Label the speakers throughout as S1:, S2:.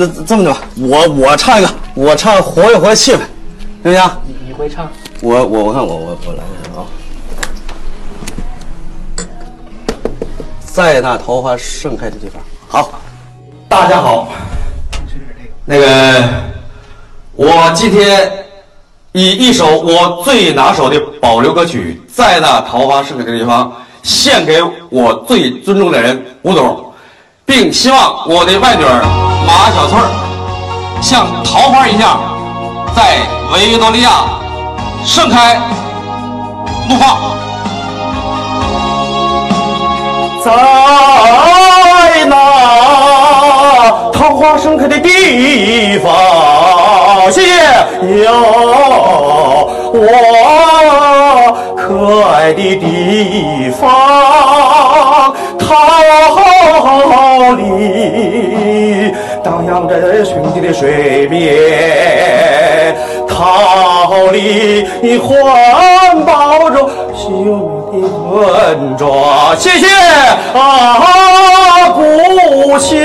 S1: 那这么着吧，我我唱一个，我唱活跃活跃气氛，行不行？
S2: 你你会唱？
S1: 我我我看我我我来一下啊。在那桃花盛开的地方，好，
S3: 大家好，那个，我今天以一首我最拿手的保留歌曲《在那桃花盛开的地方》献给我最尊重的人吴总，并希望我的外女儿马小翠儿像桃花一样，在维多利亚盛开怒放。
S4: 在那桃花盛开的地方下，有我可爱的地方，桃李荡漾在群地的水面，桃李环抱着秀美的村庄。谢谢啊，故乡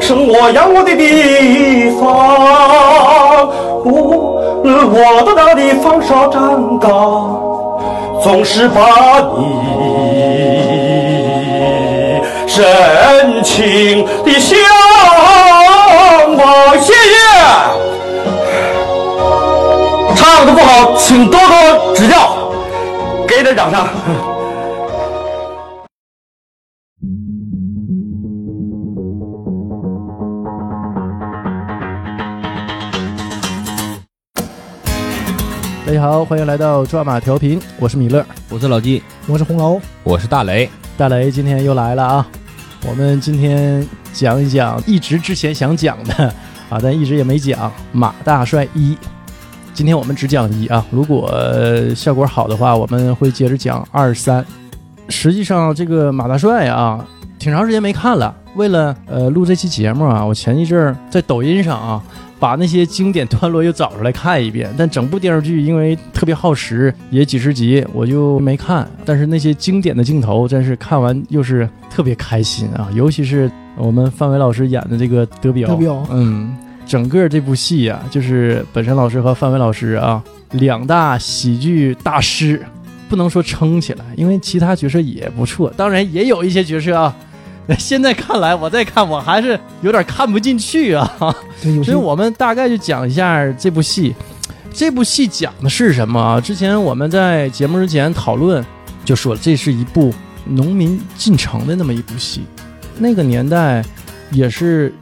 S4: 生我养我的地方，我我的那地方少站岗。总是把你深情的向往。谢谢，唱的不好，请多多指教，给点掌声。
S5: 大家好，欢迎来到抓马调频，我是米勒，
S6: 我是老纪，
S5: 我是红楼，
S6: 我是大雷。
S5: 大雷今天又来了啊！我们今天讲一讲一直之前想讲的啊，但一直也没讲马大帅一。今天我们只讲一啊，如果、呃效果好的话，我们会接着讲二三。实际上，这个马大帅啊，挺长时间没看了。为了呃录这期节目啊，我前一阵儿在抖音上啊，把那些经典段落又找出来看一遍，但整部电视剧因为特别耗时，也几十集，我就没看。但是那些经典的镜头，真是看完又是特别开心啊！尤其是我们范伟老师演的这个德彪，
S7: 德彪
S5: 嗯，整个这部戏啊，就是本山老师和范伟老师啊，两大喜剧大师，不能说撑起来，因为其他角色也不错，当然也有一些角色啊。现在看来，我再看我还是有点看不进去啊。
S7: 对，有
S5: 所
S7: 些
S5: 以我们大概就讲一下这部戏。这部戏讲的是什么啊？之前我们在节目之前讨论，就说了这是一部农民进城的那么一部戏。那个年代也是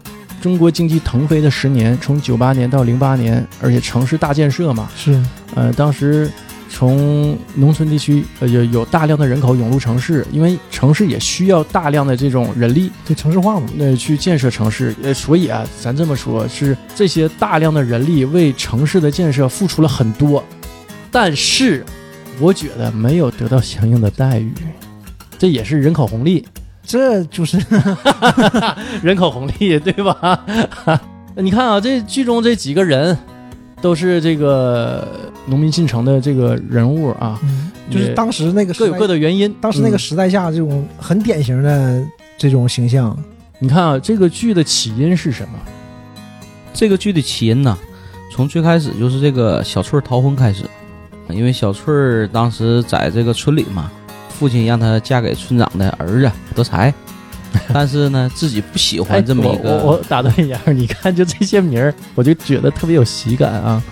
S5: 中国经济腾飞的十年，从九八年到零八年，而且城市大建设嘛，
S7: 是
S5: 呃，当时从农村地区呃有有大量的人口涌入城市，因为城市也需要大量的这种人力，
S7: 对城市化嘛，
S5: 那去建设城市，呃，所以啊，咱这么说，是这些大量的人力为城市的建设付出了很多，但是我觉得没有得到相应的待遇，这也是人口红利，
S7: 这就是
S5: 人口红利， 对吧？你看啊，这剧中这几个人都是这个农民进城的这个人物啊，
S7: 嗯就是
S5: 也
S7: 当时那个
S5: 各有
S7: 时代
S5: 各的嗯原因。
S7: 当时那个时代下这种很典型的这种形象，
S5: 你看啊，这个剧的起因是什么？
S6: 这个剧的起因呢，从最开始就是这个小翠儿逃婚开始，因为小翠儿当时在这个村里嘛，父亲让她嫁给村长的儿子德才， 但是呢，自己不喜欢这么一
S5: 哎、我我
S6: 个
S5: 我打断一下，你看就这些名儿，我就觉得特别有喜感啊。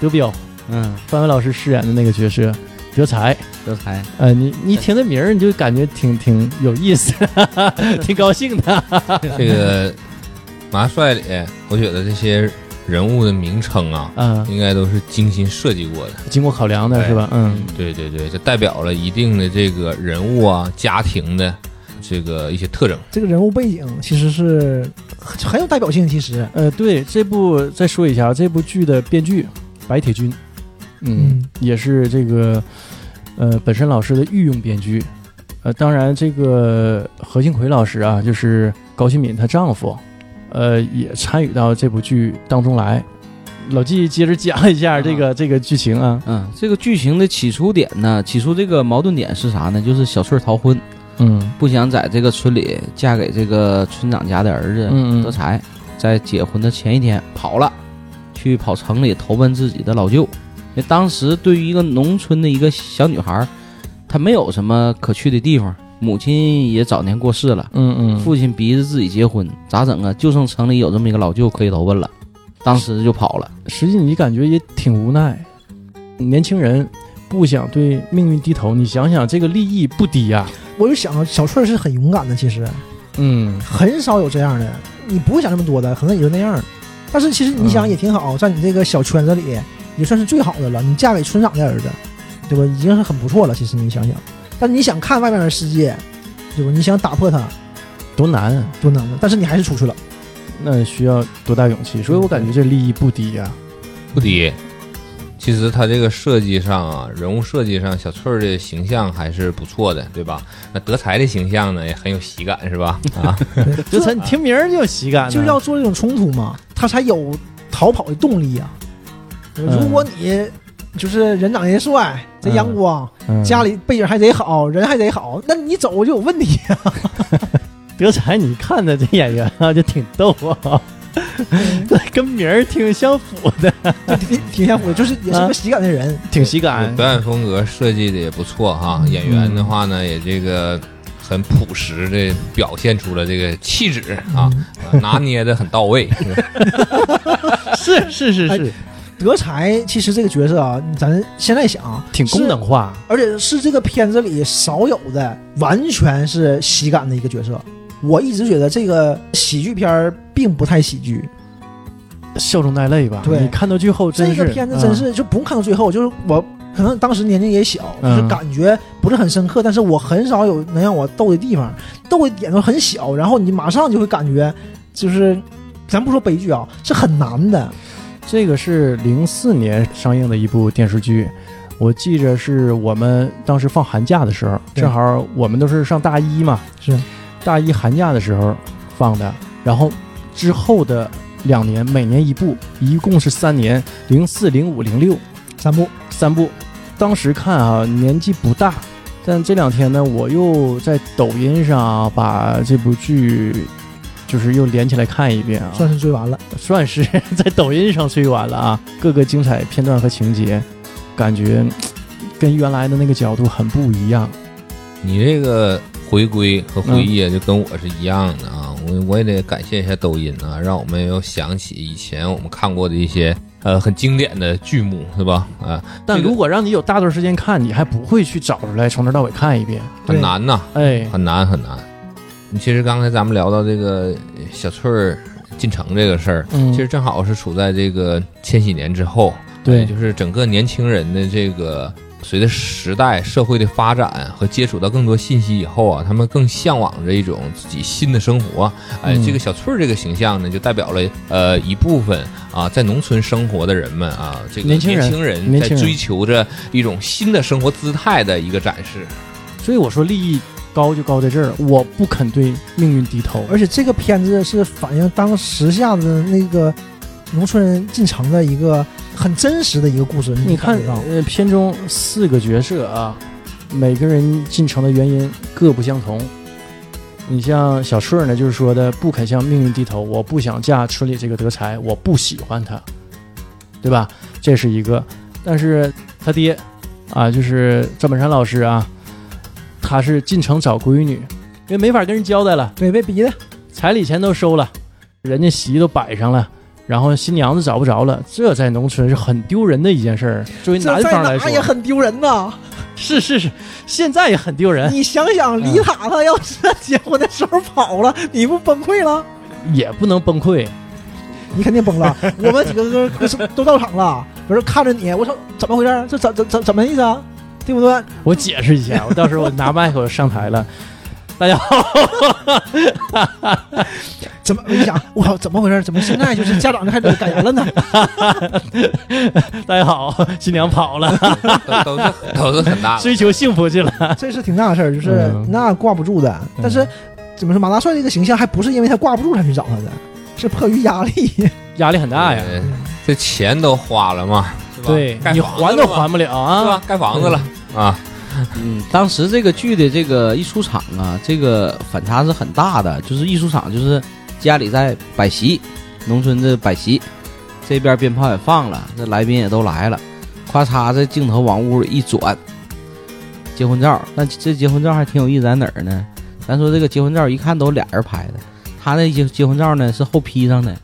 S5: 德彪，
S6: 嗯
S5: 范伟老师饰演的那个角色德才，
S6: 德才，
S5: 呃，你你听这名儿，你就感觉挺挺有意 思，挺高兴的。
S8: 这个马帅里，我觉得这些人物的名称啊，
S5: 嗯、
S8: 应该都是精心设计过的。
S5: 经过考量的是吧？嗯，
S8: 对对对，这代表了一定的这个人物啊、家庭的这个一些特征。
S7: 这个人物背景其实是很很有代表性。其实，
S5: 呃，对，这部再说一下，这部剧的编剧白铁军，嗯，
S7: 嗯
S5: 也是这个呃本身老师的御用编剧。呃，当然，这个何庆魁老师啊，就是高新敏她丈夫，呃，也参与到这部剧当中来。老纪接着讲一下这个、这个剧情啊，
S6: 嗯，这个剧情的起初点呢，起初这个矛盾点是啥呢？就是小翠儿逃婚，
S5: 嗯
S6: 不想在这个村里嫁给这个村长家的儿子
S5: 嗯嗯
S6: 德才，在结婚的前一天跑了，去跑城里投奔自己的老舅。因为当时对于一个农村的一个小女孩儿，她没有什么可去的地方，母亲也早年过世了，
S5: 嗯嗯，
S6: 父亲逼着自己结婚，咋整啊？就剩城里有这么一个老舅可以投奔了，当时就跑了。
S5: 实际你感觉也挺无奈，年轻人不想对命运低头，你想想这个利益不低啊呀、
S7: 我就想小翠儿是很勇敢的，其实
S5: 嗯，
S7: 很少有这样的，你不会想这么多的，可能也就那样。但是其实你
S5: 嗯
S7: 想也挺好，在你这个小圈子里也算是最好的了。你嫁给村长的儿子，对吧？已经是很不错了。其实你想想，但你想看外面的世界，对吧？你想打破它
S5: 多难啊，
S7: 多难呢？但是你还是出去了。
S5: 那需要多大勇气？所以我感觉这利益不低啊呀、
S8: 不低。其实他这个设计上啊，人物设计上，小翠儿的形象还是不错的，对吧？那德才的形象呢，也很有喜感，是吧？啊，
S5: 就咱你听名儿就有喜感呢，
S7: 就要做这种冲突嘛，他才有逃跑的动力呀、
S5: 嗯
S7: 如果你就是人长得也帅，贼阳光，
S5: 嗯
S7: 家里背景还贼好，人还贼好，那你走就有问 题呀、
S5: 德才，你看的这演员啊，就挺逗啊， 这跟名儿挺相符的，
S7: 就挺挺像我，就是也是个喜感的人，
S5: 挺喜感。
S8: 表演风格设计的也不错哈，演员的话呢，也这个很朴实的表现出了这个气质啊，拿捏的很到位。
S5: 是是是是，
S7: 德才其实这个角色啊，咱现在想啊
S5: 挺功，能
S7: 是
S5: 化。
S7: 而且是这个片子里少有的，完全是喜感的一个角色。我一直觉得这个喜剧片儿并不太喜剧，
S5: 笑中带泪吧？
S7: 对
S5: 你看到最后真
S7: 这
S5: 是
S7: 个片子真
S5: 嗯
S7: 是就不用看到最后，就是我可能当时年纪也小，就
S5: 嗯
S7: 是感觉不是很深刻，但是我很少有能让我逗的地方，逗的点都很小，然后你马上就会感觉就是。咱不说悲剧啊，是很难的。
S5: 这个是零四年上映的一部电视剧，我记着是我们当时放寒假的时候，
S7: 对
S5: 正好我们都是上大一嘛，
S7: 是
S5: 大一寒假的时候放的，然后之后的两年每年一部，一共是三年，零四、零五、零六
S7: 三部，
S5: 三部。当时看啊，年纪不大，但这两天呢，我又在抖音上把这部剧。就是又连起来看一遍啊，
S7: 算是追完了。
S5: 算是在抖音上追完了啊，各个精彩片段和情节，感觉嗯跟原来的那个角度很不一样。
S8: 你这个回归和回忆啊，就跟我是一样的啊。我我也得感谢一下抖音啊，让我们又想起以前我们看过的一些呃很经典的剧目，对吧？啊，
S5: 但
S8: 这个
S5: 如果让你有大段时间看，你还不会去找出来，从头到尾看一遍。
S8: 很
S7: 对
S8: 难呐、
S5: 哎，
S8: 很难很难。其实刚才咱们聊到这个呃小翠儿进城这个事儿，
S5: 嗯
S8: 其实正好是处在这个千禧年之后，也就是整个年轻人的这个随着时代社会的发展和接触到更多信息以后啊，他们更向往着一种自己新的生活。哎，
S5: 嗯
S8: 这个小翠儿这个形象呢，就代表了呃一部分啊在农村生活的人们啊，这个
S5: 年轻人
S8: 年轻人
S5: 年
S8: 在
S5: 轻人
S8: 追求着一种新的生活姿态的一个展示。
S5: 所以我说利益高就高在这儿，我不肯对命运低头。
S7: 而且这个片子是反映当时下的那个农村人进城的一个很真实的一个故事。
S5: 你看
S7: 感觉到，
S5: 呃，片中四个角色啊，每个人进城的原因各不相同。你像小顺儿呢，就是说的不肯向命运低头，我不想嫁村里这个德才，我不喜欢他，对吧？这是一个。但是他爹啊，就是赵本山老师啊，他是进城找闺女，因为没法跟人交代了，
S7: 对，被逼的，
S5: 彩礼钱都收了，人家席都摆上了，然后新娘子找不着了，这在农村是很丢人的一件事儿。作为
S7: 这
S5: 男
S7: 在
S5: 方来
S7: 哪
S5: 说，
S7: 也很丢人呐。
S5: 是是是，现在也很丢人，
S7: 你想想，李塔他要是结婚的时候跑了，你不崩溃了？
S5: 也不能崩溃。
S7: 你肯定崩 了。我们几个哥都都到场了，我说看着你，我说怎么回事儿？这怎怎怎怎么意思啊？对不对？
S5: 我解释一下，我到时候我拿麦克我上台了。大家好，
S7: 怎么？我一想， 我操，怎么回事儿？怎么现在就是家长就开始感言了呢？
S5: 大家好，新娘跑 了，
S8: 都都是都是很大的。
S5: 追求幸福去了。
S7: 这是挺大的事儿，就是
S5: 嗯
S7: 那挂不住的。但是怎么说，马大帅这个形象还不是因为他挂不住才去找他的，是迫于压力。
S5: 压力很大呀。
S8: 呃这钱都花了嘛，是吧
S5: 对
S8: 该
S5: 你
S8: 房子
S5: 还都
S8: 了嘛
S5: 还不了
S8: 是
S5: 啊
S8: 吧？？盖房子了啊，
S6: 嗯，当时这个剧的这个一出场啊，这个反差是很大的，就是一出场就是家里在摆席，农村这摆席，这边鞭炮也放了，这来宾也都来了，咔嚓，这镜头往屋里一转，结婚照。那这结婚照还挺有意思，在哪儿呢？咱说这个结婚照一看都俩人拍的，他那结结婚照呢是后 P 上的，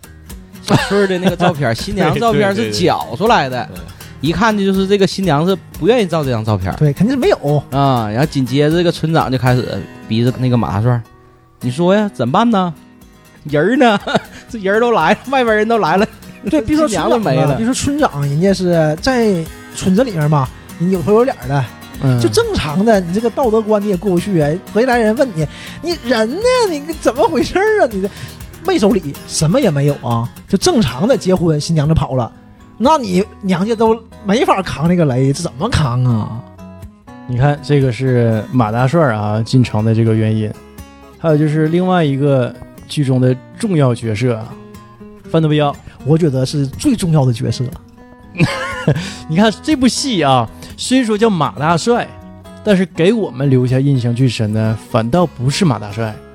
S6: 小春儿的那个照片， 新娘照片
S8: 对对
S6: 是
S8: 对
S6: 绞出来的
S8: 对，
S6: 一看这就是这个新娘是不愿意照这张照片。
S7: 对，肯定是没有。
S6: 啊，然后紧接着这个村长就开始逼着那个马大帅，你说呀，怎么办呢？人儿呢？ 这人儿都来了，外边人都来了，
S7: 对， 别说村
S6: 娘都
S7: 长
S6: 没
S7: 吧
S6: 了
S7: 别说村长，人家是在村子里面嘛，人有头有脸的，
S5: 嗯，
S7: 就正常的，你这个道德观你也过不去啊。回来人问你，你人呢？你怎么回事儿啊？你这没守礼，什么也没有啊，就正常的结婚，新娘子跑了，那你娘家都没法扛这个雷，这怎么扛啊？
S5: 你看，这个是马大帅啊进城的这个原因，还有就是另外一个剧中的重要角色啊范德彪。
S7: 我觉得是最重要的角色，
S5: 你看这部戏啊，虽说叫马大帅，但是给我们留下印象最深的，反倒不是马大帅，
S7: 嗯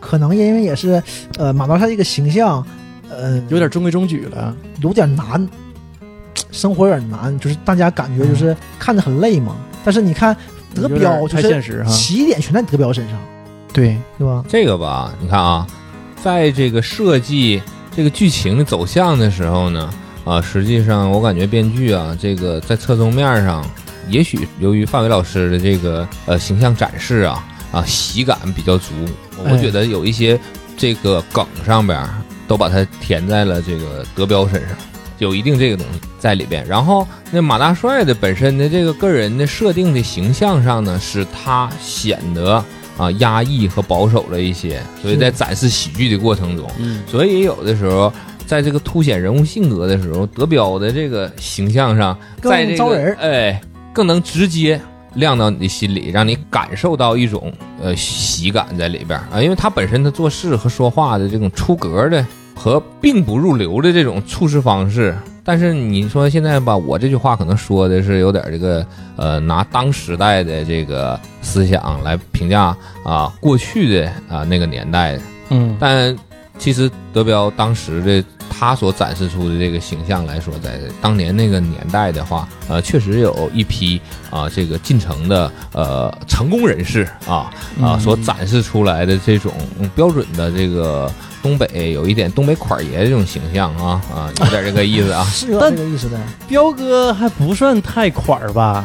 S7: 可能因为也是，呃，马大帅这个形象，呃，
S5: 有点中规中矩了。
S7: 有点难，生活有点难，就是大家感觉就是看着很累嘛。但是你看德
S5: 嗯有点
S7: 彪，就
S5: 太现
S7: 是
S5: 实哈、
S7: 起点全在德彪身上，
S5: 对，
S7: 对吧？
S8: 这个吧，你看啊，在这个设计这个剧情的走向的时候呢，啊，实际上我感觉编剧啊，这个在侧重面上，也许由于范伟老师的这个呃形象展示啊啊喜感比较足，我
S5: 哎
S8: 觉得有一些这个梗上边儿啊都把它填在了这个德彪身上。有一定这个东西在里边，然后那马大帅的本身的这个个人的设定的形象上呢，使他显得啊压抑和保守了一些，所以在展示喜剧的过程中，
S6: 嗯，
S8: 所以有的时候在这个凸显人物性格的时候，德彪的这个形象上，
S7: 更
S8: 在这
S7: 招
S8: 个
S7: 人儿。
S8: 哎，更能直接亮到你的心里，让你感受到一种呃喜感在里边儿啊，因为他本身他做事和说话的这种出格的和并不入流的这种处事方式。但是你说现在吧，我这句话可能说的是有点这个，呃，拿当时代的这个思想来评价啊，过去的啊那个年代的
S5: 嗯，
S8: 但其实德彪当时的他所展示出的这个形象来说，在当年那个年代的话，呃，确实有一批啊、这个进城的呃成功人士啊啊、
S5: 嗯
S8: 所展示出来的这种嗯标准的这个东北有一点东北款儿爷这种形象啊啊，有点这个意思啊
S7: 是有
S5: 但
S7: 这个意思的，
S5: 彪哥还不算太款儿吧？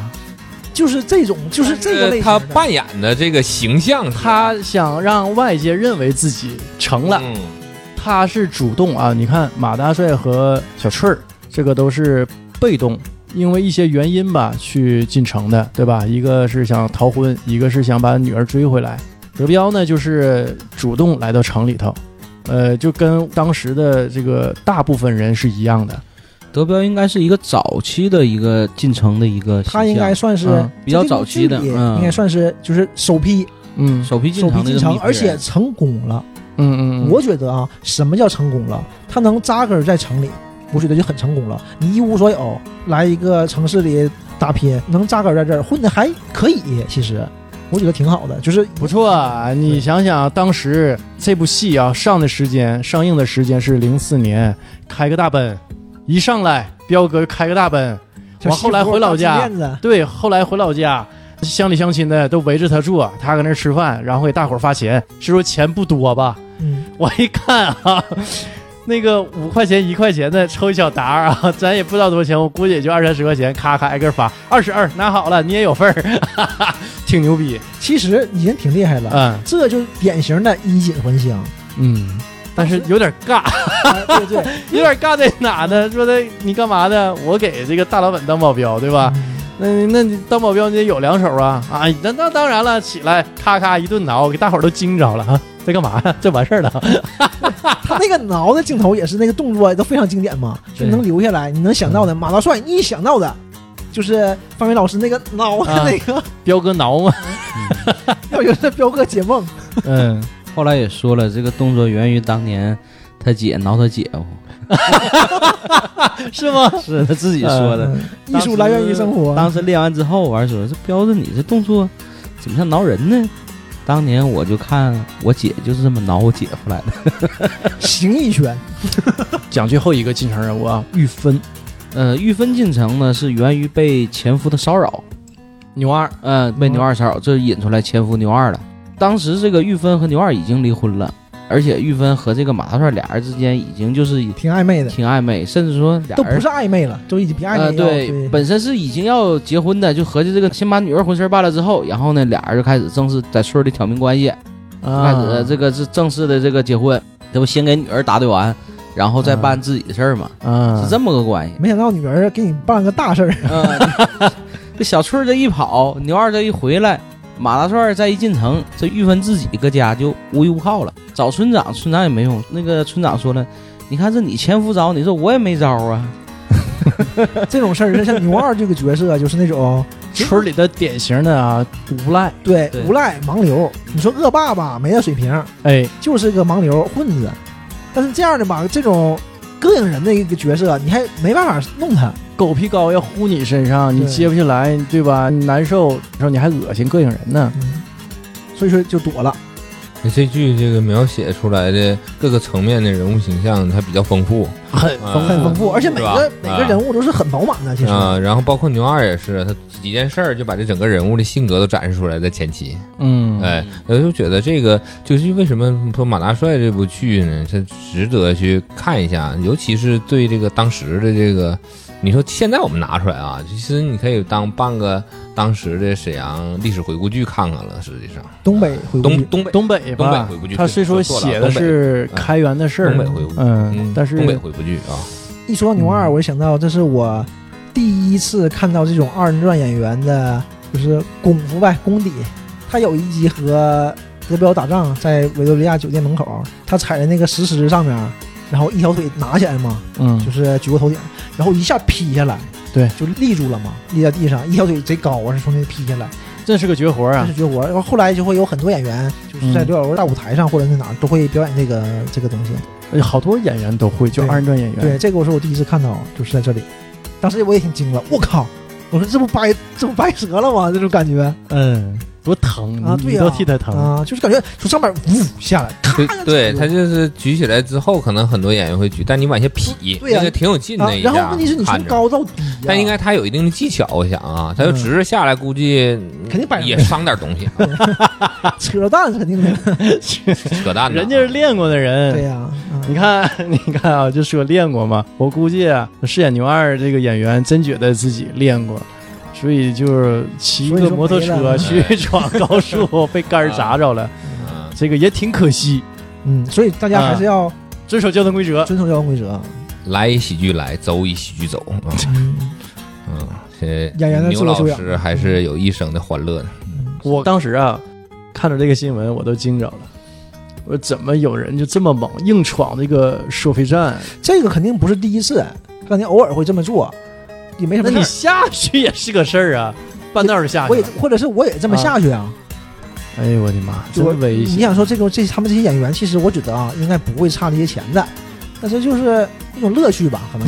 S7: 就是这种， 就是这个类型
S8: 他
S7: 的。
S8: 扮演的这个形象，
S5: 他想让外界认为自己成了，
S8: 嗯
S5: 他是主动啊。你看马大帅和小翠儿，这个都是被动，因为一些原因吧去进城的，对吧？一个是想逃婚，一个是想把女儿追回来。德彪呢，就是主动来到城里头，呃，就跟当时的这个大部分人是一样的。
S6: 德彪应该是一个早期的一个进城的一个形象，
S7: 他应该算是、
S5: 嗯
S6: 比较早期的
S7: 这个剧里
S6: 嗯
S7: 应该算是就是首批
S5: 嗯
S6: 首批进
S7: 首批
S6: 城的
S7: 进
S6: 一个
S7: 城
S6: 密，会
S7: 而且
S6: 人
S7: 成功了。
S5: 嗯嗯，
S7: 我觉得啊，什么叫成功了？他能扎根在城里，我觉得就很成功了。你一无所有，来一个城市里打拼，能扎根在这儿混的还可以，其实我觉得挺好的。就是
S5: 不错啊！你想想，当时这部戏啊上的时间、上映的时间是零四年，开个大奔，一上来彪哥开个大奔，
S7: 小
S5: 我后来
S7: 西服
S5: 回老
S7: 大
S5: 家
S7: 金链子
S5: 对，后来回老家，乡里乡亲的都围着他坐，他搁那儿吃饭，然后给大伙儿发钱，是说钱不多吧？
S7: 嗯，
S5: 我一看啊，那个五块钱、一块钱的抽一小沓儿啊，咱也不知道多少钱，我估计也就二三十块钱，咔咔挨个发，二十二拿好了，你也有份儿， 哈哈，挺牛逼，
S7: 其实已经挺厉害了。
S5: 嗯
S7: 这就是典型的衣锦还乡，
S5: 嗯。但是有点尬，
S7: 哎对对，
S5: 有点尬在哪呢？说的你干嘛呢？我给这个大老板当保镖，对吧？
S7: 嗯
S5: 那那你当保镖你得有两手啊啊！那那当然了，起来咔咔一顿挠，给大伙儿都惊着了啊！ 在干嘛呀？这完事儿了。
S7: 他那个挠的镜头也是那个动作都非常经典嘛，就
S5: 对
S7: 能留下来。你能想到的，马大帅，你一想到的，就是范伟老师那个挠的
S5: 啊
S7: 那个，
S5: 彪哥挠嘛，
S7: 要有这彪哥解梦，
S5: 嗯，
S6: 后来也说了，这个动作源于当年他姐挠他姐 夫，
S5: 是吗？
S6: 是他自己说的。
S7: 嗯艺术来源于生活。
S6: 当时练完之后，完事说这彪子你这动作怎么像挠人呢？当年我就看我姐就是这么挠我姐夫来的，
S7: 形意拳，
S5: 讲最后一个进城人物啊，玉芬，
S6: 呃，玉芬进城呢是源于被前夫的骚扰，
S5: 牛二，
S6: 嗯、被牛二骚扰，这引出来前夫牛二了。当时这个玉芬和牛二已经离婚了，而且玉芬和这个马大帅俩人之间已经就是
S7: 挺暧 昧的，
S6: 挺暧昧，甚至说俩
S7: 都
S6: 人
S7: 不是暧昧了，都已经比暧昧要
S6: 呃，对，本身是已经要结婚的，就合计这个先把女儿婚事办了之后，然后呢，俩人就开始正式在村里挑明关系，开
S5: 啊，
S6: 始呃这个是正式的这个结婚，这不先给女儿答对完，然后再办自己的事儿嘛，
S5: 啊，
S6: 是这么个关系。
S7: 没想到女儿给你办个大事儿，
S6: 嗯这小翠儿这一跑，牛二这一回来，马大帅儿再一进城，这玉芬自己搁家就无依无靠了，找村长，村长也没用。那个村长说了，你看这你前夫找你，说我也没招啊，
S7: 这种事儿，像牛二这个角色就是那种
S5: 村里的典型的啊无赖，
S7: 对
S6: 对
S7: 无赖盲流。你说恶霸吧，没那水平，
S5: 哎，
S7: 就是个盲流混子。但是这样的吧，这种膈应人的一个角色，你还没办法弄他。
S5: 狗皮膏药呼你身上，你
S7: 对
S5: 接不下来，对吧？你难受，然后你还恶心膈应人呢，
S7: 嗯，所以说就躲了。
S8: 这剧这个描写出来的各个层面的人物形象，它比较丰富
S5: 很
S8: 丰
S7: 很丰富，而且每个
S8: 是吧
S7: 每个人物都是很饱满的。其实，
S8: 啊。然后包括牛二也是，他几件事儿就把这整个人物的性格都展示出来，在前期。
S5: 嗯，
S8: 哎，我就觉得这个就是为什么说《马大帅》这部剧呢，它值得去看一下，尤其是对这个当时的这个，你说现在我们拿出来啊，其实你可以当半个当时的沈阳历史回顾剧看看了。实际上，
S7: 东北回归
S8: 东东北
S5: 东北
S8: 东北
S5: 吧
S8: 回不去，
S5: 他虽说写的是开元的事儿，
S8: 嗯东
S7: 啊
S8: 北回不去
S5: 嗯，但是
S8: 东北回不去啊，
S7: 一说到牛嗯二，我就想到这是我第一次看到这种二人转演员的，就是功夫呗，功底。他有一集和德彪打仗，在维多利亚酒店门口，他踩在那个石狮上面，然后一条腿拿起来嘛，
S5: 嗯
S7: 就是举过头顶，然后一下劈下来，
S5: 对，
S7: 就立住了嘛，立在地上，一条腿贼高啊，是从那劈下来，
S5: 这是个绝活
S7: 这
S5: 啊
S7: 是，绝活。然后后来就会有很多演员，就是在
S5: 嗯
S7: 刘小楼大舞台上或者在哪儿都会表演这个这个东西。
S5: 哎好多演员都会，就
S7: 对
S5: 二人转演员，
S7: 对，这个我是我第一次看到，就是在这里，当时我也挺惊了，我靠！我说这不掰这不掰折了吗？这种感觉
S5: 嗯，多疼
S7: 啊
S5: 你
S7: 对
S5: 你
S7: 呀
S5: 都替他疼，
S7: 啊、就是感觉从上面呜下来，
S8: 对
S7: 咔，
S8: 对他就是举起来之后，可能很多演员会举，但你往下劈，
S7: 对呀
S8: 那个挺有劲
S7: 啊
S8: 的一，下。
S7: 然后问题是你
S8: 看
S7: 从
S8: 着
S7: 高到低、啊，
S8: 但应该他有一定的技巧，我想啊，他就直着下来，估计
S7: 肯定摆
S8: 也伤点东西，啊
S7: 扯淡肯定 的，
S8: 扯淡的。啊
S5: 人家是练过的人，
S7: 对呀、啊
S5: 你看， 你看啊，就说练过嘛，我估计啊，饰演牛二这个演员真觉得自己练过，所以就是骑一
S7: 所
S5: 个
S7: 以说
S5: 摩托
S7: 没
S5: 车
S7: 了
S5: 去 闯高速，被杆儿砸着了，
S8: 嗯
S5: 这个也挺可惜。
S7: 嗯，所以大家还是要
S5: 遵守交通规则，
S7: 遵守交通规则。
S8: 来一喜剧来，走一喜剧走。嗯
S7: 嗯，
S8: 嗯，这
S7: 演员的自
S8: 牛
S7: 我
S8: 老
S7: 修养
S8: 师还是有一生的欢乐呢。
S5: 我当时啊，看着这个新闻我都惊着了。我说怎么有人就这么猛，硬闯这个收费站？
S7: 这个肯定不是第一次，肯定偶尔会这么做，也没什
S5: 那
S7: 么事
S5: 你
S7: 儿。
S5: 下去也是个事儿啊，半道儿就下
S7: 我
S5: 去
S7: 也
S5: 了。
S7: 或者是我也这么
S5: 啊
S7: 下去啊，
S5: 哎呦我的妈，
S7: 就
S5: 真
S7: 我
S5: 危
S7: 你
S5: 险！
S7: 想说这个这他们这些演员，其实我觉得啊，应该不会差这些钱的，但是就是一种乐趣吧，可能。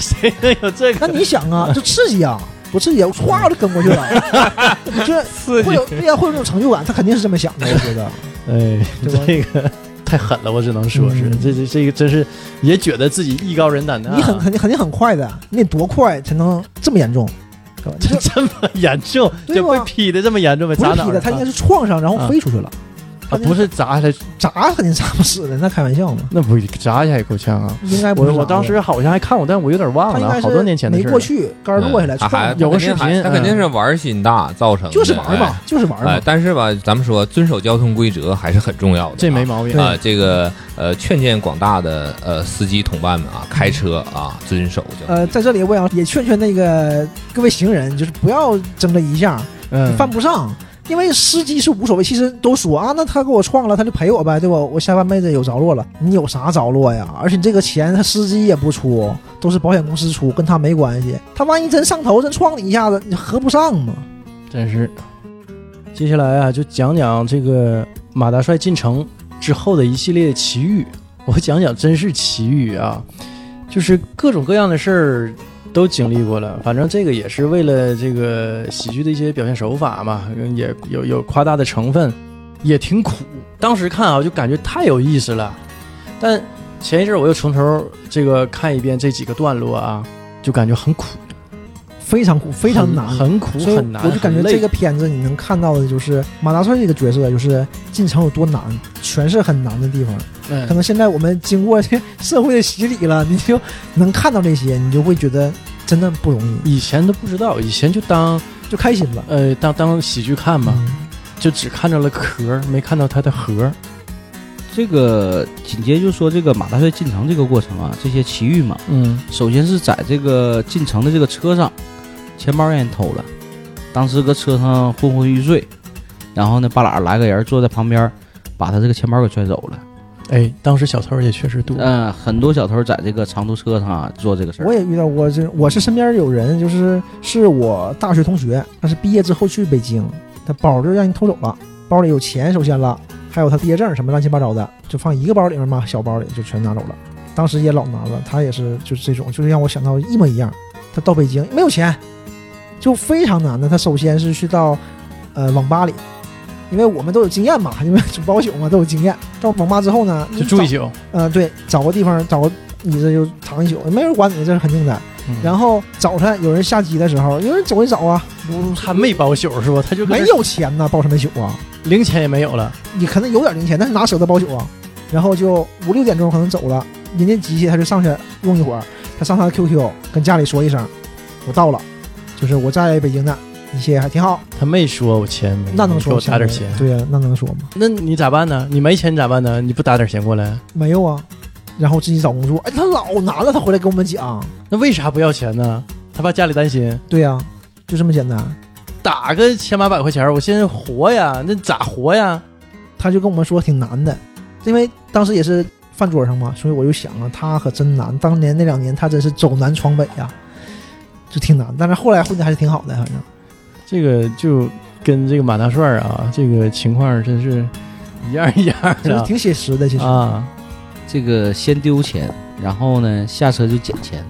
S5: 谁能有哎这
S7: 那
S5: 个
S7: 你想啊，就刺激啊，多刺激啊！我唰我就跟过去了， 这
S5: 刺激
S7: 会？有对呀，会有这种成就感，他肯定是这么想的，我 觉得。
S5: 哎，
S7: 对吧
S5: 这个太狠了，我只能说是、
S7: 嗯
S5: 这这这个真是也觉得自己艺高人胆大，
S7: 你很肯定肯定很快的，你得多快才能这么严重？对吧你
S5: 这
S7: 这
S5: 这么严重，
S7: 对
S5: 就
S7: 吧
S5: 被劈的这么严重呗？
S7: 不
S5: 砸
S7: 是
S5: 哪
S7: 劈
S5: 儿
S7: 的，
S5: 了？
S7: 他应该是撞上，然后飞出去了，
S5: 啊，不是砸下来，
S7: 砸肯定砸不死的，那开玩笑嘛，
S5: 那不砸一下也够呛啊！
S7: 应该不是
S5: 我
S7: 砸
S5: 我
S7: 的
S5: 当时好像还看过，但我有点
S7: 他
S5: 忘
S7: 应
S5: 了
S7: 该
S5: 啊，
S7: 是
S5: 好多年前的
S7: 没
S5: 事儿
S7: 过
S5: 了。
S7: 去，杆儿落下来
S8: 嗯他还
S7: 撞，
S5: 有个视
S8: 他肯定还
S5: 频
S8: 他肯定是玩心大造成的，
S7: 就是玩嘛
S8: 哎。，
S7: 就是玩嘛
S8: 哎，。但是吧，咱们说遵守交通规则还是很重要的啊，
S5: 这没毛病。
S8: 啊，这个呃，劝谏广大的呃司机同伴们啊，开车啊，遵守交通
S7: 呃，在这里我也要也劝劝那个各位行人，就是不要争这一下，
S5: 嗯，
S7: 犯不上。因为司机是无所谓，其实都说啊，那他给我撞了，他就赔我呗，对吧？我下半辈子有着落了，你有啥着落呀？而且这个钱他司机也不出，都是保险公司出，跟他没关系。他万一真上头，真撞你一下子，你合不上嘛？
S5: 真是。接下来啊，就讲讲这个马大帅进城之后的一系列奇遇。我讲讲真是奇遇啊，就是各种各样的事儿都经历过了。反正这个也是为了这个喜剧的一些表现手法嘛，也有有夸大的成分。也挺苦。当时看啊，就感觉太有意思了。但前一阵儿我又从头这个看一遍这几个段落啊，就感觉很苦，
S7: 非常苦，非常
S5: 很
S7: 难，啊
S5: 很苦
S7: 所以
S5: 很难，
S7: 我就感觉
S5: 很累
S7: 这个片子你能看到的就是马大帅这个角色，就是进城有多难，全是很难的地方。
S5: 嗯
S7: 可能现在我们经过这社会的洗礼了，你就能看到这些，你就会觉得真的不容易，
S5: 以前都不知道，以前就当
S7: 就开心了。
S5: 呃当当喜剧看嘛，
S7: 嗯
S5: 就只看到了壳儿，没看到它的核儿。
S6: 这个紧接着就说这个马大帅进城这个过程啊，这些奇遇嘛，
S5: 嗯
S6: 首先是在这个进城的这个车上，钱包让人偷了，当时搁车上昏昏欲睡，然后呢，半拉来个人坐在旁边，把他这个钱包给拽走了。
S5: 哎，当时小偷也确实多，
S6: 嗯、很多小偷在这个长途车上啊做这个事儿。
S7: 我也遇到过，这我是身边有人，就是是我大学同学，但是毕业之后去北京，他包就让人偷走了，包里有钱首先了，还有他毕业证什么乱七八糟的，就放一个包里面嘛，小包里就全拿走了。当时也老难了，他也是就是这种，就是让我想到一模一样。他到北京没有钱，就非常难的。他首先是去到呃网吧里，因为我们都有经验嘛，因为包宿嘛都有经验。到网吧之后呢，
S5: 就住一
S7: 找
S5: 宿。
S7: 呃，对，找个地方找个椅子就躺一宿，没人管你，这是肯定的。
S5: 嗯
S7: 然后早晨有人下机的时候，有人走一走啊，
S5: 不，他没包宿是吧？他就
S7: 没
S5: 跟
S7: 有钱呐，包什么宿啊？
S5: 零钱也没有了。
S7: 你可能有点零钱，但是哪舍得包宿啊？然后就五六点钟可能走了，人家机器他就上去用一会儿，他上他的 QQ 跟家里说一声，我到了，就是我在北京呢，一切还挺好，
S5: 他没说我钱没，
S7: 那能
S5: 哎给
S7: 说
S5: 我打点
S7: 吗
S5: 钱？
S7: 对呀、啊那能说吗？
S5: 那你咋办呢？你没钱咋办呢？你不打点钱过来？
S7: 没有啊，然后自己找工作，哎，他老难了，他回来跟我们讲，
S5: 那为啥不要钱呢？他怕家里担心，
S7: 对呀、就这么简单。
S5: 打个千八百块钱，我现在活呀，那咋活呀？
S7: 他就跟我们说挺难的，因为当时也是饭桌上嘛，所以我就想啊，他可真难。当年那两年他真是走南闯北呀、就挺难。但是后来混的还是挺好的，反正
S5: 这个就跟这个马大帅啊，这个情况真是一样一样
S7: 就是
S5: 的
S7: 挺写实的。其实、
S5: 啊。
S6: 这个先丢钱，然后呢下车就捡 钱，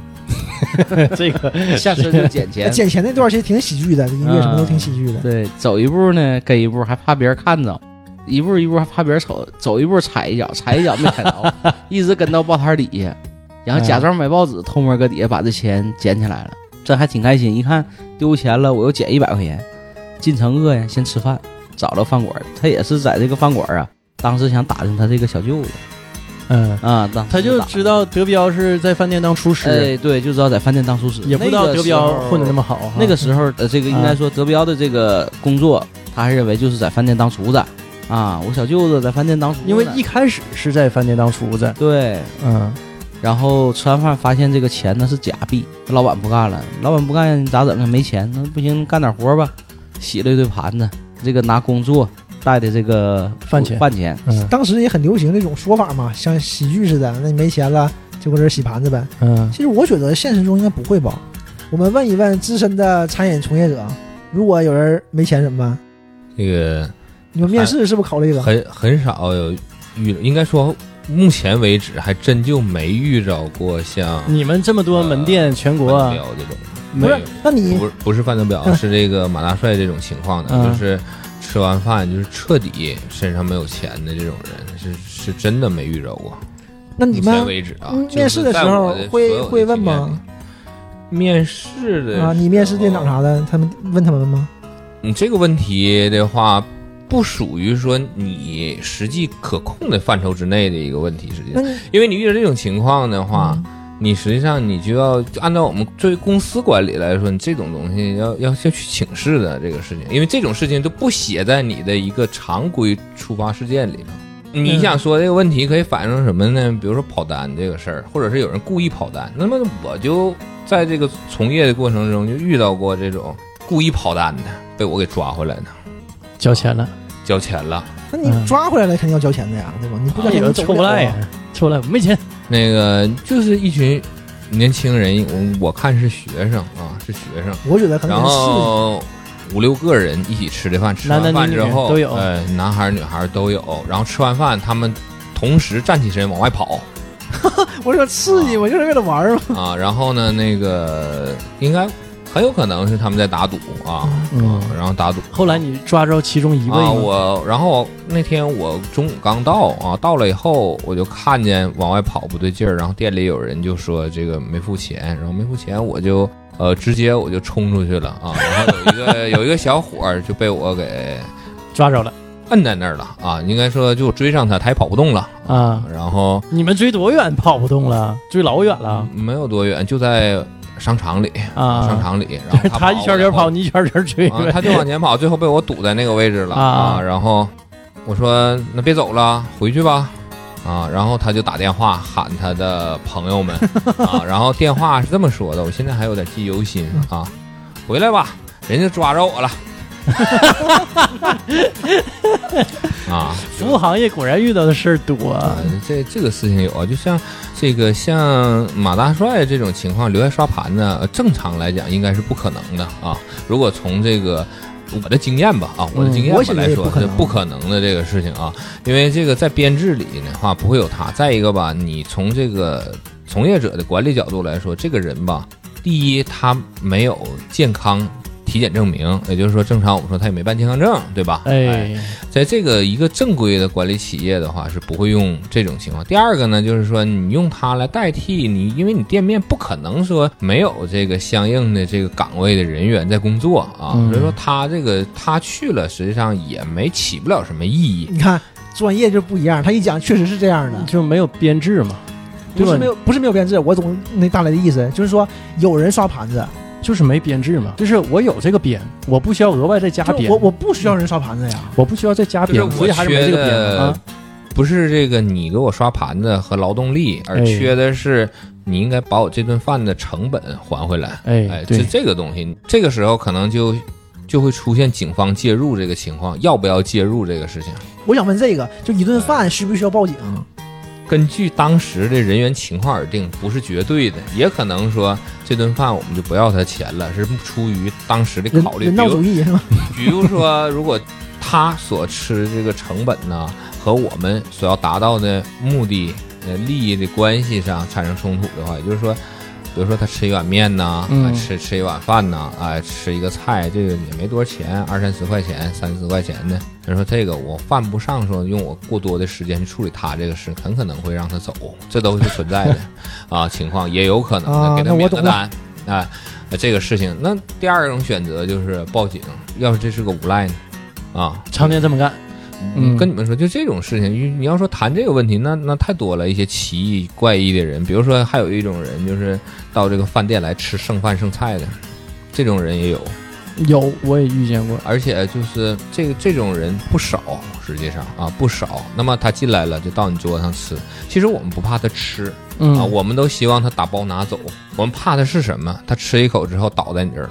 S5: 这个
S6: 下车就捡
S7: 那
S6: 钱。
S7: 捡钱那段其实挺喜剧的，音乐什么都挺喜剧的。
S6: 对，走一步呢跟一步，还怕别人看着。一步一步还怕别人瞅，走一步踩一脚，踩一脚没踩着， 一直跟到报摊底下，然后假装买报纸，偷摸搁底下把这钱捡起来了，这还挺开心。一看丢钱了，我又捡一百块钱，进城饿呀，先吃饭，找了饭馆，他也是在这个饭馆啊，当时想打听他这个小舅子
S5: 嗯，
S6: 啊，当时
S5: 他就
S6: 打
S5: 知道德彪是在饭店当厨师，
S6: 哎，对，就知道在饭店当厨师，
S5: 也不知道德彪混的那么好哈。
S6: 那个时候。那个时候，呃，这
S5: 啊
S6: 个应该说德彪的这个工作，他还认为就是在饭店当厨子啊。我小舅子在饭店当厨子呢，
S5: 因为一开始是在饭店当厨子，
S6: 对，
S5: 嗯，
S6: 然后吃完饭发现这个钱呢是假币，老板不干了，老板不干咋整啊？没钱，那不行，干点活吧。洗了一堆盘子，这个拿工作带的这个
S5: 饭钱
S6: 饭钱，
S5: 嗯
S7: 当时也很流行这种说法嘛，像喜剧似的，那你没钱了就搁这儿洗盘子呗。
S5: 嗯，
S7: 其实我觉得现实中应该不会吧。我们问一问资深的餐饮从业者，如果有人没钱怎么办？
S8: 这个
S7: 你们面试是不是考虑这个？
S8: 很很少有遇，应该说目前为止还真就没遇着过像
S7: 嗯
S5: 你们这么多门店，全国啊，
S8: 范德彪这种，
S5: 没
S8: 没
S5: 有
S8: 有，
S7: 那你
S8: 不是不是范德彪，
S7: 嗯
S8: 是这个马大帅这种情况的，
S5: 嗯
S8: 就是吃完饭就是彻底身上没有钱的这种人，是是真的没遇着过。
S7: 那你
S8: 目前
S7: 们
S8: 为止啊
S7: 嗯，
S8: 就是
S7: 面试的时
S8: 在
S7: 候
S8: 我的
S7: 会
S8: 所有的
S7: 会问
S8: 经验
S7: 吗
S8: 里？面试的
S7: 啊，你面试店长
S8: 啥？
S7: 啥的，他们问他们吗？
S8: 你嗯这个问题的话，不属于说你实际可控的范畴之内的一个问题，实际
S7: 那
S8: 上，
S7: 你
S8: 因为你遇到这种情况的
S7: 嗯
S8: 话，你实际上你就要按照我们作为公司管理来说，你这种东西要要要去请示的这个事情，因为这种事情都不写在你的一个常规触发事件里头。你想说这个问题可以反映成什么呢？比如说跑单这个事儿，或者是有人故意跑单。那么我就在这个从业的过程中就遇到过这种故意跑单的，被我给抓回来的，
S5: 交钱了，
S8: 交钱了。
S7: 那你
S5: 嗯
S7: 抓回来了肯定要交钱的呀，对吧？你不交
S5: 也
S7: 钱
S5: 有
S7: 你走
S5: 抽
S7: 不
S5: 不
S7: 了
S5: 赖
S7: 啊。
S5: 呀，抽不赖，没钱。
S8: 那个就是一群年轻人，我我看是学生啊，是学生。
S7: 我觉得可能
S8: 然
S7: 也是
S8: 后五六个人一起吃的饭，吃
S5: 男
S8: 完
S5: 男
S8: 饭
S5: 女
S8: 之
S5: 女
S8: 后
S5: 都有
S8: 呃，男孩儿女孩儿都有。然后吃完饭，他们同时站起身往 外跑
S7: 我说刺激，我就是为了玩儿嘛。
S8: 啊。然后呢，那个应该很有可能是他们在打赌啊，
S5: 嗯，
S8: 然后打赌。
S5: 后来你抓着其中一位
S8: 啊，
S5: 吗
S8: 我然后那天我中午刚到啊，到了以后我就看见往外跑不对劲儿，然后店里有人就说这个没付钱，然后没付钱我就呃直接我就冲出去了啊，然后有一个 有一个小伙儿就被我给
S5: 抓着了
S8: 摁在那儿了啊，应该说就追上他，他也跑不动了，
S5: 啊！
S8: 然后
S5: 你们追多远跑不动了？追老远了
S8: 没有多远就在商场里，
S5: 啊！
S8: 商场里，然后
S5: 他一圈
S8: 我
S5: 圈
S8: 就
S5: 跑，你一圈圈追
S8: 啊，他就 往前跑，最后被我堵在那个位置了
S5: 啊
S8: 啊。然后我说那别走了，回去吧。啊，然后他就打电话喊他的朋友 们啊，然后电话是这么说的，我现在还有点记犹新啊，回来吧，人家抓着 我了。啊，
S5: 服务行业果然遇到的事儿多
S8: 啊
S5: 啊，
S8: 这这个事情有啊，就像这个像马大帅这种情况留下刷盘呢，呃正常来讲应该是不可能的啊。如果从这个我的经验吧，啊，我的经验
S7: 嗯我
S8: 吧
S7: 觉得
S8: 来
S7: 也
S8: 说
S7: 不可
S8: 是
S7: 能
S8: 不可能的这个事情啊，因为这个在编制里的话不会有他。再一个吧，你从这个从业者的管理角度来说，这个人吧，第一他没有健康体检证明，也就是说正常我们说他也没办健康证，对吧？
S5: 哎，
S8: 在这个一个正规的管理企业的话，是不会用这种情况。第二个呢，就是说你用它来代替你，因为你店面不可能说没有这个相应的这个岗位的人员在工作啊，
S5: 嗯
S8: 所以说他这个他去了，实际上也没起不了什么意义。
S7: 你看专业就不一样，他一讲确实是这样的，
S5: 就没有编制嘛，嗯对
S7: 不
S5: 吧
S7: 是没？有不是没有编制，我懂那大雷的意思，就是说有人刷盘子，
S5: 就是没编制嘛，就是我有这个编，我不需要额外再加
S7: 就
S5: 编，
S7: 我我不需要人刷盘子呀，
S5: 我不需要再加
S8: 就是
S5: 编，所以
S8: 我
S5: 还是没这
S8: 缺
S5: 个编的
S8: 的
S5: 啊。
S8: 不是这个你给我刷盘子和劳动力，而
S5: 哎
S8: 缺的是你应该把我这顿饭的成本还回来。
S5: 哎，
S8: 哎，这
S5: 对，
S8: 这个东西，这个时候可能就就会出现警方介入这个情况，要不要介入这个事情？
S7: 我想问这个，就一顿饭需不需要报警？
S8: 根据当时的人员情况而定，不是绝对的，也可能说这顿饭我们就不要他钱了，是出于当时的
S7: 人
S8: 嗯考虑。
S7: 人
S8: 比
S7: 道
S8: 如
S7: 主义是吗？
S8: 比如说，如果他所吃这个成本呢，和我们所要达到的目的、呃利益的关系上产生冲突的话，也就是说，比如说他吃一碗面呐，
S5: 嗯
S8: 啊吃吃一碗饭呐，啊、吃一个菜，这个也没多少钱，二三十块钱、三四十块钱的。他说这个我犯不上说用我过多的时间去处理他这个事，很可能会让他走，这都是存 在的啊情况，也有可能的、
S7: 啊
S8: 给
S7: 那
S8: 他
S7: 我
S8: 免
S7: 懂
S8: 个
S7: 了
S8: 单。啊，呃这个事情。那第二种选择就是报警，要是这是个无赖呢？啊，
S5: 常年这么干，嗯
S8: 跟你们说，就这种事情，你你要说谈这个问题，那那太多了，一些奇异怪异的人，比如说还有一种人，就是到这个饭店来吃剩饭剩菜的，这种人也有，
S5: 有我也遇见过，
S8: 而且就是这个这种人不少，实际上啊不少。那么他进来了，就到你桌上吃，其实我们不怕他吃，
S5: 嗯，
S8: 啊，我们都希望他打包拿走，我们怕的是什么？他吃一口之后倒在你这儿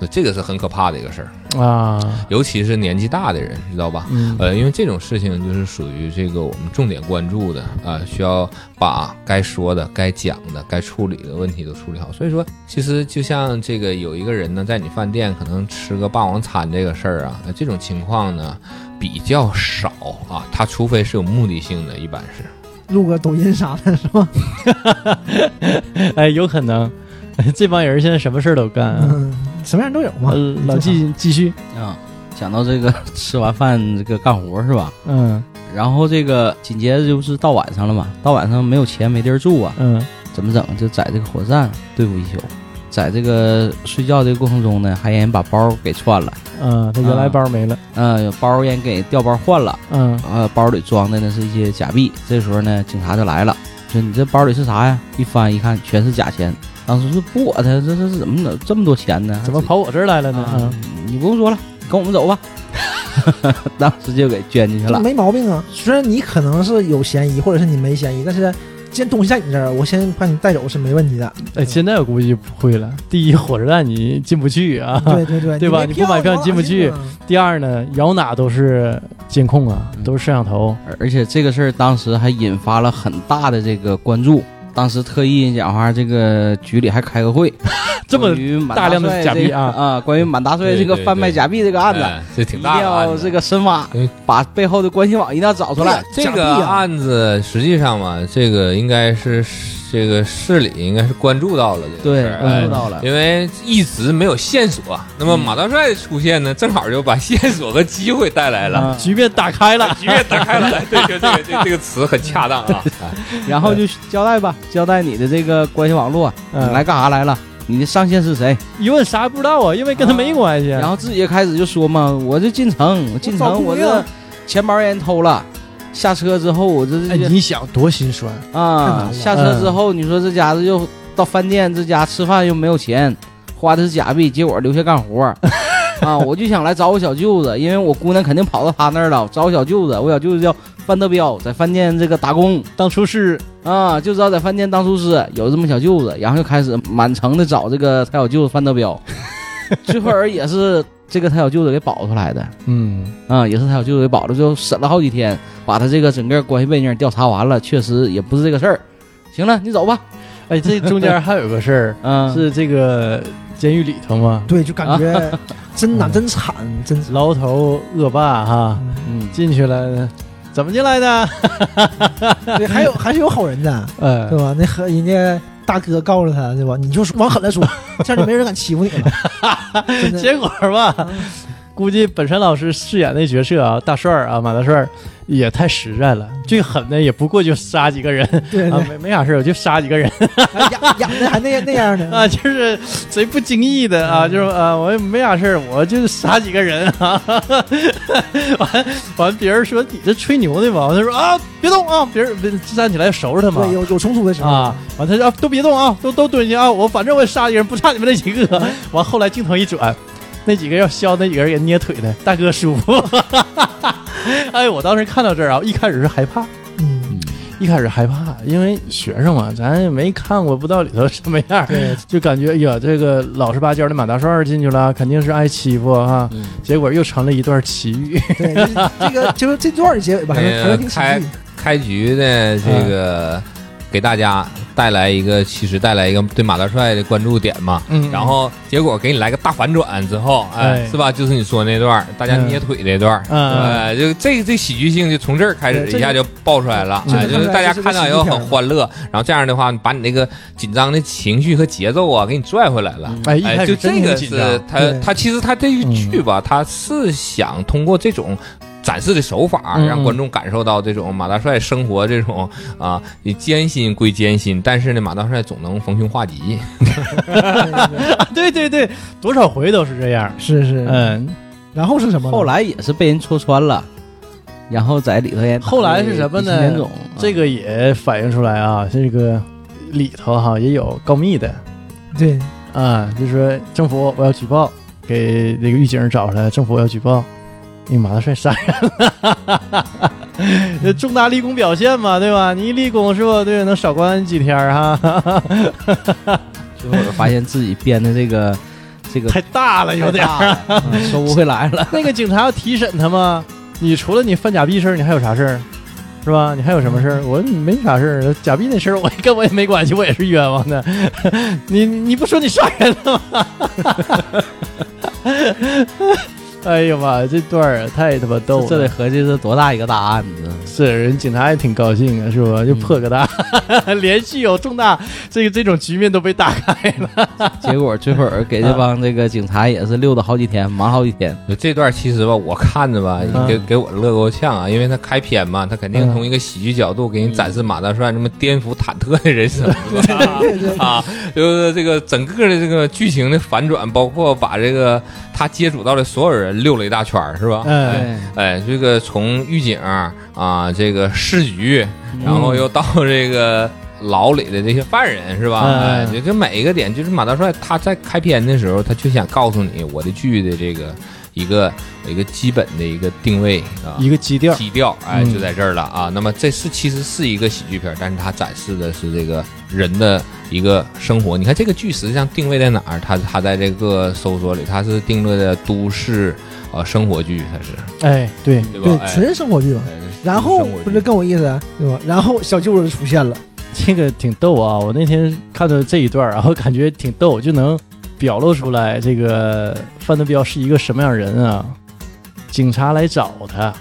S8: 了，这个是很可怕的一个事儿，
S5: 啊，
S8: 尤其是年纪大的人，知道吧？
S5: 嗯，
S8: 呃，因为这种事情就是属于这个我们重点关注的啊、需要把该说的、该讲的、该处理的问题都处理好。所以说，其实就像这个有一个人呢，在你饭店可能吃个霸王餐这个事儿啊，那这种情况呢比较少啊，他除非是有目的性的，一般是。
S7: 录个抖音啥的是吧？
S5: 哎，有可能， 这帮人现在什么事儿都干啊。
S7: 嗯，什么样都有嘛。
S5: 呃，老纪继续，
S6: 啊，讲到这个吃完饭这个干活是吧？
S5: 嗯
S6: 然后这个紧接着就是到晚上了嘛，到晚上没有钱没地儿住啊，
S5: 嗯
S6: 怎么整？就在这个火车站对付一宿，在这个睡觉这个过程中呢，还让人把包给串了，
S5: 嗯，他原来包没了，
S6: 嗯、有包让人给调包换了，
S5: 嗯
S6: 呃，包里装的呢是一些假币。这时候呢，警察就来了，说你这包里是啥呀？一翻一看，全是假钱。当时是不我他，这这是怎么整这么多钱呢？
S5: 怎么跑我这儿来了呢？
S6: 啊
S5: 啊，？
S6: 你不用说了，跟我们走吧。当时就给捐进去了。
S7: 没毛病啊。虽然你可能是有嫌疑，或者是你没嫌疑，但是既然东西在你这儿，我先把你带走是没问题的。
S5: 哎，现在我估计不会了。第一，火车站你进不去啊。
S7: 对对对，
S5: 对吧
S7: 没
S5: 你不买票
S7: 往哪
S5: 进不去
S7: 啊。
S5: 第二呢，摇哪都是监控啊，
S6: 嗯
S5: 都是摄像头。
S6: 而而且这个事儿当时还引发了很大的这个关注。当时特意讲话，这个局里还开个会，
S5: 这么
S6: 关嗯于满
S5: 大量的
S6: 帅
S5: 假币
S6: 这个
S5: 啊
S6: 啊！关于满大帅这个
S8: 对对
S6: 贩卖
S8: 对
S6: 假币这个案子，
S8: 哎这挺
S6: 一定
S8: 大的案
S6: 要
S8: 子
S6: 这个深挖
S5: 哎
S8: 因为，
S6: 把背后的关系网一定要找出来。
S8: 这
S7: 假币
S8: 个
S7: 啊
S8: 案子实际上嘛，这个应该是这个市里应该是关注到了这个
S6: 对
S8: 事儿，
S6: 关注
S8: 哎
S6: 到了
S8: 因为一直没有线索。啊那么马大帅的出现呢，正好就把线索和机会带来了。
S5: 局面打开了，
S8: 局面打开了，哎对，这个这个这个词很恰当啊。哎
S6: 然后就交代吧，交代你的这个关系网络，啊你
S5: 嗯
S6: 来干啥来了？你的上线是谁？
S5: 一问啥也不知道啊，因为跟他没关系。
S6: 然后自己也开始就说嘛，我这进城，我进
S7: 我找
S6: 城，
S7: 姑
S6: 我
S7: 娘
S6: 这钱包让人偷了，下车之后我这
S5: 哎，
S6: 这
S5: 你想多心酸，
S7: 难
S6: 啊
S7: 了，
S6: 下车之后你说这家子又到饭店，这家吃饭又没有钱，花的是假币，结果留下干 活儿。啊，我就想来找我小舅子，因为我姑娘肯定跑到他那儿了，找我小舅子。我小舅子叫范德彪，在饭店这个打工，
S5: 当初是
S6: 啊，就知道在饭店当厨师，有这么小舅子，然后就开始满城的找这个他小舅子范 德彪，最后人也是这个他小舅子给保出来的，
S5: 嗯，
S6: 啊，也是他小舅子给保了，就审了好几天，把他这个整个关系背景调查完了，确实也不是这个事儿。行了，你走吧，
S5: 哎，这中间还有个事儿，
S6: 嗯，
S5: 是这个监狱里头嘛，
S7: 对，就感觉真难，
S5: 嗯
S7: 真惨，真惨。
S5: 牢头恶霸哈
S6: 嗯，
S5: 进去了，怎么进来的？
S7: 对，还有还是有好人的，
S6: 哎
S7: 对
S5: 呃，
S7: 吧？那和人家大哥告诉他，对吧？你就往狠了 说，这样就没人敢欺负你了。真的
S5: 结果
S7: 嗯
S5: 吧，估计本山老师饰演那角色啊，大帅儿啊，马大帅儿也太实在了，最狠的也不过就杀几个人
S7: 对
S5: 啊
S7: 对，，
S5: 没没啥事儿，我就杀几个人
S7: 还养养的还那那样呢
S5: 啊，就是贼不经意的啊，
S7: 嗯
S5: 就是啊，我也没啥事儿，我就杀几个人啊。 完完，别人说你这吹牛呢吧？完他说啊，别动啊，别人别站起来收拾他嘛
S7: 对，。有有冲突的时候
S5: 啊，完他说、啊、都别动啊，都都蹲下啊，我反正我也杀一个人，不差你们那几个。 完后来镜头一转，那几个要削那几个人给捏腿的，大哥舒服。 哎，我当时看到这儿啊，一开始是害怕，
S7: 嗯，
S5: 一开始害怕，因为学生嘛，咱也没看过，不知道里头什么样儿，
S7: 对，
S5: 就感觉哎呀，这个老实巴交的马大帅儿进去了，肯定是挨欺负啊哈、
S6: 嗯
S5: 结果又成了一段奇 遇，
S7: 对，就是这个就是这段的结尾吧，还是还是挺喜
S8: 哎
S7: 剧。
S8: 开局呢，这个给大家带来一个，其实带来一个对马大帅的关注点嘛。
S5: 嗯
S8: 然后结果给你来个大反转之后，哎，
S5: 哎
S8: 是吧？就是你说那段儿大家捏腿那段儿，
S5: 嗯
S8: 哎，就这这喜剧性就从这儿开始
S7: 对这
S8: 一下就爆出来了，
S7: 这
S8: 哎，
S7: 就
S8: 就是大家
S7: 这就是
S8: 看到以后很欢乐。然后这样的话，把你那个紧张的情绪和节奏啊，给你拽回来了。
S5: 哎，一开
S8: 哎，就
S5: 始
S8: 这
S5: 真挺
S8: 个
S5: 紧
S8: 是
S5: 张，嗯
S8: 他
S7: 对
S8: 他其实他这个剧吧，他是想通过这种。展示的手法
S5: 嗯
S8: 让观众感受到这种马大帅生活这种啊，你艰辛归艰辛，但是呢，马大帅总能逢凶化吉。
S5: 对对对，多少回都是这样，
S7: 是是，
S5: 嗯，
S7: 然后是什么呢？
S6: 后来也是被人戳穿了，然后在里头也打
S5: 后来是什么呢
S6: 李青年总啊
S5: 这个也反映出来啊，这个里头哈、也有告密的
S7: 对，
S5: 啊，就说政府我要举报，给那个狱警找出来，政府我要举报，哎你马大帅杀人了。 这重大立功表现嘛，对吧？你一立功是吧？对，能少关几天儿啊 哈。
S6: 最后我就发现自己编的这个这个
S5: 太大了， 有点儿。
S6: 儿 收不回来了。
S5: 那个警察要提审他吗？你除了你犯假币事儿，你还有啥事儿？是吧？你还有什么事儿？我没啥事儿，假币那事儿我跟我也没关系，我也是冤枉的。你你不说你杀人了吗？ 哎呀妈，这段儿太他妈 逗了！
S6: 这得合计是多大一个大案子？
S5: 是人警察也挺高兴啊，是吧？就破个大， 连续有重大这个这种局面都被打开了。
S6: 结果最后给这帮这个警察也是溜达好几天，忙好几天。
S8: 就这段其实吧，我看着吧
S5: 嗯，
S8: 给给我乐够呛啊，因为他开篇嘛，他肯定从一个喜剧角度给你展示马大帅那么颠覆忐忑的人生，是吧啊，就是这个整个的这个剧情的反转，包括把这个他接触到的所有人溜了一大圈儿，是吧？
S5: 嗯
S8: 哎哎，这个从狱警啊、这个市局，然后又到这个牢里的这些犯人，是吧？
S5: 嗯
S8: 哎，就这每一个点，就是马大帅他在开篇的时候，他就想告诉你我的剧的这个一个一个基本的一个定位啊。
S5: 一个基调，
S8: 基调，哎，
S5: 嗯
S8: 就在这儿了啊。那么这是其实是一个喜剧片，但是它展示的是这个人的一个生活。你看这个剧实际上定位在哪儿？它它在这个搜索里，它是定位在都市呃生活剧，它是
S5: 哎，对，
S8: 对
S7: 对
S8: 吧？，哎
S7: 纯生活剧嘛。
S8: 哎
S7: 然后
S8: 生活
S7: 不是更有意思，对吧？然后小舅子出现了，
S5: 这个挺逗啊！我那天看到这一段儿，然后感觉挺逗，就能表露出来这个范德彪是一个什么样人啊。警察来找他，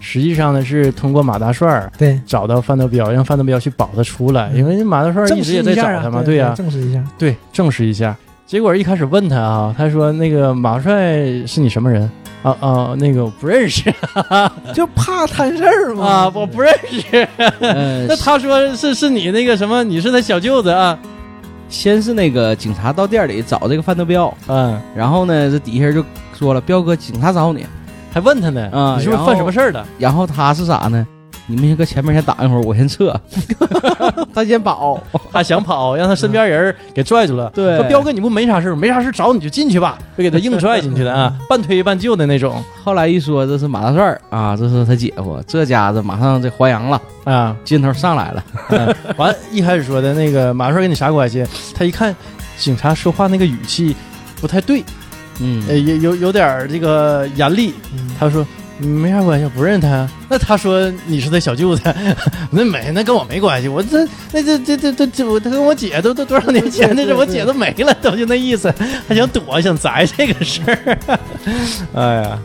S5: 实际上呢是通过马大帅儿
S7: 对，
S5: 找到范德彪，让范德彪去保他出来，因为马大帅儿
S7: 证
S5: 一直
S7: 实
S5: 也
S7: 一
S5: 在找
S7: 下啊
S5: 他嘛，
S7: 对
S5: 呀、
S7: 证实一下，
S5: 对，证实一下。结果一开始问他啊，他说那个马帅是你什么人？啊啊，那个我不认识
S7: 就怕摊事儿嘛。
S5: 啊，我不认识。
S6: 呃
S5: 那他说是是你那个什么，你是他小舅子啊？
S6: 先是那个警察到店里找这个范德彪，
S5: 嗯，
S6: 然后呢，这底下人就说了：“彪哥，警察找你。
S5: 还问他呢，
S6: 啊
S5: 你是不是
S6: 然后
S5: 犯什么事儿了？”
S6: 然后他是啥呢？你们先搁前面先打一会儿，我先撤。 他先跑，
S5: 他想 跑，让他身边人儿给拽住了。
S6: 对
S5: 说彪哥，你不没啥事儿吗，没啥事儿找你就进去 吧，就给他硬拽进去的啊， 半推半就的那种
S6: 后来一说这是马大帅儿啊，这是他姐夫，这家子马上这还阳了，
S5: 啊。
S6: 劲头上来了。
S5: 完，一开始说的那个马帅跟你啥关系？他一看警察说话那个语气不太对，
S6: 嗯
S5: 呃，有有有点儿这个严厉。
S7: 嗯
S5: 他说没啥关系，不认他。那他说你是他小舅子， 那没，那跟我没关系。我这那这这这这这，我他跟我姐都都多少年前的事，我姐都没了，都就那意思，还想躲，想宅这个事儿。 哎呀，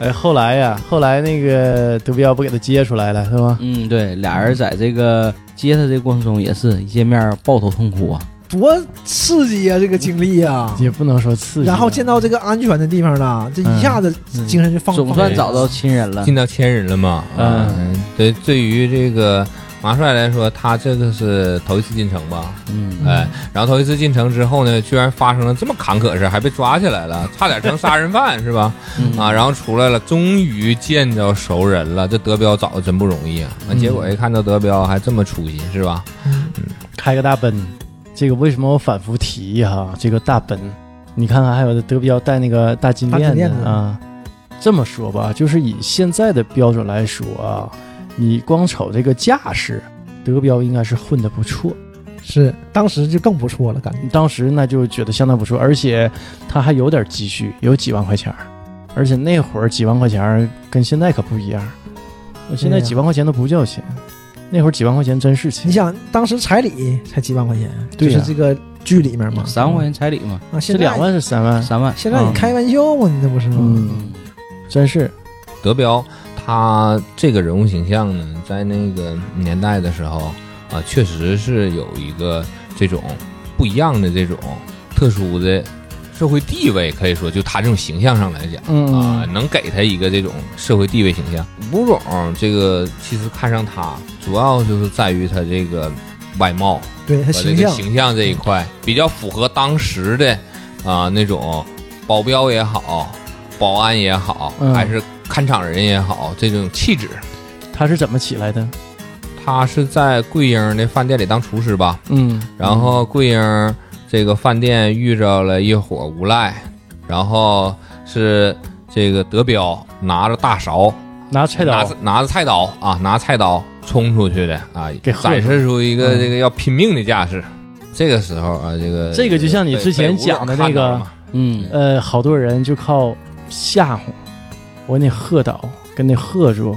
S5: 哎，后来呀，后来那个德彪不给他接出来了，是吧？
S6: 嗯，对，俩人在这个接他这个过程中也是一见面抱头痛哭啊。
S7: 多刺激啊，这个经历啊！
S5: 也不能说刺激嗯吧，
S7: 然后见到这个安全的地方了，这一下子精神就放。
S6: 总算找到亲人了。
S8: 进到千人了嘛？
S5: 嗯
S8: 啊嗯，对，对于这个马帅来说，他这个是头一次进城吧？
S6: 嗯，
S8: 哎，然后头一次进城之后呢，居然发生了这么坎坷事儿，还被抓起来了，差点成杀人犯是吧？啊，然后出来了，终于见着熟人了。这德彪找的真不容易啊！那结
S7: 嗯
S8: 果一看到德彪还这么出息是吧？
S5: 开个大奔。这个为什么我反复提哈、这个大奔，你看看还有德彪戴那个大金
S7: 大
S5: 链
S7: 金链子
S5: 啊。这么说吧，就是以现在的标准来说啊，你光瞅这个架势，德彪应该是混得不错。
S7: 是，当时就更不错了，感觉。
S5: 当时那就觉得相当不错，而且他还有点积蓄，有几万块钱儿。而且那会儿几万块钱儿跟现在可不一样，现在
S7: 对呀
S5: 几万块钱都不叫钱，那会儿几万块钱真是钱
S7: 你。想，当时彩礼才几万块钱，
S5: 对呀
S7: 就是这个剧里面嘛，
S6: 三万块钱彩礼嘛，
S7: 啊，
S5: 这
S7: 现在
S5: 两。万是三万，
S6: 三万。嗯
S7: 现在你开玩笑吗？你这不是吗？
S5: 嗯，真是
S8: 德彪他这个人物形象呢，在那个年代的时候啊，确实是有一个这种不一样的这种特殊的社会地位，可以说就他这种形象上来讲。
S5: 嗯
S8: 啊、能给他一个这种社会地位形象。吴总这个其实看上他，主要就是在于他这个外貌
S7: 对他
S8: 和这
S7: 形
S8: 个
S7: 象，
S8: 形象这一块，比较符合当时的啊、那种保镖也好，保安也好，
S5: 嗯
S8: 还是看场人也好，这种气质。
S5: 他是怎么起来的？
S8: 他是在桂英的饭店里当厨师吧，
S5: 嗯，
S8: 然后桂英这个饭店遇着了一伙无赖，然后是这个德彪拿着大勺
S5: 拿菜刀
S8: 拿着拿着菜刀啊，拿菜刀冲出去的啊
S5: 给，喝
S8: 展示出一个
S5: 嗯
S8: 这个要拼命的架势。这个时候啊，这个
S5: 这个就像你
S8: 被
S5: 之前
S8: 被吴老
S5: 讲的
S8: 看
S5: 那个
S8: 到了嘛
S6: 嗯，
S5: 呃，好多人就靠吓唬，我给你喝倒，给你喝住，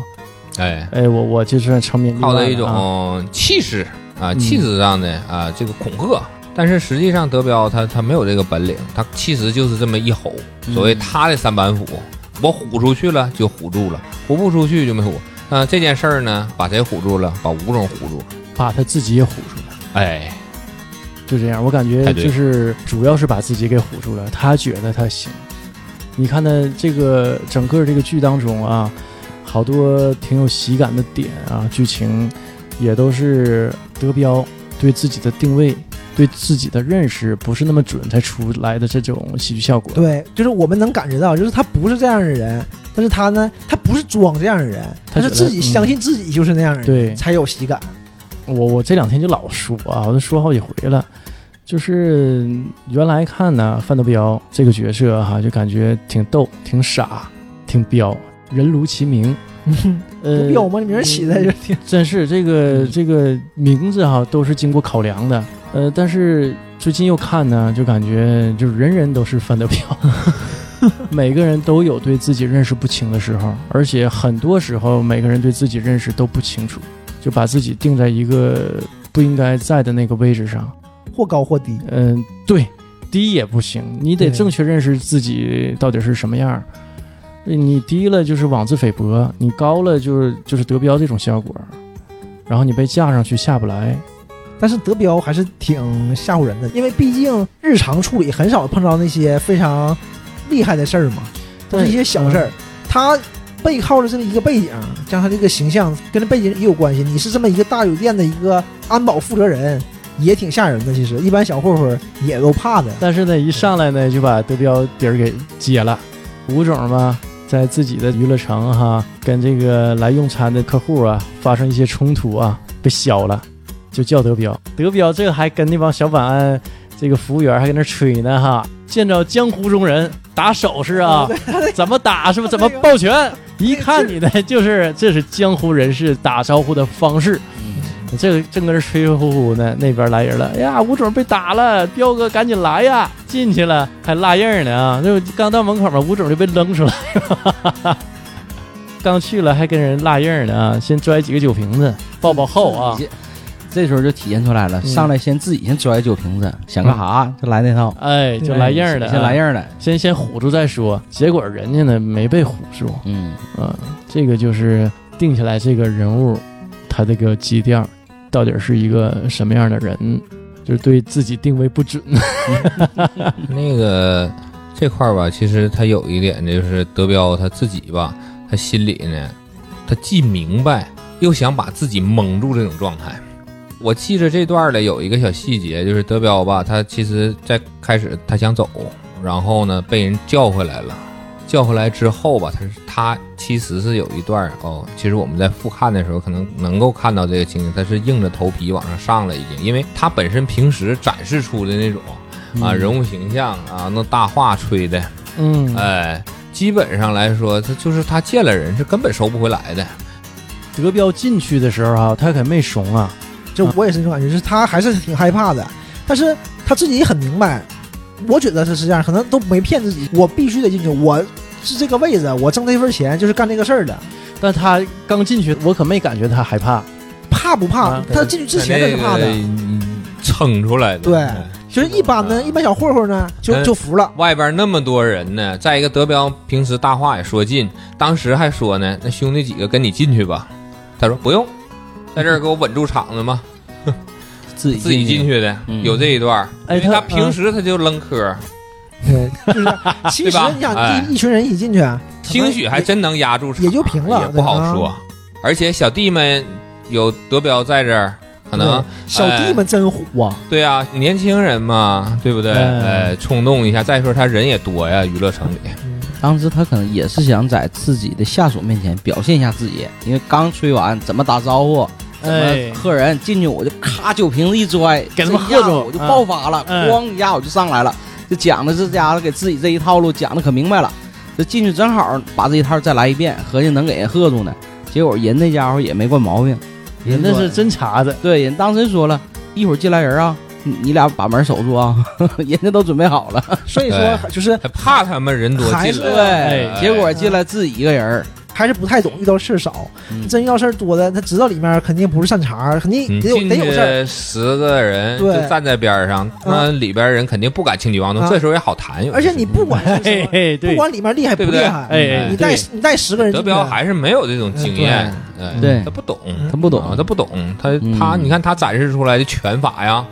S8: 哎，
S5: 哎，我我就算成名立
S8: 靠
S5: 万
S8: 的
S5: 了
S8: 一
S5: 啊嗯
S8: 种气势啊，气质上的啊这个恐吓。但是实际上，德彪他他没有这个本领，他其实就是这么一吼，
S5: 嗯
S8: 所
S7: 嗯
S8: 谓他的三板斧，我唬出去了就唬住了，唬不出去就没唬。那、这件事儿呢，把谁唬住了？把吴总唬住。
S5: 把他自己也唬住了。
S8: 哎，
S5: 就这样，我感觉
S8: 太对了
S5: 就是主要是把自己给唬住了，他觉得他行。你看他这个整个这个剧当中啊，好多挺有喜感的点啊，剧情也都是德彪对自己的定位、对自己的认识不是那么准才出来的这种喜剧效果。
S7: 对，就是我们能感觉到，就是他不是这样的人，但是他呢，他不是装这样的人，
S5: 他觉
S7: 他
S5: 得嗯
S7: 是自己相信自己就是那样的人，
S5: 对
S7: 才有喜感。
S5: 我我这两天就老说啊，我都说好几回了，就是原来看呢范德彪这个角色哈、就感觉挺逗、挺傻、挺彪，人如其 名。呃，
S7: 有吗？这名儿起的就 挺
S5: 真是这个这个名字哈、都是经过考量的。呃，但是最近又看呢，就感觉就是人人都是范德彪， 每个人都有对自己认识不清的时候，而且很多时候每个人对自己认识都不清楚，就把自己定在一个不应该在的那个位置上。
S7: 或高或低。
S5: 嗯、对，低也不行，你得
S7: 对
S5: 正确认识自己到底是什么样儿。你低了就是妄自菲薄，你高了就是就是德彪这种效果，然后你被架上去下不来，
S7: 但是德彪还是挺吓唬人的，因为毕竟日常处理很少碰到那些非常厉害的事儿嘛，都是一些
S5: 嗯
S7: 小事儿。他背靠着这么一个背景，加上他这个形象跟这背景也有关系。你是这么一个大酒店的一个安保负责人，也挺吓人的。其实一般小混混也都怕的。
S5: 但是呢，一上来呢就把德彪底儿给揭了。吴总嘛，在自己的娱乐城哈，跟这个来用餐的客户啊发生一些冲突啊，被削了，就叫德彪。德彪这还跟那帮小保安、这个服务员还跟那吹呢哈， 见着江湖中人打手势 啊，怎么打是吧？怎么抱 拳？一看你呢，就是这是江湖人士打招呼的方式。这个正搁这吹吹呼呼呢，那边来人了，哎呀，吴总被打了，彪哥赶紧来呀！进去了还拉印儿呢啊，就刚到门口嘛，吴总就被扔出来了， 刚去了还跟人拉印儿呢啊，先拽几个酒瓶子抱抱后啊，
S7: 嗯
S6: 这，这时候就体现出来了，
S5: 嗯
S6: 上来先自己先拽酒瓶子，想
S7: 嗯
S6: 干啥就来那套，
S5: 哎，就来印儿了啊，
S6: 先来样儿了，
S5: 先先唬住再说，结果人家呢没被唬住，
S6: 嗯，
S5: 啊，这个就是定下来这个人物，他这个基调到底是一个什么样的人，就是对自己定位不准。
S8: 那个这块儿吧，其实他有一点就是德彪他自己吧，他心里呢，他既明白又想把自己蒙住这种状态。我记着这段儿里有一个小细节，就是德彪吧，他其实在开始他想走，然后呢被人叫回来了。叫回来之后吧，他是他其实是有一段儿哦，其实我们在复看的时候可能能够看到这个情景，他是硬着头皮往上上了已经，因为他本身平时展示出的那种啊，人物形象啊，那大话吹的，
S5: 嗯，
S8: 哎，基本上来说，他就是他见了人是根本收不回来的。
S5: 德彪进去的时候啊，他可没怂啊，
S7: 这
S8: 嗯
S7: 我也是这种感觉，就是他还是挺害怕的，但是他自己也很明白，我觉得他是这样，可能都没骗自己，我必须得进去，我是这个位置，我挣这份钱就是干这个事儿的，
S5: 但他刚进去，我可没感觉他害怕。
S7: 怕不怕？
S5: 啊
S7: 他进去之前他是怕的，
S8: 嗯撑出来的。
S7: 对
S8: 哎
S7: 就是一般呢，一般小混混呢就
S8: 嗯
S7: 就服了，
S8: 外边那么多人呢，再一个德彪平时大话也说尽，当时还说呢，那兄弟几个跟你进去吧。他说不用，在这儿给我稳住场子嘛，
S6: 自己
S8: 自己进，去的
S6: 嗯
S8: 有这一段儿。
S5: 哎
S8: 因为他
S5: 他
S8: 平时他就扔嗑，
S7: 对，就是其实
S8: 啊对吧
S7: 你想
S8: 哎
S7: 一一群人一起进去，啊
S8: 兴许还真能压住场，
S7: 也就平了
S8: 也不好
S7: 对
S8: 说
S7: 吧。
S8: 而且小弟们有德彪在这儿，可能
S7: 对小
S8: 哎
S7: 弟 们真虎啊，
S8: 对啊，年轻人嘛，对不对？
S7: 哎
S5: 嗯
S8: 呃，冲动一下。再说他人也多呀，娱乐城里。
S6: 当时他可能也是想在自己的下属面前表现一下自己，因为刚吹完怎么打招呼，怎
S5: 哎
S6: 么客人进去我就咔酒瓶子一拽，
S5: 给他们
S6: 这一下
S5: 喝住
S6: 我就爆发了，
S5: 嗯
S6: 咣一下我就上来了，就讲的这家伙给自己这一套路讲的可明白了，这进去正好把这一套再来一遍，合计能给人喝住呢，结果人那家伙也没惯毛病，
S5: 人那
S6: 说
S5: 是真茬子，
S6: 对，人当时说了一会儿进来人啊，你你俩把门守住啊， 人家都准备好了。
S7: 所以说
S8: 对
S7: 就是
S8: 他怕他们人多
S7: 还是
S8: 进来，
S5: 哎
S6: 结果进来自己一个人儿，
S7: 还是不太懂，遇到事儿少，
S6: 嗯
S7: 真遇到事儿多的，他知道里面肯定不是善茬儿，肯定
S8: 你
S7: 得有
S8: 嗯进
S7: 得有事儿。
S8: 去十个人就
S7: 对
S8: 站在边上，那里边人肯定不敢轻举妄动，
S7: 啊
S8: 这时候也好谈。有的
S7: 而且
S8: 时候
S7: 你不管是什
S5: 嘿
S7: 么，
S5: 嘿，
S7: 不
S5: 哎对，
S7: 管里面厉害
S8: 哎对不
S7: 厉
S8: 对
S7: 害，
S5: 哎，
S7: 啊你带
S5: 对，
S7: 你带十个嗯人进
S8: 德
S7: 去，
S8: 彪还是没有这种经验，哎
S6: 对
S8: 他不懂，
S7: 嗯
S6: 他不懂
S8: 啊，他不懂，他
S6: 嗯
S8: 他你看他展示出来的拳法呀，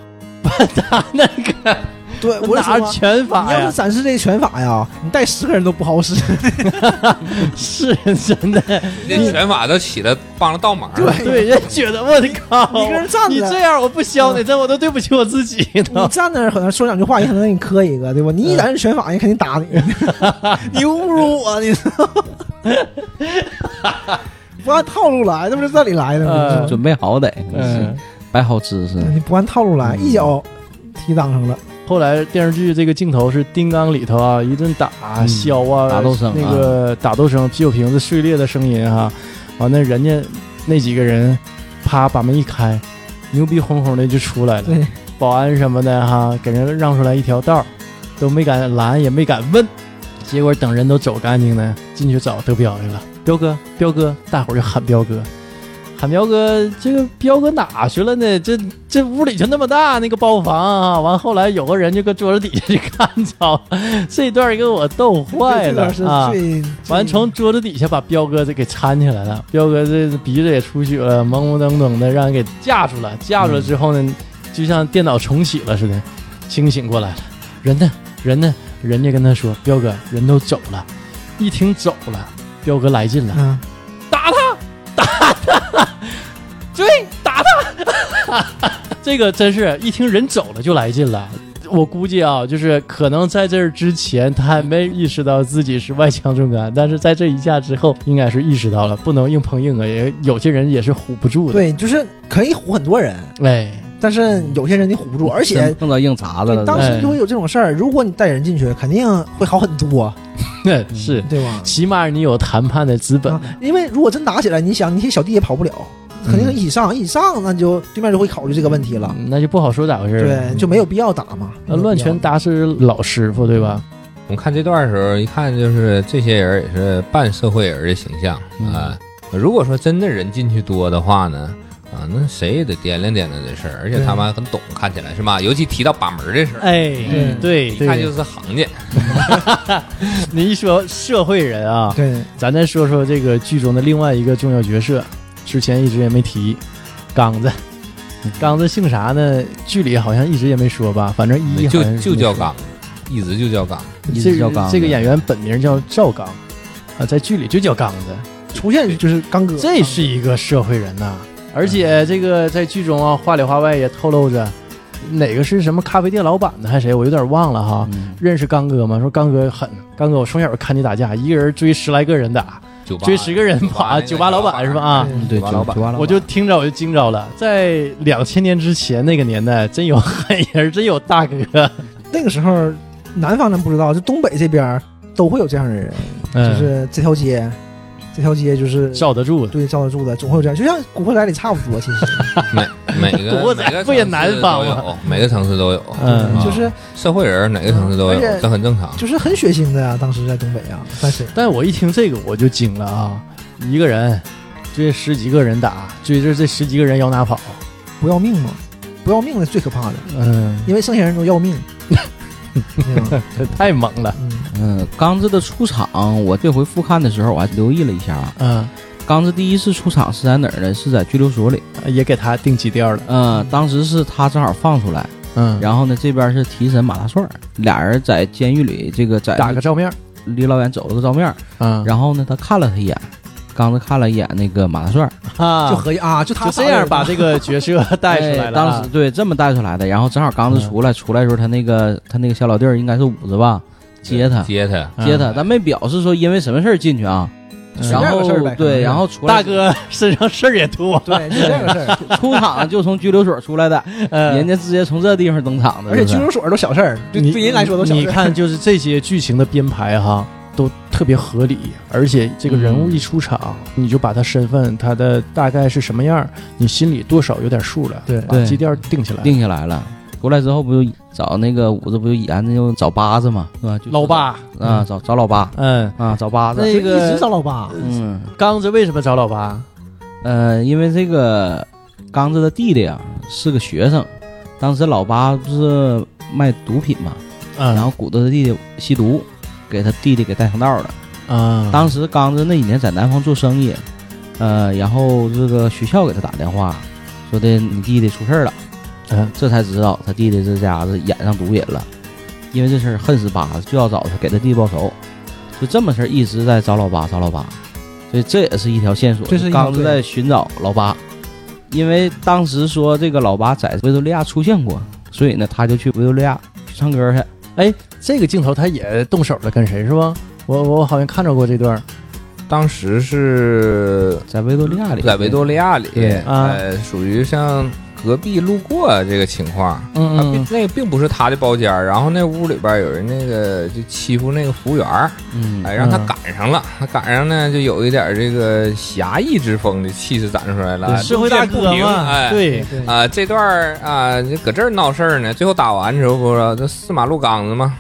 S5: 那个
S7: 对，我就
S5: 拿
S7: 说啊
S5: 拳法
S7: 你要
S5: 呀
S7: 是，展示这个拳法呀，你带十个人都不好使。
S5: 是真
S7: 哎
S5: 的，
S7: 嗯
S8: 那拳法都起了帮了倒忙了。
S5: 对，人觉得我的靠，
S7: 你跟人嗯站着
S5: 哦你这样我不削你，这我都对不起我自己
S7: 你
S5: 呢。
S7: 站那儿可能说两句话，也可能给你磕一个，对吧？你
S5: 嗯
S7: 一展示拳法，人家肯 定打你，你侮辱我，你知道吗？ 不按套路来，这不是这里来的吗？
S5: 嗯
S6: 准备好得，
S5: 嗯，
S6: 摆好姿势。
S7: 你不按套路来，一脚踢裆上了。
S5: 后来电视剧这个镜头是丁刚里头啊，一顿打、
S7: 嗯
S5: 削啊，
S6: 打斗声啊
S5: 那个打斗声、啤酒瓶子碎裂的声音哈、完了人家那几个人，啪把门一开，牛逼哄哄的就出来了
S7: 对，
S5: 保安什么的哈、给人让出来一条道儿，都没敢拦，也没敢问，结果等人都走干净呢，进去找德彪去了，彪哥，彪哥，大伙儿就喊彪哥，喊彪哥，这个彪哥哪去了呢？这这屋里就那么大，那个包房啊，完后来有个人就搁桌子底下去看着， 这段给我逗坏
S7: 这
S5: 了
S7: 段是
S5: 啊！
S7: 最
S5: 完从桌子底下把彪哥这给搀起来了，彪哥这鼻子也出血了，懵懵懂懂的让人给架住了，架住了之后呢，就像电脑重启了似的，清醒过来了，人呢？人呢？人家跟他说，彪哥人都走了，一听走了，彪哥来劲了。
S7: 啊，
S5: 打他， 打他，追，打他。 这个真是一听人走了就来劲了。我估计啊，就是可能在这儿之前他还没意识到自己是外强中干，但是在这一下之后，应该是意识到了，不能硬碰硬啊。也有些人也是唬不住的。
S7: 对，就是可以唬很多人，
S5: 哎，
S7: 但是有些人你唬不住，而且
S6: 碰到硬茬子
S7: 对
S6: 了，
S7: 当
S5: 哎
S7: 时就会有这种事儿。如果你带人进去，肯定会好很多，
S5: 哎 是，
S7: 对吧？
S5: 起码你有谈判的资本嗯
S7: 啊。，因为如果真打起来，你想，你小弟也跑不了，肯定是一起上，一起上，那就对面就会考虑这个问题了。
S5: 那就不好说咋回事了。
S7: 对，就没有必要打嘛。
S5: 嗯那乱拳打死老师傅，对吧？
S8: 我们看这段的时候，一看就是这些人也是半社会人的形象
S5: 嗯
S8: 啊、如果说真的人进去多的话呢，啊，那谁也得掂量掂量这事儿，而且他们还很懂，看起来是吧？尤其提到把门这事儿，
S5: 哎，对
S8: 一看就
S5: 对，
S8: 是行家。
S5: 你一说社会人啊，
S7: 对，
S5: 咱再说说这个剧中的另外一个重要角色，之前一直也没提，刚子。刚子姓啥呢？剧里好像一直也没说吧，反正一好
S8: 嗯就
S5: 像是
S8: 就
S5: 没
S8: 叫
S5: 说
S8: 刚，一直就叫刚。
S6: 一
S5: 这
S6: 直叫刚
S5: 这个
S6: 子
S5: 演员本名叫赵刚，啊，在剧里就叫刚子，
S7: 出现就是刚哥，啊
S5: 这是一个社会人呐、而且这个在剧中啊，话里话外也透露着，哪个是什么咖啡店老板呢？还是谁？我有点忘了哈。
S6: 嗯
S5: 认识刚哥吗？说刚哥狠，刚哥我从小看你打架，一个人追十来个人打，
S8: 酒吧
S5: 追十个人把酒吧老板是吧？啊，
S7: 对
S6: 对，
S8: 酒吧老板
S6: 酒吧老板
S5: 我就听着我就惊着了，在两千年之前那个年代，真有狠人，真有大哥，
S7: 那个时候，南方咱不知道，就东北这边儿都会有这样的人，就
S5: 嗯，
S7: 是这条街，这条街就是
S5: 罩得住的。
S7: 对罩得住的，总会有这样，就像《古惑仔》里差不多，其实
S8: 每每 个
S5: 国仔
S8: 每个
S5: 不也
S8: 城市
S5: 南方
S8: 都
S5: 吗
S8: 有，每个城市都有，
S5: 嗯
S8: 啊
S7: 就是
S8: 社会人哪个城市都有
S7: 嗯而，且
S8: 这很正常。
S7: 就是很血腥的呀、当时在东北啊，但是
S5: 但我一听这个我就惊了啊，一个人追十几个人打，追着这十几个人摇拿跑，
S7: 不要命嘛，不要命的最可怕的，
S5: 嗯，
S7: 因为剩下人都要 命，对吧？
S5: 这太猛了，
S7: 嗯，
S6: 嗯，刚子的出场，我这回复看的时候我还留意了一下啊。
S5: 嗯，
S6: 刚子第一次出场是在哪儿呢？是在拘留所里。
S5: 也给他定基调了，
S6: 嗯，当时是他正好放出来，
S5: 嗯，
S6: 然后呢这边是提审马大帅儿，俩人在监狱里这个在
S5: 打个照面，
S6: 离老远走了个照面儿，
S5: 嗯，
S6: 然后呢他看了他一眼，刚子看了一眼那个马大帅儿，
S5: 啊
S7: 就合计啊，就他
S5: 就
S7: 仨
S5: 这样
S7: 人
S5: 把这个角色带出来
S6: 哎
S5: 了啊，
S6: 当时对这么带出来的，然后正好刚子出来，出来的时候他那个他那个小老弟儿应该是五子吧，接他
S8: 接他，
S5: 嗯
S6: 接他，但没表示说因为什么事儿进去啊。
S5: 嗯
S6: 然
S7: 随便有
S6: 后
S7: 事儿呗可能
S6: 对，
S7: 是
S6: 然后出来
S5: 大哥身上事儿也多，
S7: 对，就这个 事儿，
S6: 出场就从拘留所出来的，人
S5: 嗯。
S6: 家直接从这地方登场的，
S7: 而且
S6: 是
S7: 拘
S6: 不是
S7: 留所都小事儿，对
S5: 你
S7: 对人来说都小
S5: 你
S7: 事儿。
S5: 看，就是这些剧情的编排哈，都特别合理，而且这个人物一出场，你就把他身份、他的大概是什么样儿，你心里多少有点数了，
S7: 对
S5: 把基调定起来。
S6: 定下来了。出来之后不就找那个五子不就演那就找八子嘛，是吧？就
S5: 老八，
S6: 啊，找找老八
S5: 嗯，
S6: 啊，找八子。
S5: 那
S7: 一直
S5: 个
S7: 找老八，
S6: 嗯
S5: 刚子为什么找老八？
S6: 呃，因为这个刚子的弟弟啊是个学生，当时老八不是卖毒品嘛，然
S5: 嗯
S6: 后鼓捣他弟弟吸毒，给他弟弟给带上道了。
S5: 啊，
S6: 当时刚子那几年在南方做生意，呃，然后这个学校给他打电话，说的你弟弟出事儿了，呃
S5: 嗯
S6: 这才知道他弟弟这家子染上毒瘾了，因为这事儿恨死八子，就要找他给他弟弟报仇，就这么事儿一直在找老八找老八，所以这也是一条线索，
S7: 这是一条
S6: 刚子在寻找老八，因为当时说这个老八在维多利亚出现过，所以呢他就去维多利亚去唱歌去，
S5: 这个镜头他也动手了，跟谁是吧？我我好像看着过这段儿，
S8: 当时是
S6: 在维多利亚里，
S8: 在维多利亚里
S5: 对，啊
S8: 呃，属于像隔壁路过这个情况。他并
S5: 嗯
S8: 那个并不是他的包间儿，然后那屋里边有人那个就欺负那个服务员儿，
S6: 嗯，
S8: 哎，让他
S5: 嗯
S8: 赶上了，他赶上呢就有一点这个侠义之风的气势展出来了，
S5: 社会大哥
S8: 路见不平
S5: 嘛，
S8: 哎，
S5: 对，
S7: 对
S8: 啊，这段儿啊，就搁这儿闹事儿呢。最后打完之后不是这四马路刚子吗？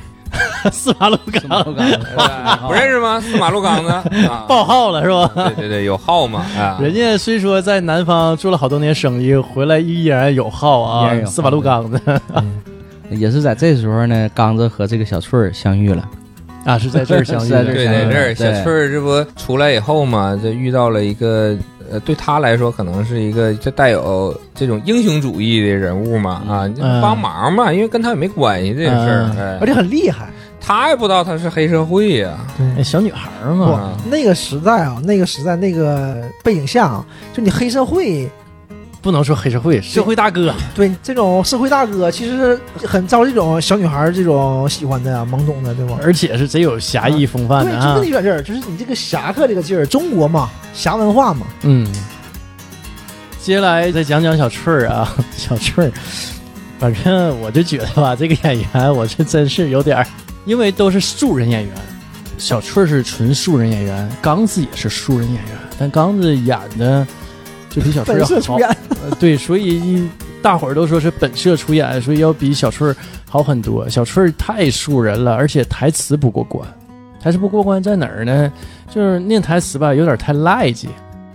S5: 司马路岗
S6: 我感觉
S8: 不认识吗？司马路 岗子啊，
S5: 报号了是吧？
S8: 对对对，有号嘛啊，
S5: 人家虽说在南方做了好多年生意，回来依然有号
S6: 依然
S5: 啊，
S6: 有号
S5: 司马路岗子
S6: 也是在这时候呢，刚子和这个小翠儿相遇了。
S5: 啊，是在这儿相遇
S6: 是在
S5: 的。
S6: 这儿
S8: 对，
S6: 相遇
S8: 在
S6: 的
S8: 这儿，小
S6: 对
S8: 翠儿这不出来以后嘛，就遇到了一个呃，对她来说可能是一个就带有这种英雄主义的人物嘛啊，你
S5: 嗯
S8: 帮忙嘛，因为跟她也没关系这个事儿，哎
S7: 而且很厉害。
S8: 她也不知道她是黑社会呀，
S5: 哎小女孩儿嘛，
S8: 啊
S7: 不，那个时代啊，那个时代那个背景下啊，就你黑社会，
S5: 不能说黑社会，社会大哥
S7: 对这种社会大哥，其实很招这种小女孩儿这种喜欢的呀、懵懂的，对吧？
S5: 而且是贼有侠义风范
S7: 对，
S5: 的
S7: 就
S5: 啊
S7: 跟你。远劲儿，就是你这个侠客这个劲儿，中国嘛，侠文化嘛，
S5: 嗯，接下来再讲讲小翠儿啊， 小翠儿，反正我就觉得吧，这个演员我是真是有点儿，因为都是素人演员，小翠儿是纯素人演员，刚子也是素人演员，但刚子演的就比小翠儿
S7: 本色
S5: 要好
S7: 出，演。
S5: 呃 对，所以大伙儿都说是本色出演，所以要比小翠儿好很多。小翠儿太素人了，而且台词不过关。台词不过关在哪儿呢？就是念台词吧，有点太赖叽，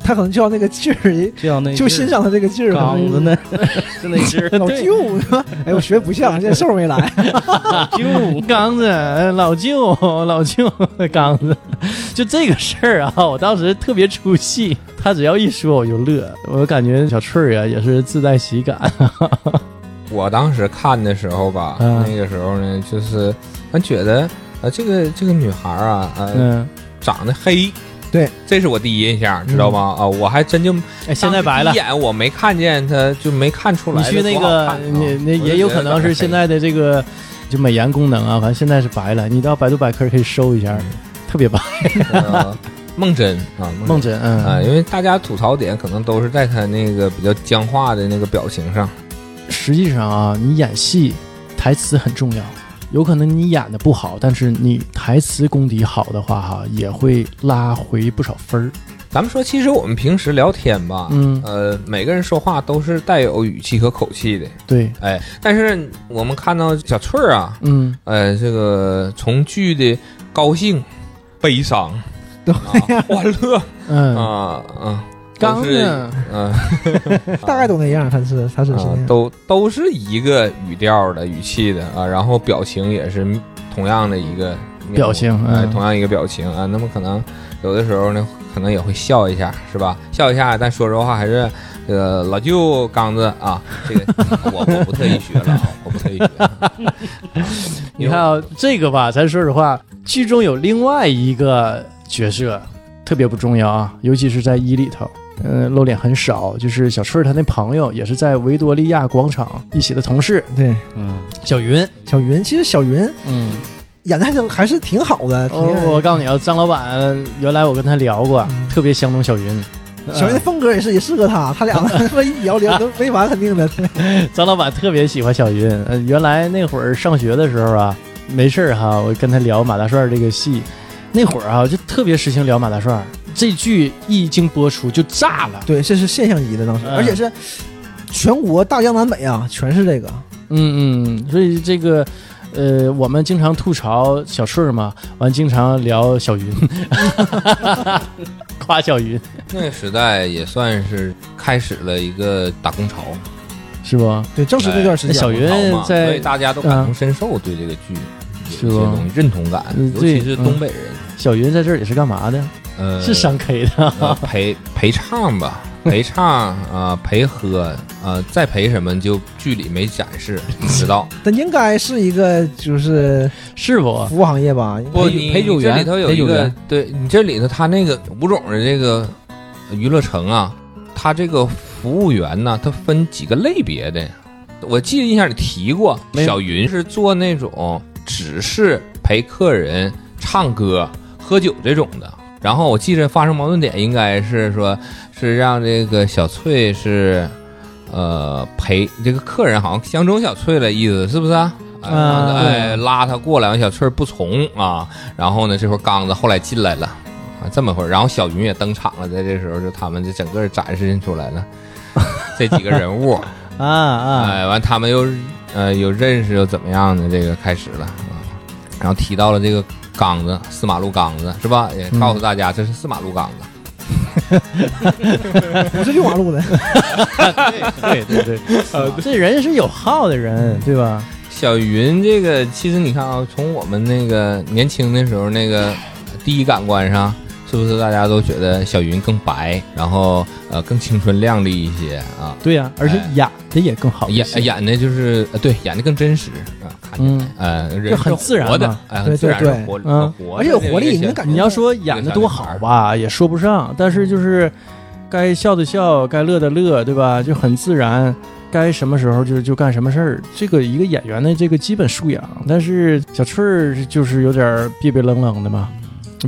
S7: 他可能就要那个劲儿，
S6: 就像那
S7: 就欣赏他这个劲儿吧。
S6: 刚子呢，
S5: 就那劲儿
S7: 老舅，哎，我学不像，现在瘦没来。
S5: 舅， 刚子，呃老舅，老舅，刚子， 就这个事儿啊，我当时特别出戏。他只要一说，我就乐。我感觉小翠儿啊，也是自带喜感。
S8: 我当时看的时候吧，
S5: 嗯
S8: 那个时候呢，就是俺觉得呃，这个这个女孩儿啊，呃，
S5: 嗯，
S8: 长得黑，
S7: 对，
S8: 这是我第一印象，知道吗？啊，我还真就
S5: 哎，现在白了
S8: 当时第一。眼我没看见她，就没看出来
S5: 你
S8: 她
S5: 去那
S8: 多好
S5: 个
S8: 看，啊
S5: 那那
S8: 我就
S5: 也有
S8: 觉得
S5: 可能是现在的这个就美颜功能啊，反正现在是白了。你到百度百科可以搜一下，
S8: 嗯
S5: 特别白。
S8: 长得黑 呃梦真啊，
S5: 梦
S8: 真
S5: 真，
S8: 啊，
S5: 嗯，
S8: 因为大家吐槽点可能都是在她那个比较僵化的那个表情上，
S5: 实际上啊，你演戏台词很重要。有可能你演的不好，但是你台词功底好的话，哈，也会拉回不少分儿。
S8: 咱们说，其实我们平时聊天吧，
S5: 嗯
S8: 呃，每个人说话都是带有语气和口气的，
S5: 对，
S8: 哎，但是我们看到小翠儿啊，
S5: 嗯，
S8: 呃，这个从剧的高兴、悲伤、
S7: 都
S8: 啊、欢乐
S5: 嗯，
S8: 啊啊，
S5: 刚
S8: 都是
S5: 呢，
S8: 嗯、
S7: 大概都那样，他是他是是那
S8: 啊
S7: 样。
S8: 都都是一个语调的、语气的啊，然后表情也是同样的一个面
S5: 表
S8: 部
S5: 情
S8: 哎，
S5: 嗯
S8: 同样一个表情啊，那么可能有的时候呢，可能也会笑一下，是吧？笑一下，但说实话还是，呃，老舅刚子啊，这个 我我不特意学了，啊，我不特意学啊。
S5: 你看啊，这个吧，咱说实话，剧中有另外一个角色特别不重要啊，尤其是在一里头，嗯、露脸很少。就是小翠儿她那朋友，也是在维多利亚广场一起的同事
S7: 对，
S6: 嗯，
S5: 小云，
S7: 小云其实小云
S5: 嗯，
S7: 演的还是还是挺好的，挺
S5: 哦我告诉你啊，张老板原来我跟他聊过，
S7: 嗯
S5: 特别相中小 云。
S7: 小云的风格也是也适合他，他俩他妈一聊聊都没完，肯定的。
S5: 张老板特别喜欢小云，呃，原来那会儿上学的时候啊，没事儿哈，我跟他聊马大帅这个戏，那会儿啊就特别时兴聊马大帅，这剧一经播出就炸了，
S7: 对，这是现象级的当时，
S5: 嗯
S7: 而且是全国大江南北啊，全是这个。
S5: 嗯嗯，所以这个。呃，我们经常吐槽小顺儿嘛，完经常聊小云， 夸小云
S8: 那个时代也算是开始了一个打工潮，
S5: 是不？
S7: 对，正是这段时
S8: 哎
S5: 那
S7: 间
S5: 哎小云
S8: 打工潮嘛
S5: 在嗯
S8: 所以大家都感同身受，对这个剧
S5: 是
S8: 有一些
S5: 吧
S8: 东西认同感
S5: 嗯，
S8: 尤
S5: 对
S8: 其是东北人，
S5: 小云在这儿也是干嘛的？
S8: 呃，
S5: 是商 K 的，
S8: 呃陪陪唱吧，陪唱啊，陪喝啊，再陪什么就剧里没展示，不知道。
S7: 但应该是一个就是
S5: 是不？
S7: 服务行业吧，应该
S8: 不，
S6: 陪
S8: 你
S6: 陪酒
S8: 你这
S6: 员
S8: 里头有
S6: 陪
S8: 一
S6: 酒
S8: 个
S6: 员，
S8: 对你这里头他那个吴总的这个娱乐城啊，他这个服务员呢，他分几个类别的。我记得印象里提过，
S5: 没有
S8: 小云是做那种只是陪客人唱歌、喝酒这种的。然后我记着发生矛盾点应该是说，是让这个小翠是，呃，陪这个客人好像相中小翠了，意思是不是啊？哎
S5: 啊
S8: 哎，拉他过来，完小翠儿不从啊，然后呢，这会儿刚子后来进来了，啊，这么会儿，然后小云也登场了，在这时候就他们就整个展示出来了这几个人物，
S5: 啊啊！
S8: 哎，完他们又呃有认识又怎么样的，这个开始了啊，然后提到了这个岗子，四马路岗子是吧？
S7: 嗯
S8: 也告诉大家这是四马路岗子。
S7: 不是六马路的，
S5: 对对对， 这人是有号的人，对吧？
S8: 小云这个，其实你看啊，从我们那个年轻的时候，那个呃第一感官上，是不是大家都觉得小云更白，然后呃更青春靓丽一些啊？
S5: 对呀、而且
S8: 哎
S5: 演的也更
S7: 哦
S5: 好一
S8: 演
S5: 些，
S8: 演的就是呃对，演的更真实啊，看起来
S5: 嗯
S8: 呃
S5: 就
S8: 人
S5: 很
S8: 是
S5: 自然
S8: 活的
S5: 嘛，
S8: 哎，
S7: 对
S8: 很自
S7: 对
S8: 然是
S7: 对
S8: 活很
S5: 嗯
S8: 活的，
S7: 而且有活力，
S8: 这个
S7: 你能
S8: 现
S7: 感觉
S5: 你要说演的多好吧，也说不上，但是就是该笑的笑，该乐的乐，对吧？就很自然，该什么时候就就干什么事儿，这个一个演员的这个基本素养。但是小翠儿就是有点儿别别愣愣的嘛，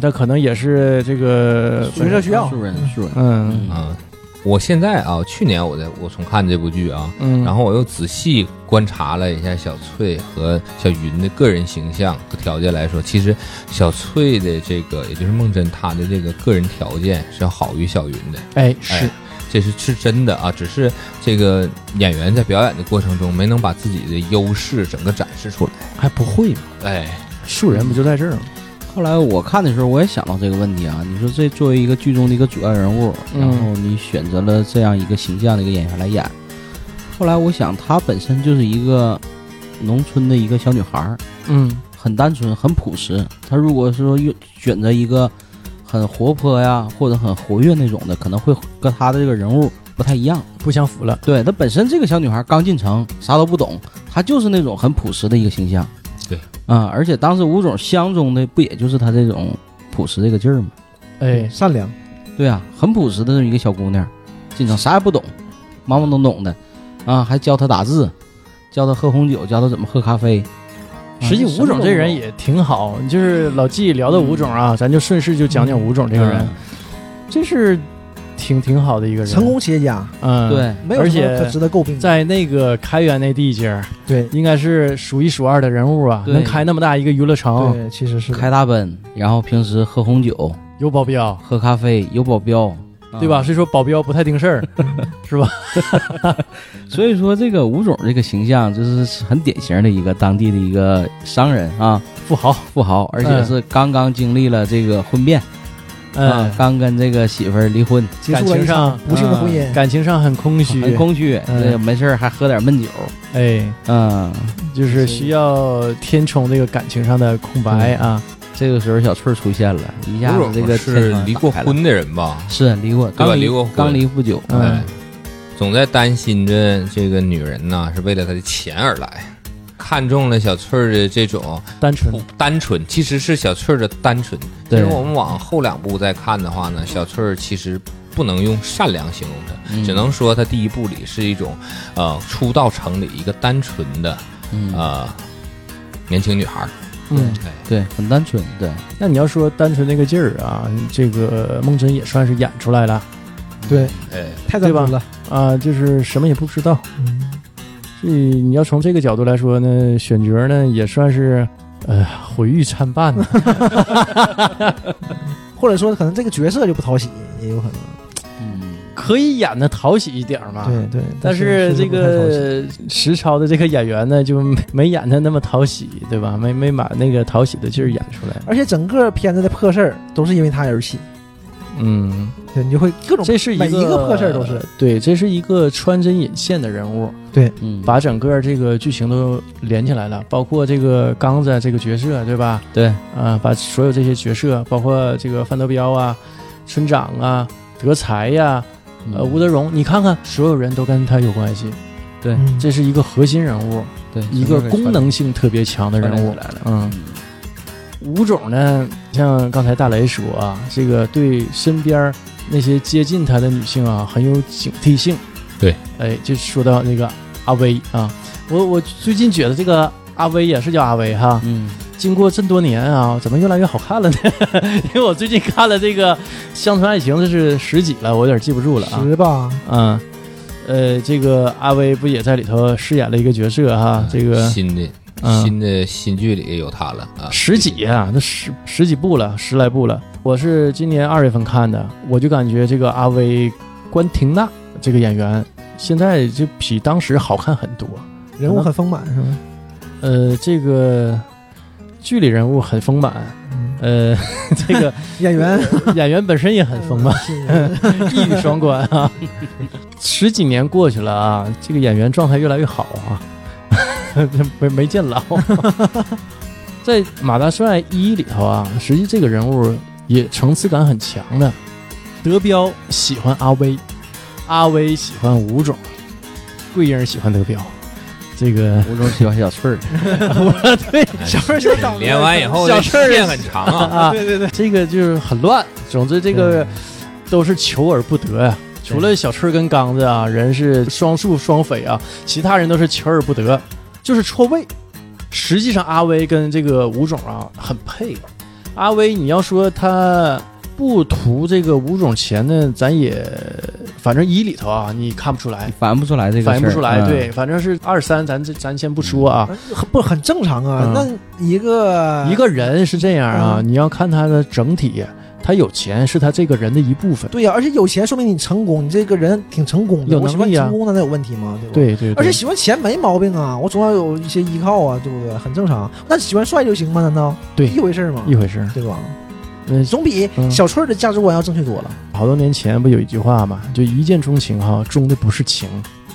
S5: 但可能也是这个，
S7: 学校需要
S6: 素人素人，
S5: 嗯
S8: 嗯，我现在啊，去年我在我重看这部剧啊，
S5: 嗯，
S8: 然后我又仔细观察了一下小翠和小云的个人形象和条件来说，其实小翠的这个，也就是梦真她的这个个人条件是要好于小云的，
S5: 哎是
S8: 哎，这是是真的啊。只是这个演员在表演的过程中没能把自己的优势整个展示出来。
S5: 还不会嘛，
S8: 哎，
S5: 素人不就在这儿吗？
S6: 后来我看的时候，我也想到这个问题啊。你说这作为一个剧中的一个主要人物，
S5: 嗯
S6: 然后你选择了这样一个形象的一个演员来演，后来我想，她本身就是一个农村的一个小女孩儿，
S5: 嗯
S6: 很单纯，很朴实。她如果说用选择一个很活泼呀，或者很活跃那种的，可能会跟她的这个人物不太一样。
S5: 不相符了，
S6: 对她本身这个小女孩刚进城，啥都不懂，她就是那种很朴实的一个形象。
S8: 对，
S6: 啊、而且当时吴总相中的不也就是她这种朴实这个劲儿吗？
S5: 哎
S7: 善良，
S6: 对啊，很朴实的这么一个小姑娘，进城啥也不懂，懵懵懂懂的，啊，还教她打字，教她喝红酒，教她怎么喝咖啡。啊
S5: 实际
S6: 什么
S5: 吴总
S6: 都
S5: 这
S6: 不
S5: 人
S6: 懂
S5: 也挺好，就是老纪聊到吴总啊，咱就顺势就讲讲吴总这个人，
S6: 嗯
S5: 这是挺挺好的一个人，
S7: 成，功企业家，
S5: 嗯，，
S6: 对，
S7: 没有
S5: 而
S7: 什
S5: 且
S7: 么可值得诟病的。
S5: 在那个开元那地界儿，
S7: 对
S5: 应该是数一数二的人物啊，
S6: 对
S5: 能开那么大一个娱乐城，
S7: 对，其实是
S6: 开大奔，然后平时喝红酒、
S5: 有保镖，
S6: 喝咖啡，有保镖，啊
S5: 对吧？？所以说保镖不太盯 事儿，
S6: 嗯所以说这个吴总这个形象就是很典型的一个当地的一个商人啊，
S5: 富豪，
S6: 富豪，而且
S5: 嗯
S6: 是刚刚经历了这个婚变、
S5: 嗯
S6: 啊，，刚跟这个媳妇儿离婚，
S7: 结
S5: 感
S7: 束了
S5: 情
S7: 一场
S5: 上嗯
S7: 不幸的婚姻。
S5: 感情上很空虚，
S6: 很空虚，
S5: 嗯
S6: 这个没事儿还喝点闷酒，
S5: 哎，
S6: 嗯，
S5: 就是需要填充这个感情上的空白啊，
S6: 这个时候小翠儿出现了，一下
S8: 吴
S6: 子这
S8: 总
S6: 个
S8: 哎是
S6: 天窗
S8: 离过
S6: 打开了，
S8: 婚的人吧？
S6: 是离过，
S8: 吧
S6: 刚
S8: 离过婚
S6: 刚离不久，
S5: 嗯
S8: 哎，总在担心着这个女人呢是为了她的钱而来，看中了小翠儿的这种
S5: 单纯
S8: 不，单纯，其实是小翠儿的单纯。其
S6: 对
S8: 实我们往后两部再看的话呢，小翠儿其实不能用善良形容她，
S6: 嗯
S8: 只能说她第一部里是一种，呃，初到城里一个单纯的
S6: 嗯，
S8: 呃年轻女孩儿。
S5: 嗯。
S8: 哎，
S6: 对，很单纯，对，
S5: 那你要说单纯那个劲儿啊，这个梦真也算是演出来了
S7: 对，
S5: 嗯
S8: 哎，
S7: 太单纯了。
S5: 啊，就是什么也不知道。
S7: 嗯，
S5: 所以你要从这个角度来说呢，选角呢也算是呃毁誉参半呢。
S7: 或者说可能这个角色就不讨喜，也有可能。
S6: 嗯，
S5: 可以演的讨喜一点儿嘛。
S7: 对对，
S5: 啊但
S7: 是
S5: 是这个实操的这个演员呢，就没没演的那么讨喜，对吧？没没把那个讨喜的劲儿演出来。
S7: 而且整个片子的破事儿都是因为他而起，
S5: 嗯，
S7: 对，你就会各种
S5: 这是一
S7: 每
S5: 个
S7: 一个破事儿都是
S5: 对，这是一个穿针引线的人物，
S6: 嗯，
S5: 把整个这个剧情都连起来了，包括这个刚子这个角色，对吧？
S6: 对，
S5: 啊，把所有这些角色，包括这个范德彪啊、村长啊、德才呀、
S6: 嗯
S5: 呃吴德荣，你看看，所有人都跟他有关系，
S6: 对
S7: 嗯
S5: 这是一个核心人物。
S6: 对
S5: 一个功能性特别强的人
S6: 传
S5: 物
S6: 染起来了。
S5: 嗯，吴总呢，像刚才大雷说啊，这个对身边儿那些接近他的女性啊，很有警惕性。
S8: 对，
S5: 哎，就说到那个阿威啊，我我最近觉得这个阿威也是叫阿威哈，
S6: 嗯，
S5: 经过这么多年啊，怎么越来越好看了呢？ 因为我最近看了这个《乡村爱情》，这是十几了，我有点记不住了啊。
S7: 十吧，
S5: 嗯，呃，这个阿威不也在里头饰演了一个角色哈？啊
S8: 呃
S5: 这个
S8: 新的、
S5: 嗯
S8: 新的新剧里有她了啊，
S5: 十几啊，那十十几部了，十来部了。我是今年二月份看的，我就感觉这个阿威关婷娜这个演员，现在就比当时好看很多。
S7: 人物很丰满是吧？
S5: 呃，这个剧里人物很丰满，
S8: 嗯
S5: 呃， 这个
S7: 演员
S5: 演员本身也很丰满，
S7: 是呃
S5: 一语双关啊。十几年过去了啊，这个演员状态越来越好啊， 没没见老。在《马大帅一》里头啊，实际这个人物也层次感很强的。德彪喜欢阿威，阿威喜欢吴总，桂英喜欢德彪。这 个，
S6: 吴总喜欢小翠儿，
S5: 我对小妹儿
S7: 就长
S8: 连完以后，
S5: 小
S8: 这
S5: 事儿
S8: 线很长啊。
S5: 啊，对对对，这个就是很乱。总之，这
S6: 嗯
S5: 个都是求而不得呀。除了小春跟刚子啊，人是双宿双飞啊，其他人都是求而不得，就是错位。实际上，阿威跟这个吴总啊很配。阿威，你要说他不图这个吴总钱呢，咱也反正一里头啊，你看不出来，
S6: 反不出来这个事儿，
S5: 反映不出来。
S6: 嗯
S5: 对，反正是二三，咱这咱先不说啊。
S7: 很不很正常啊
S5: 嗯？
S7: 那一个
S5: 一个人是这样啊，
S7: 呃嗯
S5: 你要看他的整体，他有钱是他这个人的一部分。
S7: 对呀，而且有钱说明你成功，你这个人挺成功的。
S5: 有
S7: 我
S5: 能
S7: 喜欢
S5: 力啊
S7: 成功，难道有问题吗？对吧？
S5: 对对，
S7: 而且
S5: 对
S7: 喜欢钱没毛病啊，我总要有一些依靠啊，对不对？很正常。那喜欢帅就行吗？难道
S5: 对
S7: 一回事儿吗？
S5: 一回事儿。
S7: 对吧？
S5: 嗯，
S7: 总比
S5: 嗯
S7: 小翠儿的价值观要正确多了。
S5: 好多年前不有一句话嘛，就一见钟情哈，钟的不是情，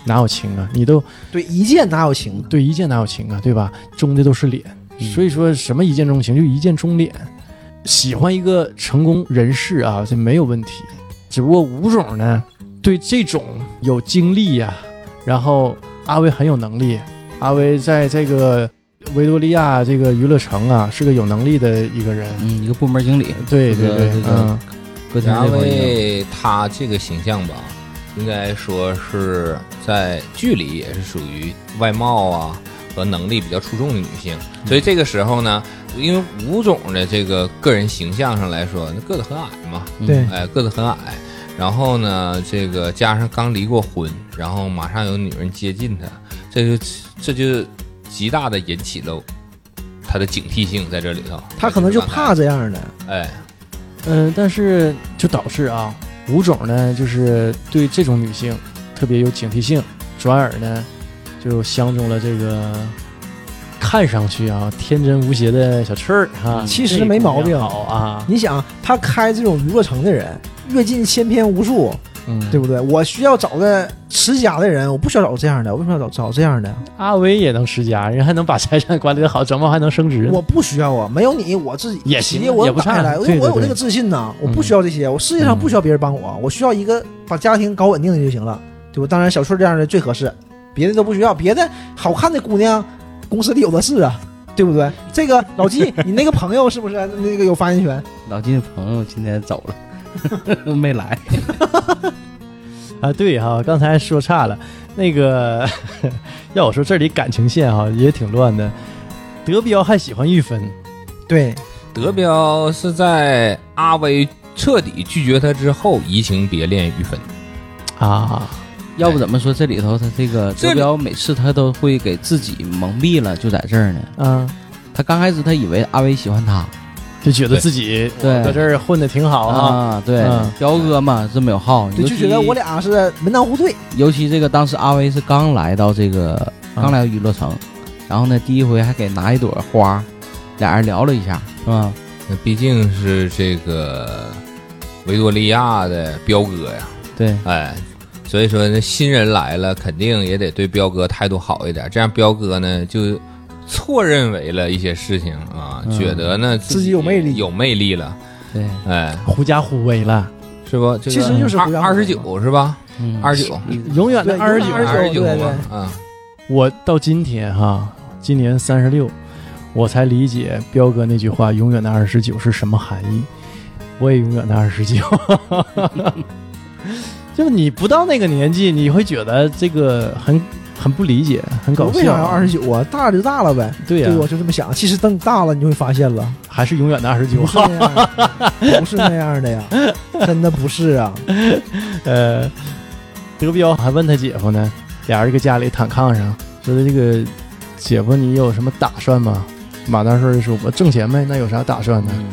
S5: 哪有情啊？你都
S7: 对，一见哪有情？
S5: 对一见哪有情啊，对吧？钟的都是脸，所以说什么一见钟情就一见钟脸。喜欢一个成功人士啊，这没有问题。只不过吴总呢，对这种有经历呀、然后阿威很有能力，阿威在这个维多利亚这个娱乐城啊，是个有能力的一个人。
S6: 嗯，一个部门经理，
S5: 对对
S6: 这个
S5: 对
S6: 这，个
S5: 嗯，
S6: 歌厅
S8: 然
S6: 这
S8: 后
S6: 块儿
S8: 他这个形象吧，应该说是在剧里也是属于外貌啊和能力比较出众的女性，
S7: 嗯
S8: 所以这个时候呢，因为吴总的这个个人形象上来说，那个子很矮 嘛，
S6: 嗯
S7: 对
S8: 哎，个子很矮。然后呢，这个加上刚离过婚，然后马上有女人接近他，这就这就极大的引起了他的警惕性在这里头。
S7: 他可能就怕
S8: 这，
S7: 这样的。
S8: 哎，
S5: 嗯，但是就导致啊，吴总呢，就是对这种女性特别有警惕性，转而呢就相中了这个看上去啊天真无邪的小翠儿啊，
S7: 嗯其实
S5: 这个
S7: 没
S5: 姑娘
S7: 毛病
S5: 好啊，
S7: 你想，他开这种娱乐城的人，阅尽千篇无数，
S5: 嗯，
S7: 对不对？我需要找个持家的人，我不需要找这样的，我为什么要找找这样的？
S5: 阿威也能持家，人还能把财产管理的好，怎么还能升职呢？
S7: 我不需要啊，没有你，我自己
S5: 也
S7: 企
S5: 行
S7: 业我
S5: 也不
S7: 打
S5: 差
S7: 下来，我
S5: 对对
S7: 我有
S5: 对
S7: 这个自信呐，我
S5: 嗯
S7: 不需要这些，我世界上不需要别人帮我，我需要一个把家庭搞稳定的就行了，对吧？当然，小翠这样的最合适，别的都不需要，别的好看的姑娘，公司里有的是啊，对不对？这个老纪，你那个朋友是不是那个有发言 权？
S6: 老金的朋友今天走了， 没来。
S5: 啊，对哈、刚才说差了。那个 要我说，这里感情线哈、也挺乱的。德彪还喜欢玉芬，
S7: 对，
S8: 德彪是在阿威彻底拒绝他之后移情别恋于芬。
S5: 啊，
S6: 要不怎么说这里头他这个
S8: 这
S6: 德
S8: 里
S6: 彪每次他都会给自己蒙蔽了，就在这儿呢。
S5: 嗯，
S6: 他刚开始他以为阿威喜欢他
S5: 就觉得自己
S6: 对
S5: 我搁这儿混的挺好啊。
S6: 啊，对
S5: 嗯，
S6: 彪哥嘛这么有号，
S7: 对，就觉得我
S6: 俩，
S7: 俩是门当户对，
S6: 尤其这个当时阿威是刚来到这个
S5: 啊
S6: 刚来到娱乐城，然后呢第一回还给拿一朵花，俩人聊了一下，是吧？
S8: 那毕竟是这个维多利亚的彪哥呀，
S6: 对，
S8: 哎，所以说那新人来了，肯定也得对彪哥态度好一点，这样彪哥呢就错认为了一些事情啊，
S6: 嗯
S8: 觉得呢
S7: 自己有魅力
S8: 有魅力了，
S6: 对，
S8: 哎，
S5: 狐假虎威了，
S8: 是不？这个
S7: 其实就是
S8: 二
S7: 胡杨
S8: 二十九是吧？
S6: 嗯
S8: 二十九，
S5: 永远的
S7: 对
S5: 二十
S7: 永远
S5: 九。
S7: 29
S8: 十九
S7: 对对
S8: 啊，嗯
S5: 我到今天哈，今年三十六，我才理解彪哥那句话“永远的二十九”是什么含义。我也永远的二十九， 就是你不到那个年纪，你会觉得这个很很不理解，很搞
S7: 我
S5: 笑。
S7: 为啥要二十九啊？大了就大了呗，
S5: 对啊呀、
S7: 对，我就这么想。其实等你大了，你就会发现了。
S5: 还是永远的二十九
S7: 不。是那样
S5: 啊
S7: 的，不是那样的呀，真的不是啊。
S5: 呃，德彪还问他姐夫呢，俩人搁家里躺炕上，说的这个姐夫你有什么打算吗？马大帅就说：“我挣钱呗，那有啥打算呢？”
S6: 嗯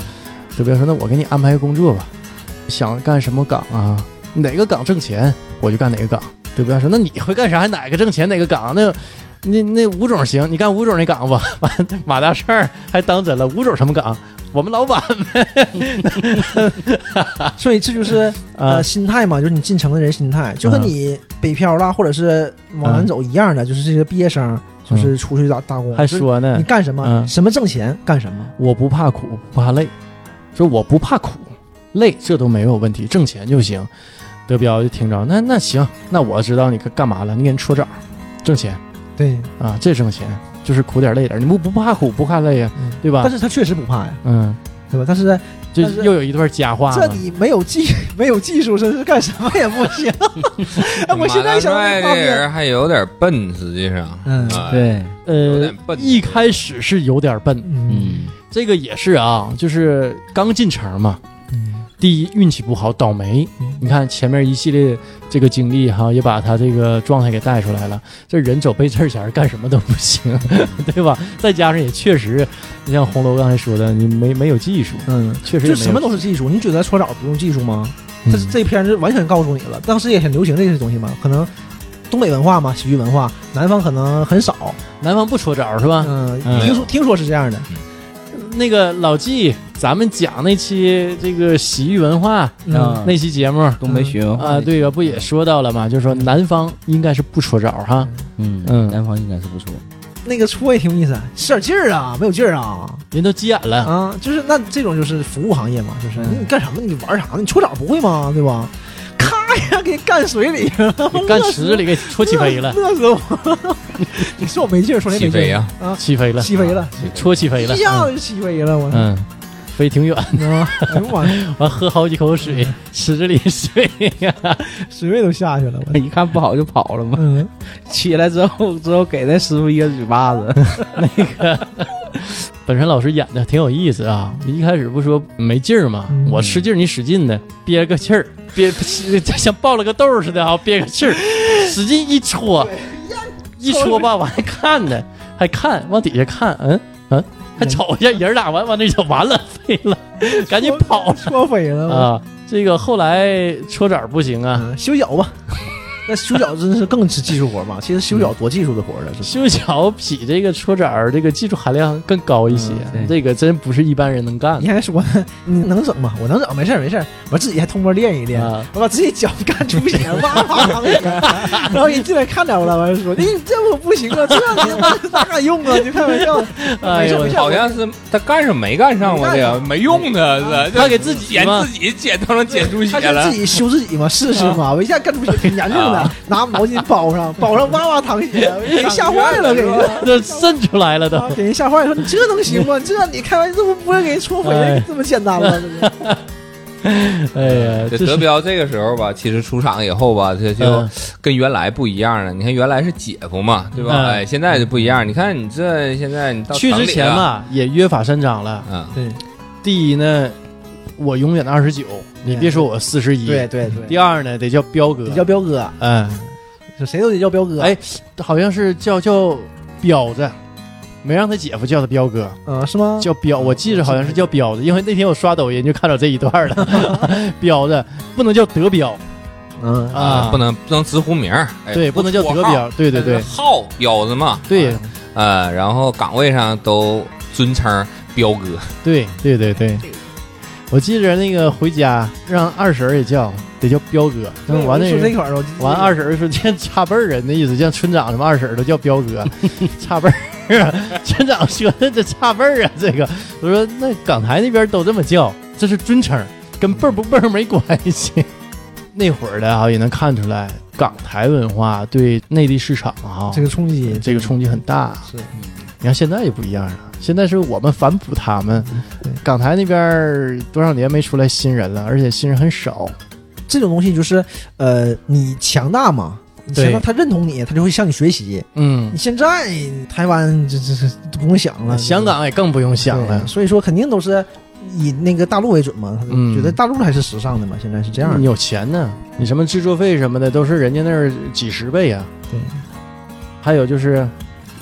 S5: 德彪说：“那我给你安排个工作吧，想干什么岗啊？哪个岗挣钱，我就干哪个岗。”德彪说：“那你会干啥？哪个挣钱哪个岗？那那那吴总行，你干吴总那岗 吧。完，马大帅儿还当真了，吴总什么岗？我们老板
S7: 所以这就是
S5: 啊嗯
S7: 呃心态嘛，就是你进城的人心态，就跟你北漂啦，或者是往南走一样的，就是这些毕业生，就是出去打打工，
S5: 嗯还
S7: 就是
S5: 说呢
S7: 你，干什么，
S5: 嗯
S7: 什么挣钱干什么，
S5: 我不怕苦，不怕累，说我不怕苦，累这都没有问题，挣钱就行。德彪就听着，那那行，那我知道你干干嘛了，你给人戳枣，挣钱
S7: 对，
S5: 啊，这挣钱就是苦点儿累点儿，你不不怕苦不怕累呀、
S7: 嗯
S5: 对吧？
S7: 但是他确实不怕呀，
S5: 嗯，
S7: 对吧？但是
S5: 这
S7: 但是
S5: 又有一段佳话
S7: 这
S5: 了。
S7: 你没有技没有技术，真是干什么也不 行。哎， 我现在一想
S8: 马大帅
S7: 这个
S8: 这
S7: 画面，
S8: 人还有点笨，实际上，
S7: 嗯
S8: 啊，
S6: 对，
S8: 有
S5: 呃
S8: 点，笨
S5: 一开始是有点笨，
S7: 嗯
S6: 嗯，
S5: 这个也是啊，就是刚进城嘛，
S7: 嗯
S5: 第一运气不好，倒霉。
S7: 嗯
S5: 你看前面一系列这个经历哈，也把他这个状态给带出来了。这人走背字儿前儿干什么都不行， 对吧？再加上也确实，你像红楼刚才说的，你没没有技术，
S7: 嗯，
S5: 确实也
S7: 就
S5: 没有
S7: 什么都是技术。你觉得搓澡不用技术吗？
S5: 嗯
S7: 这这片儿就完全告诉你了。当时也很流行这些东西嘛，可能东北文化嘛，洗浴文化，南方可能很少。
S5: 南方不戳枣是吧？
S7: 嗯，
S5: 啊嗯
S7: 听说听说是这样的。嗯
S5: 那个老纪，咱们讲那期这个洗浴文化、
S7: 嗯
S6: 啊
S5: 那期节目
S6: 东北学文化
S5: 啊，对呀，不也说到了嘛，就说南方应该是不戳枣哈。
S6: 嗯
S5: 嗯
S6: 南方应该是不错，
S7: 那个搓也挺有意思，使点劲儿啊，没有劲儿啊
S5: 人都急眼了。
S7: 啊！就是那这种就是服务行业嘛，就是
S5: 嗯
S7: 你干什么你玩啥呢？你搓澡不会吗？对吧？咔一下给干水里了，
S5: 给干池里给戳起飞了，
S7: 乐死我！ 你说我没劲儿，说谁
S8: 起
S7: 没劲
S8: 飞
S7: 儿
S8: 呀，
S5: 起飞了，
S7: 起飞了，
S5: 戳起飞了
S7: 一，下子就起飞了，我操！
S5: 嗯，飞挺远，
S7: 啊哎呦我
S5: 完喝好几口水，池子里睡，
S7: 水位都下去了，
S5: 哎
S7: 我操！
S6: 一看不好就跑了嘛。
S7: 嗯，
S6: 起来之后， 之后给那师傅一个嘴巴子，
S5: 本山老师演的挺有意思啊，一开始不说没劲儿嘛，
S7: 嗯
S5: 我吃劲儿，你使劲的憋个气儿，憋 像爆了个豆儿似的啊，憋个气儿，使劲一戳，一戳吧，完还看呢，还看往底下看，嗯嗯，还瞅一下人俩完完那就完了，废了，赶紧 跑
S7: 搓飞了
S5: 了
S7: 我
S5: 啊！这个后来戳枣不行啊，
S7: 嗯修脚吧。那修脚真是更是技术活嘛？其实修脚多技术的活了，这是。
S5: 修脚比这个搓澡儿这个技术含量更高一些，
S6: 嗯对
S5: 这个真不是一般人能干
S7: 你 还说你能整吗？我能整，没事儿没事儿，我自己还通波练一
S5: 的
S7: 练，
S5: 啊。
S7: 我把自己脚干出血，哇哇淌血，然后人进来看着我了，完了说你这我不行啊，这你哪敢用啊？你开玩笑，
S5: 哎
S7: 没事
S5: 呦
S7: 没事，
S8: 好像是他干上没干上过这个，没用的，是吧
S5: 他给自己
S8: 剪
S5: 嘛
S8: 自己剪都能剪出血
S7: 他就
S8: 了
S7: 自。己修自己嘛，试试嘛，我一下干出血，挺严重的
S8: 啊，
S7: 拿毛巾包上，包上哇哇淌血，给吓坏了，给人。
S5: 这渗出来 了都。
S7: 啊，给人吓坏了，说你这能行吗？这你开玩笑，这不不会给人戳回
S5: 哎
S7: 来这么简单吗？这个
S5: 哎呀，
S8: 这
S5: 是
S8: 德彪这个时候吧，其实出场以后吧，他就
S5: 嗯
S8: 跟原来不一样了。你看原来是姐夫嘛，对吧？
S5: 嗯
S8: 哎，现在就不一样。你看你这现在你到
S5: 去
S8: 厂
S5: 之
S8: 里啊
S5: 前
S8: 了，
S5: 嘛，也约法三章了。
S8: 嗯，
S5: 第一呢，我永远的二十九，你
S7: 嗯
S5: 别说我四十一。
S7: 对。对对，
S5: 第二呢，得叫彪哥
S7: 得。叫彪哥，啊
S5: 嗯，
S7: 就谁都得叫彪哥。啊
S5: 哎，好像是叫叫彪子，没让他姐夫叫他彪哥，
S7: 嗯，是吗？
S5: 叫彪。我记着好像是叫彪子，因为那天我刷抖音就看到这一段了。 彪子不能叫德彪
S7: 嗯
S5: 啊，
S8: 不。能不能直呼名儿，哎
S5: 对，不能叫德
S8: 绰号
S5: 彪。对对对
S8: 号彪子嘛，
S5: 对
S8: 呃，然后岗位上都尊称彪哥，
S5: 对对对对，我记着那个回家让二婶儿也叫，得叫彪哥。
S7: 对
S5: 那完那
S7: 说这
S5: 人
S7: 块儿了，
S5: 完二婶儿说这差辈儿人的意思，像村长什么二婶儿都叫彪 哥，差辈儿啊。村长说的这差辈儿啊，这个我说那港台那边都这么叫，这是尊称，跟辈儿不辈儿没关系。那会儿的啊，也能看出来港台文化对内地市场啊
S7: 这个冲击，
S5: 这个冲击很大。啊
S7: 是
S5: 你看现在也不一样了，现在是我们反哺他们
S7: 嗯对。
S5: 港台那边儿多少年没出来新人了，而且新人很少。
S7: 这种东西就是呃，你强大嘛，你强
S5: 对
S7: 大，他认同你，他就会向你学习。
S5: 嗯
S7: 你，现在台湾这这这都不用想了，
S5: 香港也更不用
S7: 对
S5: 想了。
S7: 所以说肯定都是以那个大陆为准嘛，他
S5: 嗯
S7: 觉得大陆还是时尚的嘛，现在是这样的
S5: 你。有钱呢，你什么制作费什么的都是人家那儿几十倍啊。
S7: 对，
S5: 还有就是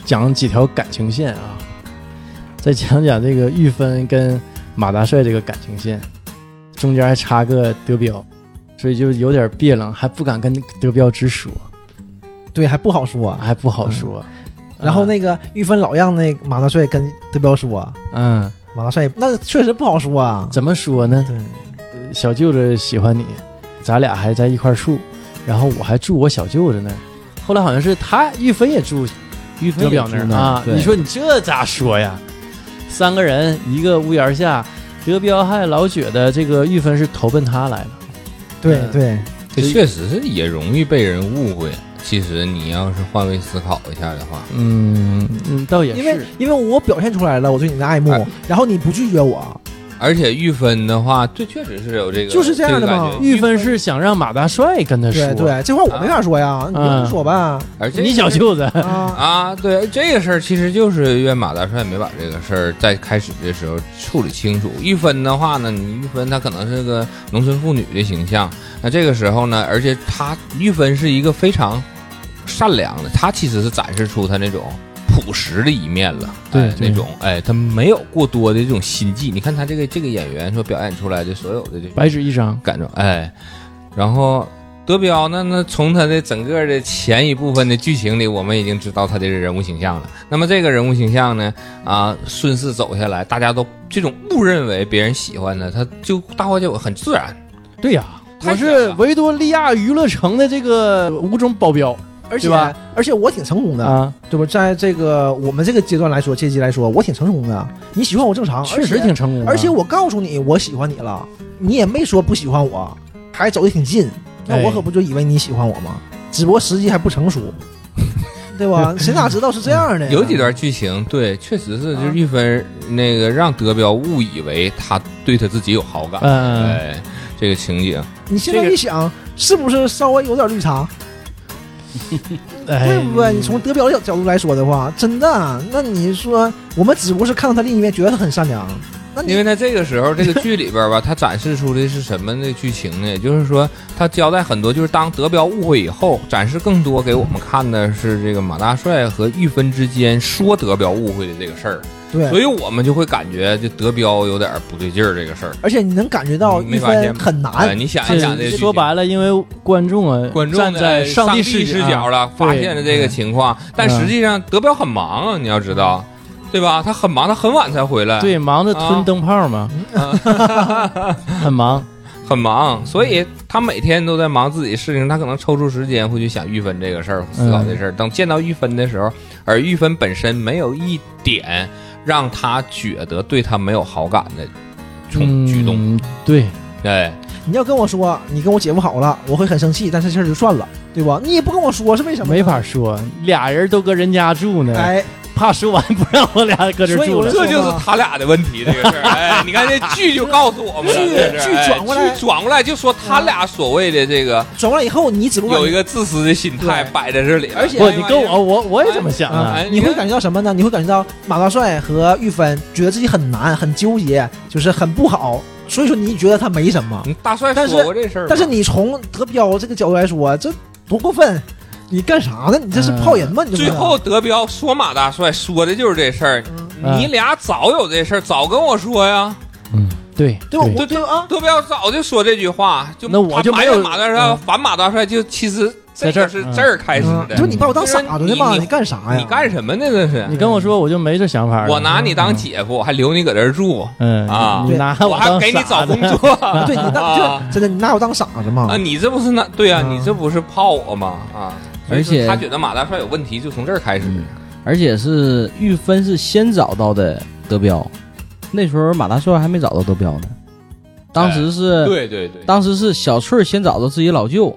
S5: 讲几条感情线啊，再讲讲这个玉芬跟马大帅这个感情线，中间还插个德彪，所以就有点别冷，还不敢跟德彪直说，哎
S7: 对，还不好说，啊
S5: 还不好说。
S7: 然后那个玉芬老让那马大帅跟德彪说，啊
S5: 嗯，
S7: 马大帅那确实不好说啊。
S5: 怎么说呢？
S7: 对，
S5: 小舅子喜欢你，咱俩还在一块儿住，然后我还住我小舅子那儿。后来好像是他玉芬也住
S6: 玉
S5: 德
S6: 芬也
S5: 表
S6: 住
S5: 那儿
S6: 那儿
S5: 啊。
S6: 对
S5: 你说你这咋说呀？三个人一个屋檐下，德彪还老觉得这个玉芬是投奔他来了。
S7: 对
S5: 嗯
S7: 对，
S8: 这确实是也容易被人误会。其实你要是换位思考一下的话，
S5: 嗯嗯，倒也
S7: 因为
S5: 是。
S7: 因为我表现出来了我对你的爱慕
S8: 哎，
S7: 然后你不拒绝我，
S8: 而且玉芬的话，这确实是有这个，
S7: 就是这样的嘛
S8: 这个感觉
S5: 玉芬是想让马大帅跟他说，
S7: 对对，这话我没法说呀，你
S5: 嗯
S7: 就说吧
S8: 而且
S5: 你小舅子，
S7: 啊。
S8: 啊，对这个事儿，其实就是怨马大帅没把这个事儿在开始的时候处理清楚。玉芬的话呢，你玉芬她可能是个农村妇女的形象，那这个时候呢，而且她玉芬是一个非常善良的，她其实是展示出她那种。朴实的一面了，
S5: 对
S8: 哎
S5: 对
S8: 那种，哎，她没有过多的这种心计。你看她这个这个演员所表演出来的所有的这
S5: 白纸一张。
S8: 感受，哎，然后德彪呢，那从他的整个的前一部分的剧情里，我们已经知道他的人物形象了。那么这个人物形象呢，啊，顺势走下来，大家都这种误认为别人喜欢他，他就大伙就很自然。
S5: 对呀、
S8: 太
S5: 我
S8: 远
S5: 是
S8: 了
S5: 维多利亚娱乐城的这个五种保镖
S7: 而且
S5: 对吧
S7: 而且我挺成功的，
S5: 啊，
S7: 对吧？在这个我们这个阶段来说，阶级来说，我挺成功的。你喜欢我正常，
S5: 确
S7: 而且
S5: 实挺成功的。
S7: 而且我告诉你，我喜欢你了，你也没说不喜欢我，还走得挺近，那我
S5: 哎
S7: 可不就以为你喜欢我吗？只不过时机还不成熟， 对吧？谁哪知道是这样的？
S8: 有几段剧情，对，确实是就是玉芬那个让德彪误以为他对他自己有好感，
S5: 嗯，
S8: 哎，这个情景。
S7: 你现在
S5: 这个
S7: 一想，是不是稍微有点绿茶？
S5: 哎
S7: 对不对？你从德彪角角度来说的话，真的，那你说我们只不过是看到他另一面，觉得他很善良，那
S8: 因
S7: 你
S8: 为在这个时候，这个剧里边儿吧，它展示出的是什么的剧情呢？也就是说，它交代很多，就是当德彪误会以后，展示更多给我们看的是这个马大帅和玉芬之间说德彪误会的这个事儿，所
S7: 对，
S8: 以我们就会感觉这德彪有点儿不对劲儿这个事儿。
S7: 而且你能感觉到
S8: 你嗯没
S7: 玉
S8: 发现
S7: 芬很
S8: 哎，
S7: 难，
S8: 你想一想
S5: 这
S8: 这个剧
S5: 说
S8: 情。
S5: 白了，因为观众啊，
S8: 观众
S5: 站在
S8: 的上
S5: 帝
S8: 视
S5: 视嗯
S8: 角了，发现了这个情况，但实际上德彪很忙啊，你要知道，对吧？他很忙，他很晚才回来。
S5: 对，忙着
S8: 啊
S5: 吞灯泡 嘛，很忙。
S8: 很忙，所以他每天都在忙自己事情，他可能抽出时间会去想玉芬这个事儿，思考这事
S7: 嗯
S8: 儿。嗯等见到玉芬的时候，而玉芬本身没有一点让他觉得对他没有好感的冲举动，
S5: 嗯，对，
S8: 对，
S7: 你要跟我说你跟我姐夫好了，我会很生气，但是这事儿就算了，对吧？你也不跟我说是为什么？
S5: 没法。说，俩人都搁人家住呢，
S7: 哎，
S5: 怕说完不让我俩搁这
S7: 所以
S5: 住
S7: 我
S5: 了。
S8: 这就是他俩的问题。这个事儿，哎，你看这剧就告诉我们 了，
S7: 剧
S8: 这是
S7: 剧
S8: 哎
S7: 转过来
S8: 剧转过来就说他俩所谓的这个
S7: 转过来以后，你只不过
S8: 有一个自私的心态
S7: 对
S8: 摆在这里了，
S7: 而且
S5: 不，你跟我，我我也这么想
S7: 啊
S5: 啊。
S8: 哎，
S7: 你会
S8: 看
S7: 感觉到什么呢？你会感觉到马大帅和玉芬觉得自己很难、很纠结，就是很不好，所以说你觉得他没什么。
S8: 嗯大帅
S7: 但是
S8: 说过这事儿吗，
S7: 但是你从德彪这个角度来说，这多过分！你干啥呢？你这是泡人吗？你这不是
S8: 最后德彪说马大帅说的就是这事儿，
S5: 嗯
S8: 你俩早有这事儿，早跟我说呀。
S5: 嗯，
S8: 哎
S5: 对
S7: 对吧？我对啊，
S8: 德彪早就说这句话，就
S5: 那我就
S8: 他
S5: 没
S8: 埋
S5: 有
S8: 怨马大帅，
S5: 嗯
S8: 反马大帅就其实
S5: 在
S8: 这
S5: 这儿
S8: 个是这儿开始
S7: 嗯
S8: 的。
S7: 就是你把我当傻子呢嘛？
S8: 你
S7: 你干啥呀？
S8: 你干什么呢？这是
S5: 你跟我说，我就没这想法了。
S8: 我拿你当姐夫，还留你搁这儿住，
S5: 嗯
S8: 啊
S5: 你拿
S8: 我还
S5: 当
S8: 给你
S5: 傻
S8: 找
S5: 子
S8: 工 作。
S7: 对你当
S8: 啊
S7: 就真的你拿我当傻子吗
S8: 啊，？你这不是那对啊，
S7: 嗯
S8: 你这不是泡我吗？啊，
S6: 而且
S8: 所以说他觉得马大帅有问题，就从这儿开始。
S6: 嗯而且是玉芬是先找到的德彪，那时候马大帅还没找到德彪呢，当时是、
S8: 对对对，
S6: 当时是小翠儿先找到自己老舅，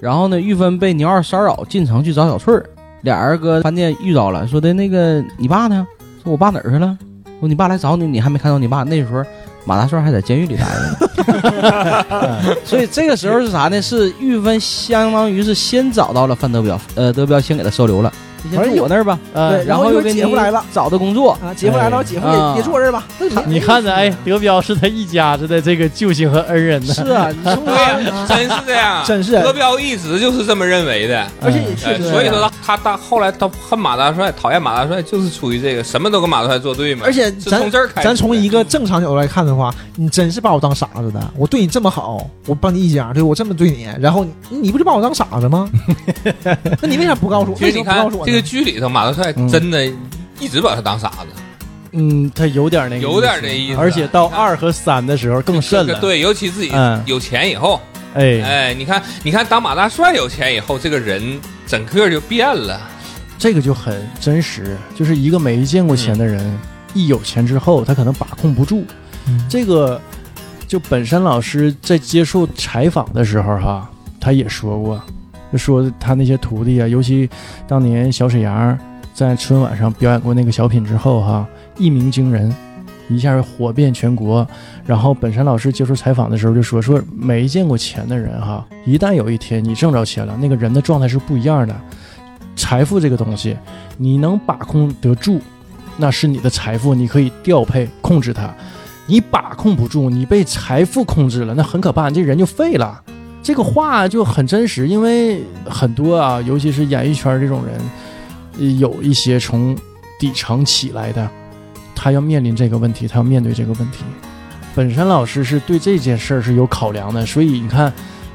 S6: 然后呢，玉芬被牛二骚扰，进城去找小翠儿，俩人搁饭店遇到了，说的那个你爸呢？说我爸哪儿去了？说你爸来找你，你还没看到你爸。那时候马大帅还在监狱里待着呢， 所以这个时候是啥呢？是玉芬相当于是先找到了范德彪，呃，德彪先给他收留了，你先住我那儿吧。
S5: 呃
S8: 啊
S7: 对，
S6: 然后
S7: 一会
S6: 又
S7: 儿
S6: 给你
S7: 姐夫来了
S6: 找的工作，
S7: 啊，姐夫来
S5: 哎
S7: 了，姐夫
S6: 啊
S7: 也也坐这儿吧。那
S5: 你看着，哎，德彪是他一家子的这个救星和恩人呢。
S6: 是啊，你
S7: 生活啊
S8: 真是这样，
S7: 真是
S8: 德彪一直就是这么认为的。
S7: 而
S5: 嗯
S7: 且也确
S8: 哎
S7: 实，
S8: 所以说他他大后来他恨马大帅，讨厌马大帅，就是出于这个，什么都跟马大帅作对嘛。
S7: 而且
S8: 是
S7: 咱
S8: 从这儿开始的，
S7: 咱从一
S5: 嗯
S7: 个正常角度来看的话，你真是把我当傻子的。我对你这么好，我帮你一家， 对我这么对你，然后你你不就把我当傻子吗？那你为啥不告诉我？
S8: 其
S7: 为
S8: 实
S7: 什
S8: 你
S7: 么不
S8: 看
S7: 告诉我，
S8: 这个剧里头，马大帅
S5: 嗯
S8: 真的一直把他当傻子，
S5: 嗯，他有点那个，
S8: 有点这意思
S5: 而且到二和三的时候更甚了，，
S8: 对，尤其自己
S5: 嗯
S8: 有钱以后，
S5: 哎，
S8: 哎，你看，你看，当马大帅有钱以后，这个人整个就变了。
S5: 这个就很真实，就是一个没见过钱的人，一有钱之后，他可能把控不住。这个就本山老师在接受采访的时候哈、他也说过，就说他那些徒弟啊，尤其当年小沈阳在春晚上表演过那个小品之后哈、一鸣惊人。一下火遍全国，然后本山老师接受采访的时候就说：“说没见过钱的人哈，一旦有一天你挣着钱了，那个人的状态是不一样的。财富这个东西，你能把控得住，那是你的财富，你可以调配控制它。你把控不住，你被财富控制了，那很可怕，你这人就废了。这个话就很真实，因为很多啊，尤其是演艺圈这种人，呃有一些从底层起来的，他要面临这个问题，他要面对这个问题。本山老师是对这件事儿是有考量的，所以你看，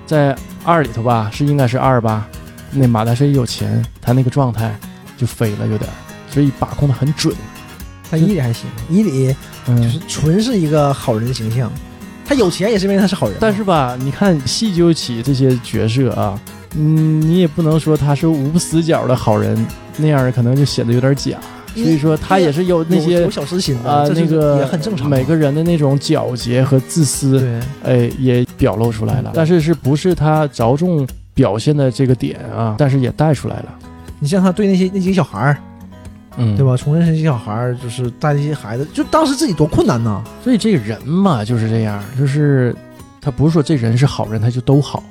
S5: 在二里头吧，是应该是二吧，那马大帅一有钱，他那个状态就飞了，有点儿，所以把控的很准。
S7: 但伊里还行，伊里就
S5: 嗯
S7: 是，纯是一个好人形象，他有钱也是因为他是好人嘛，
S5: 但是吧，你看细究起这些角色啊，嗯，你也不能说他是无死角的好人，那样儿可能就显得有点假。所以说他也是有那
S7: 有
S5: 些
S7: 有小私心的
S5: 啊、
S7: 这
S5: 那
S7: 就是
S5: 个
S7: 也很正常嘛。
S5: 每个人的那种皎洁和自私，
S7: 对，嗯
S5: 哎，也表露出来了。但是是不是他着重表现的这个点啊？但是也带出来了，
S7: 你像他对那些那几个小孩儿，
S5: 嗯，
S7: 对吧？重认识一些小孩儿，就是带这些孩子，就当时自己多困难呐。
S5: 所以这个人嘛就是这样，就是他不是说这人是好人他就都好，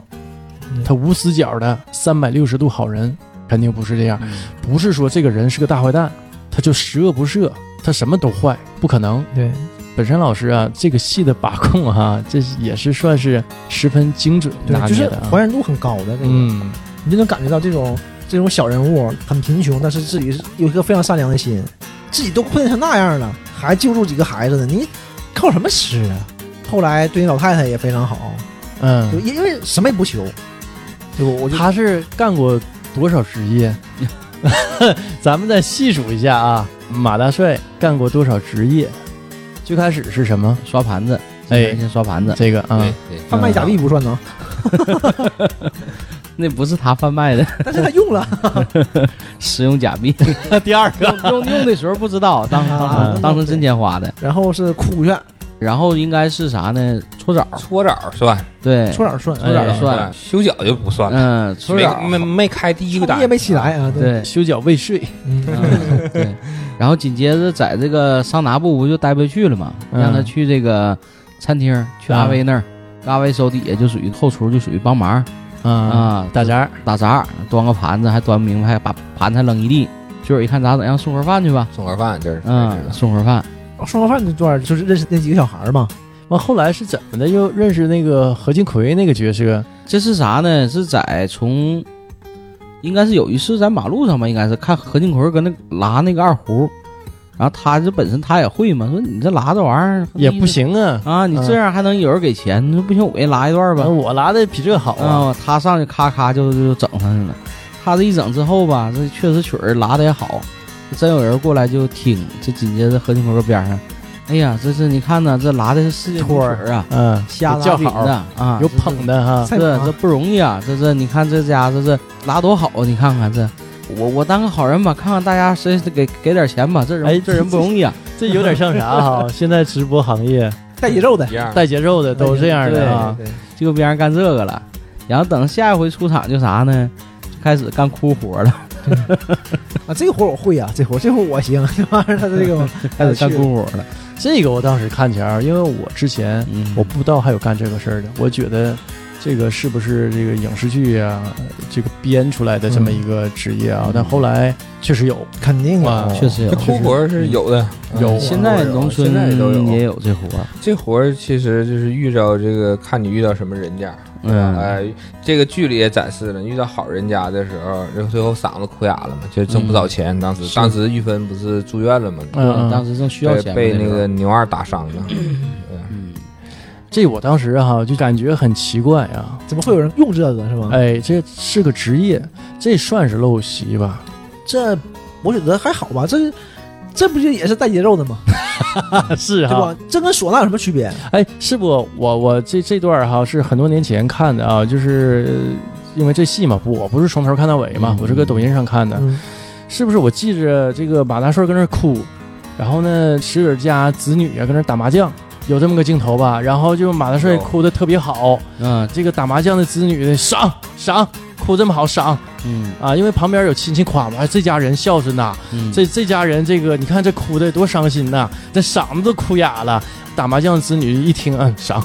S7: 嗯
S5: 他无死角的三百六十度好人肯定不是这样，
S7: 嗯
S5: 不是说这个人是个大坏蛋，他就十恶不赦，他什么都坏，不可能。
S7: 对，
S5: 本山老师啊，这个戏的把控啊，这也是算是十分精准
S7: 对
S5: 拿，
S7: 就
S5: 捏
S7: 是
S5: 的、啊。
S7: 还原度很高的那个，
S5: 嗯，
S7: 你就能感觉到这种这种小人物很贫穷，但是自己是有一颗非常善良的心，自己都困成那样了，还救助几个孩子呢，你靠什么吃啊？后来对你老太太也非常好，就
S5: 嗯，
S7: 因因为什么也不求，对不？我就
S5: 他是干过多少职业？ 咱们再细数一下啊，马大帅干过多少职业？最开始是什么？
S6: 刷盘子，
S5: 哎
S6: 先刷盘子，
S5: 这个
S7: 嗯
S5: 啊
S8: 对，对，
S7: 贩卖假币不算呢，
S6: 那不是他贩卖的，
S7: 但是他用了，
S6: 使用假币，
S5: 第二个
S6: 用用的时候不知道，当
S7: 啊
S6: 当嗯当成真钱花的。
S7: 然后是哭怨，
S6: 然后应该是啥呢？搓澡，
S8: 搓澡算，
S6: 对，
S7: 搓澡算，
S6: 搓澡
S8: 哎
S6: 算
S8: 修脚就不算了，
S6: 嗯，搓澡
S8: 没没没开第一个
S7: 创
S8: 单
S7: 业，没起来啊，对，
S6: 对，
S5: 修脚未遂，
S6: 嗯对。然后紧接着在这个桑拿部不就待不下去了嘛，
S5: 嗯
S6: 让他去这个餐厅，去阿威那儿，阿威手底下就属于后厨，就属于帮忙
S5: 啊，
S6: 啊，
S5: 打杂，
S6: 打杂，端个盘子还端不明白，还把盘子还扔一地。最后一看咋整，让送盒饭去吧，
S8: 送盒饭这是，
S6: 嗯，送盒饭，
S7: 双饭这段就是认识那几个小孩儿嘛，
S5: 完后来是怎么的？又认识那个何庆魁那个角色，
S6: 这是啥呢？是在从，应该是有一次在马路上吧，应该是看何庆魁跟那拉那个二胡，然后他这本身他也会嘛，说你这拉这玩意儿
S5: 也不行啊。
S6: 啊，你这样还能有人给钱？你说不行，我给你拉一段
S5: 完
S6: 吧。
S5: 我拉的比这好啊，
S6: 啊，他上去咔咔就就整上去了。他这一整之后吧，这确实曲儿拉的也好，真有人过来就听。这紧接着何庆魁边上，哎呀，这是你看呐，这拉的是世界托儿啊，
S5: 嗯，
S6: 瞎拉
S5: 叫
S6: 饼
S5: 好，
S6: 的啊，
S5: 有捧的哈，
S7: 菜
S6: 这
S7: 谱啊
S6: 这不容易啊！这这，你看这家这这拉多好，你看看这，我我当个好人吧，看看大家谁给给点钱吧，这人、
S5: 哎
S6: 这人不容易啊！
S5: 这有点像啥 哈？现在直播行业
S7: 带节奏的
S8: 一，样。
S5: 带节奏的都这样的啊，
S7: 对，对对
S6: 就别人干这个了，然后等下一回出场就啥呢？就开始干哭活了，
S7: 啊，这个活儿我会啊，这活儿这活儿我行， 这玩意儿他这个
S6: 开始干哭活了。
S5: 这个我当时看前儿，因为我之前
S6: 嗯，
S5: 我不知道还有干这个事儿的，我觉得这个是不是这个影视剧啊，这个编出来的这么一个职业啊？
S6: 嗯
S5: 但后来确实有，
S7: 肯定啊
S5: 哇，
S6: 确实有
S8: 这。哭活是有的，
S5: 有
S6: 嗯现在农村
S8: 现在都有啊
S6: 也有这活儿，
S8: 这活儿其实就是遇着这个，看你遇到什么人家。
S6: 嗯，
S8: 哎，这个剧里也展示了，遇到好人家的时候，然后最后嗓子哭哑了嘛，就挣不着钱。当时，
S6: 是
S8: 当时玉芬不是住院了嘛，
S5: 嗯，
S6: 当
S5: 嗯
S6: 时正需要
S8: 被
S6: 钱嘛
S8: 被
S6: 那
S8: 那
S6: 时候
S8: 个牛二打伤了。
S6: 嗯，
S5: 这我当时哈、就感觉很奇怪啊，哎
S7: 怎么会有人用这个是吧？
S5: 哎，这是个职业，这算是陋习吧？
S7: 这我觉得还好吧，这这不就也是带节奏的 吗？
S5: 是
S7: 对
S6: 啊
S5: 哈，
S7: 吧？这跟唢呐有什么区别？
S5: 哎，是不？我我这这段儿哈是很多年前看的啊，就是呃因为这戏嘛，不，我不是从头看到尾嘛，我是搁抖音上看的，
S7: 嗯，
S5: 是不是？我记着这个马大帅搁那儿哭，然后呢，石蕊家子女啊搁那儿打麻将，有这么个镜头吧？然后就马大帅
S8: 有
S5: 哭的特别好，
S6: 啊，
S5: 这个打麻将的子女的赏赏，哭这么好赏
S6: 嗯
S5: 啊，因为旁边有亲戚夸嘛，哎这家人孝顺呐、
S6: 嗯，
S5: 这这家人，这个你看这哭的多伤心呐、这嗓子都哭哑了。打麻将子女一听，嗯，赏，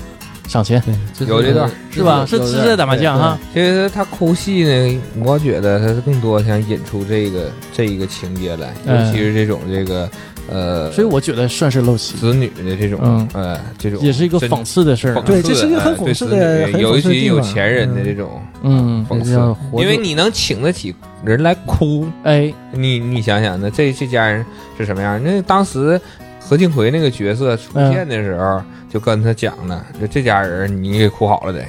S5: 赏钱
S8: 有这段
S5: 是吧？是是在打麻将哈，，
S8: 其实他哭戏呢，我觉得他是更多想引出这个这一个情节来，
S5: 嗯
S8: 尤其是这种这个呃，
S5: 所以我觉得算是陋习，
S8: 子女的这种、
S5: 嗯
S8: 呃这种
S5: 也是一个讽刺的事儿
S8: 讽
S5: 啊。
S7: 对这是一个很讽刺的
S8: 哎对
S7: 很讽刺的
S8: 尤其
S7: 地
S8: 有
S7: 方
S8: 钱人的这种，
S5: 嗯，
S8: 讽刺
S5: 这样活
S8: 因为
S5: 着
S8: 你能请得起人来哭，
S5: 哎，
S8: 你你想想，那这这家人是什么样？那当时何庆魁那个角色出
S5: 嗯
S8: 现的时候，就跟他讲了，这这家人你给哭好了得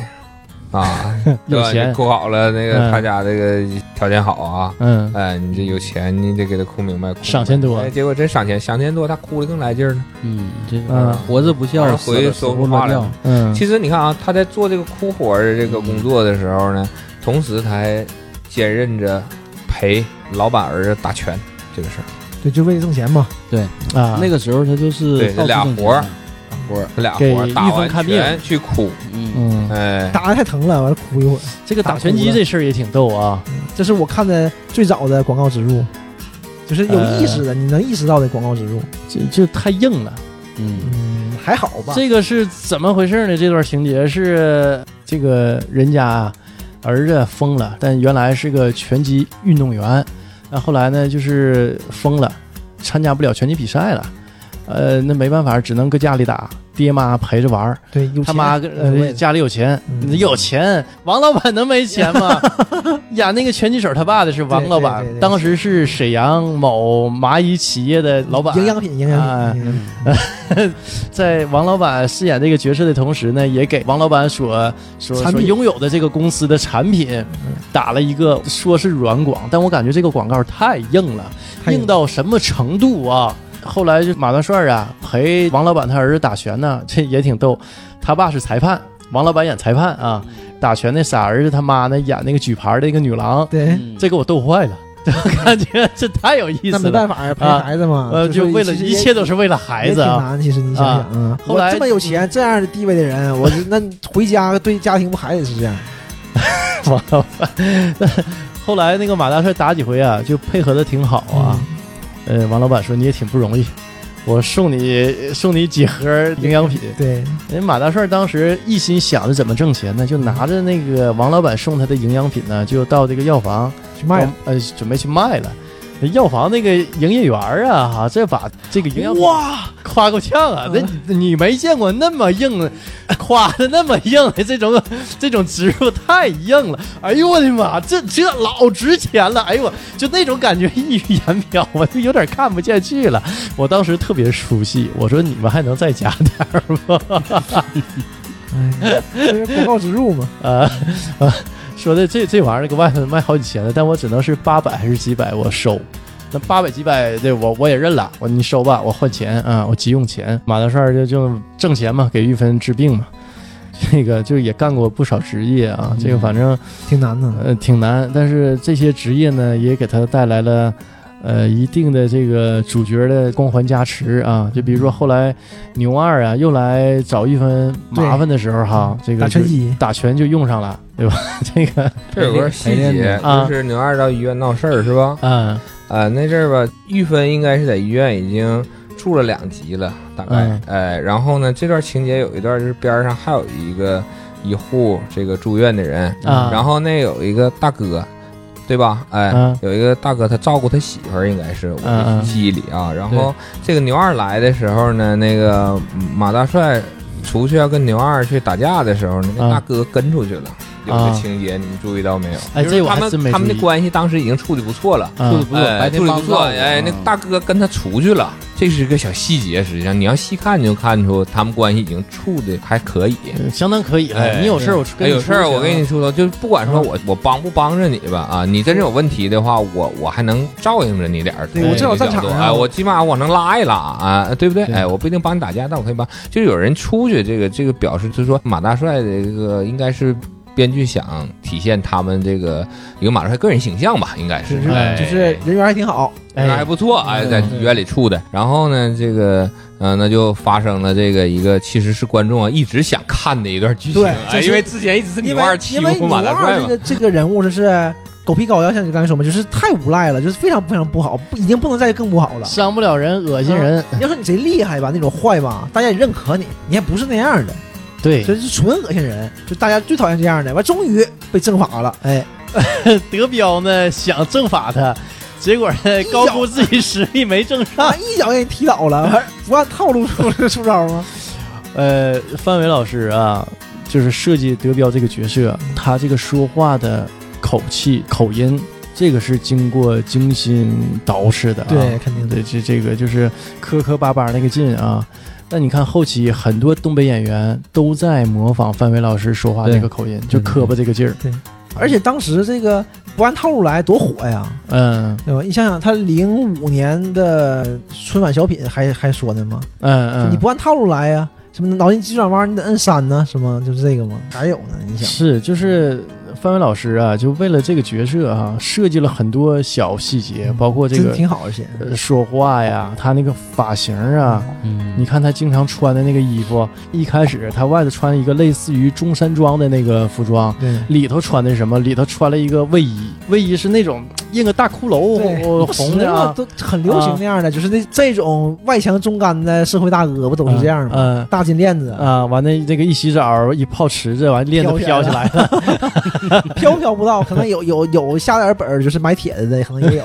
S8: 啊，对
S5: 有
S8: 吧？
S5: 钱
S8: 你哭好了，那个
S5: 嗯
S8: 他家这个条件好啊。
S5: 嗯，
S8: 哎，你这有钱，你得给他哭明白。哭明白
S5: 赏钱多
S8: 哎结果真赏钱，赏钱多，他哭的更来劲儿呢。
S6: 嗯，这个
S5: 嗯
S6: 活着不
S8: 啊
S6: 笑，
S8: 回去
S6: 死了
S8: 说
S6: 活
S8: 不
S6: 乱
S8: 话
S6: 叫
S8: 了。
S5: 嗯，
S8: 其实你看啊，他在做这个哭活儿的这个工作的时候呢，同时他还兼任着陪老板儿子打拳这个事儿。
S7: 对，就为了挣钱嘛。
S5: 啊，
S6: 那个时候他就是
S8: 对
S6: 到处
S8: 俩
S6: 挣钱
S8: 活儿活儿，俩活
S5: 给
S8: 儿打
S5: 玉
S8: 完
S5: 芬看
S8: 拳
S5: 病
S8: 去哭，
S6: 嗯，
S5: 嗯，
S8: 哎，
S7: 打的太疼了，完了哭一会儿。
S5: 这个打拳击这事儿也挺逗啊。
S7: 这是我看的最早的广告植入，就是有意识的，你能意识到的广告植入。
S5: 这这太硬了，
S6: 嗯，
S7: 嗯，还好吧。
S5: 这个是怎么回事呢？这段情节是这个人家啊儿子疯了，但原来是个拳击运动员，那后来呢就是疯了，参加不了拳击比赛了，呃，那没办法，只能搁家里打，爹妈陪着玩儿。
S7: 对，有钱
S5: 他妈
S7: 无所
S5: 呃
S7: 谓的
S5: 家里有钱，
S7: 嗯
S5: 有钱，王老板能没钱 吗？演那个拳击手他爸的是王老板
S7: 对对对，对
S5: 当时是沈阳某麻衣企业的老板。
S7: 营养品，营
S5: 啊
S7: 养品营养品。
S5: 在王老板饰演这个角色的同时呢，也给王老板所所
S7: 产
S5: 所
S7: 品
S5: 拥有的这个公司的产品打了一个说是软广，但我感觉这个广告太硬了，
S7: 太硬
S5: 硬到什么程度啊？后来就马大帅啊陪王老板他儿子打拳呢， 这也挺逗。他爸是裁判，王老板演裁判啊，打拳那傻儿子他妈呢演那个举牌的一个女郎，
S7: 对，
S6: 嗯
S5: 这给我逗坏了， 我感觉这太有意
S7: 那
S5: 思
S7: 没
S5: 了。
S7: 办法呀，陪
S5: 啊
S7: 孩子嘛。
S5: 呃，就
S7: 所以
S5: 为了
S7: 其实
S5: 一
S7: 也
S5: 切都是为了孩子
S7: 也挺
S5: 啊。
S7: 难，其实你想想啊，
S5: 后来
S7: 我这么有钱，这样的地位的人，我那回家对家庭不还得是这样？
S5: 王老板。后来那个马大帅打几回啊，就配合的挺好啊。
S7: 嗯
S5: 呃，王老板说你也挺不容易，我送你呃送你几盒营养品。
S7: 对，
S5: 人马大帅当时一心想着怎么挣钱呢，就拿着那个王老板送他的营养品呢，就到这个药房
S7: 去卖了。
S5: 呃，准备去卖了。药房那个营业员啊，哈，这把这个营养品
S7: 哇，嗯
S5: 夸够呛啊！那你你没见过那么硬 的，夸的那么硬的这种这种植入太硬了。哎呦我的妈，这这老值钱了！哎呦我就那种感觉溢于言表，我就有点看不下去了。我当时特别出戏，我说你们还能再加点儿吗？
S7: 哎，这是广告植入嘛？
S5: 啊啊，说的这这玩意儿搁外头卖好几千的，但我只能是八百还是几百我收。那八百几百，这我我也认了，我你收吧，我换钱啊，我急用钱。马大帅就就挣钱嘛，给玉芬治病嘛，这个就也干过不少职业啊，这个反正
S7: 挺难的。
S5: 呃挺难，但是这些职业呢也给他带来了。呃，一定的这个主角的光环加持啊，就比如说后来牛二啊又来找玉芬麻烦的时候哈，这个
S7: 打
S5: 就
S7: 拳击，
S5: 打拳就用上了，对吧？这个，
S8: 这有
S6: 哎
S8: 个细节，
S5: 啊
S8: 就是牛二到医院闹事儿是吧？
S5: 嗯
S8: 啊，那阵儿吧，玉芬应该是在医院已经住了两集了，大概
S5: 嗯，
S8: 哎，然后呢，这段情节有一段就是边儿上还有一个一户这个住院的人，
S5: 啊，
S8: 然后那有一个大哥，对吧？哎
S5: 嗯，
S8: 有一个大哥，他照顾他媳妇儿，应该是我
S5: 嗯
S8: 的
S5: 嗯
S8: 记忆里啊。然后这个牛二来的时候呢，那个马大帅出去要跟牛二去打架的时候呢，那
S5: 嗯
S8: 大哥跟出去了，有一个情节，你们注意到没有？
S5: 哎
S8: 就是
S5: 这我还
S8: 他们
S5: 真没
S8: 他们
S5: 注意
S8: 的关系当时已经处的不错了，
S5: 嗯
S6: 处的不错，白
S8: 哎，
S6: 天
S8: 处的
S6: 帮
S8: 不错。
S6: 照顾
S5: 啊
S8: 哎，那
S6: 嗯
S8: 大哥跟他出去了，这是一个小细节。实际上，你要细看，你就看出他们关系已经处的还可以。
S5: 嗯相当可以了。
S8: 哎
S5: 你有事儿我跟
S8: 哎，
S5: 你
S8: 有
S5: 说啊
S8: 事儿
S5: 就
S8: 我
S5: 行
S8: 跟
S7: 啊
S8: 你说，就是不管
S7: 嗯
S8: 说我我帮不帮着你吧，啊，你真是有问题的话，我我还能照应着你点儿。
S7: 对
S8: 从
S5: 我
S8: 这
S5: 至少
S8: 个
S7: 站
S8: 角度
S7: 场上
S8: 哎，我起码我能拉一拉啊，对不对？
S5: 对
S8: 哎，我不一定帮你打架，但我可以帮。就是有人出去，这个这个表示就是说马大帅的这个应该是。编剧想体现他们这个一个马大帅个人形象吧，应该是
S7: 就，是
S8: 哎
S7: 就是人缘还挺好，
S8: 那还
S5: 哎，
S8: 不错，哎，
S7: 嗯
S8: 在医院里处的。然后呢，这个，嗯、那就发生了这个一个，其实是观众啊一直想看的一段剧情，
S7: 对
S8: 哎
S7: 就是
S8: 因为之前一直是女
S7: 因
S8: 二
S7: 为
S8: 欺
S7: 因为
S8: 负
S7: 努
S8: 马大
S7: 二
S8: 帅
S7: 这
S8: 嘛，
S7: 个这个人物就是狗皮膏药，像你刚才说嘛，就是太无赖了，就是非常非常不好，不已经不能再更不好了。
S5: 伤不了人，恶心人。
S7: 你要说你贼厉害吧，那种坏吧，大家也认可你，你还不是那样的，
S5: 对，
S7: 这是纯恶心人，就大家最讨厌这样的。完，终于被正法了，哎，
S5: 德彪呢想正法他，结果呢高估自己实力没正 上。
S7: 啊一脚给你踢倒了，
S5: 哎
S7: 完不按套路出出招吗？
S5: 呃，范伟老师啊，就是设计德彪这个角色，他这个说话的口气、口音，这个是经过精心捯饬的、啊。
S7: 对，肯定的。
S5: 对，这这个就是磕磕巴巴那个劲啊。但你看后期很多东北演员都在模仿范伟老师说话那个口音，
S7: 嗯
S5: 就磕巴这个劲儿。
S7: 而且当时这个不按套路来多火呀，
S5: 嗯
S7: 对吧？你想想，他零五年的春晚小品还还说呢吗？
S5: 嗯
S7: 说
S5: 嗯，
S7: 你不按套路来呀、什么脑筋急转弯你得摁三呢，什么就是这个吗？还有呢，你想
S5: 是就是范伟老师啊，就为了这个角色啊，设计了很多小细节，包括这
S7: 嗯真
S5: 个
S7: 挺好，而且
S5: 呃说话呀，他那个发型啊，
S6: 嗯，
S5: 你看他经常穿的那个衣服，一开始他外头穿一个类似于中山装的那个服装，
S7: 对。
S5: 里头穿的是什么？里头穿了一个卫衣，卫衣是那种印个大骷
S7: 对，
S5: 髅
S7: 不
S5: 红的
S7: 嘛
S5: 啊，
S7: 都很流行那样的，就是那这种外强中干的社会大哥不都是这样吗？
S5: 嗯嗯
S7: 大金链子，
S5: 啊，完了这个一洗澡一泡池子，完链子飘
S7: 飘
S5: 起
S7: 起
S5: 来
S7: 来
S5: 了，
S7: 飘飘不到，可能有有有下点本儿，就是买铁的，可能也有。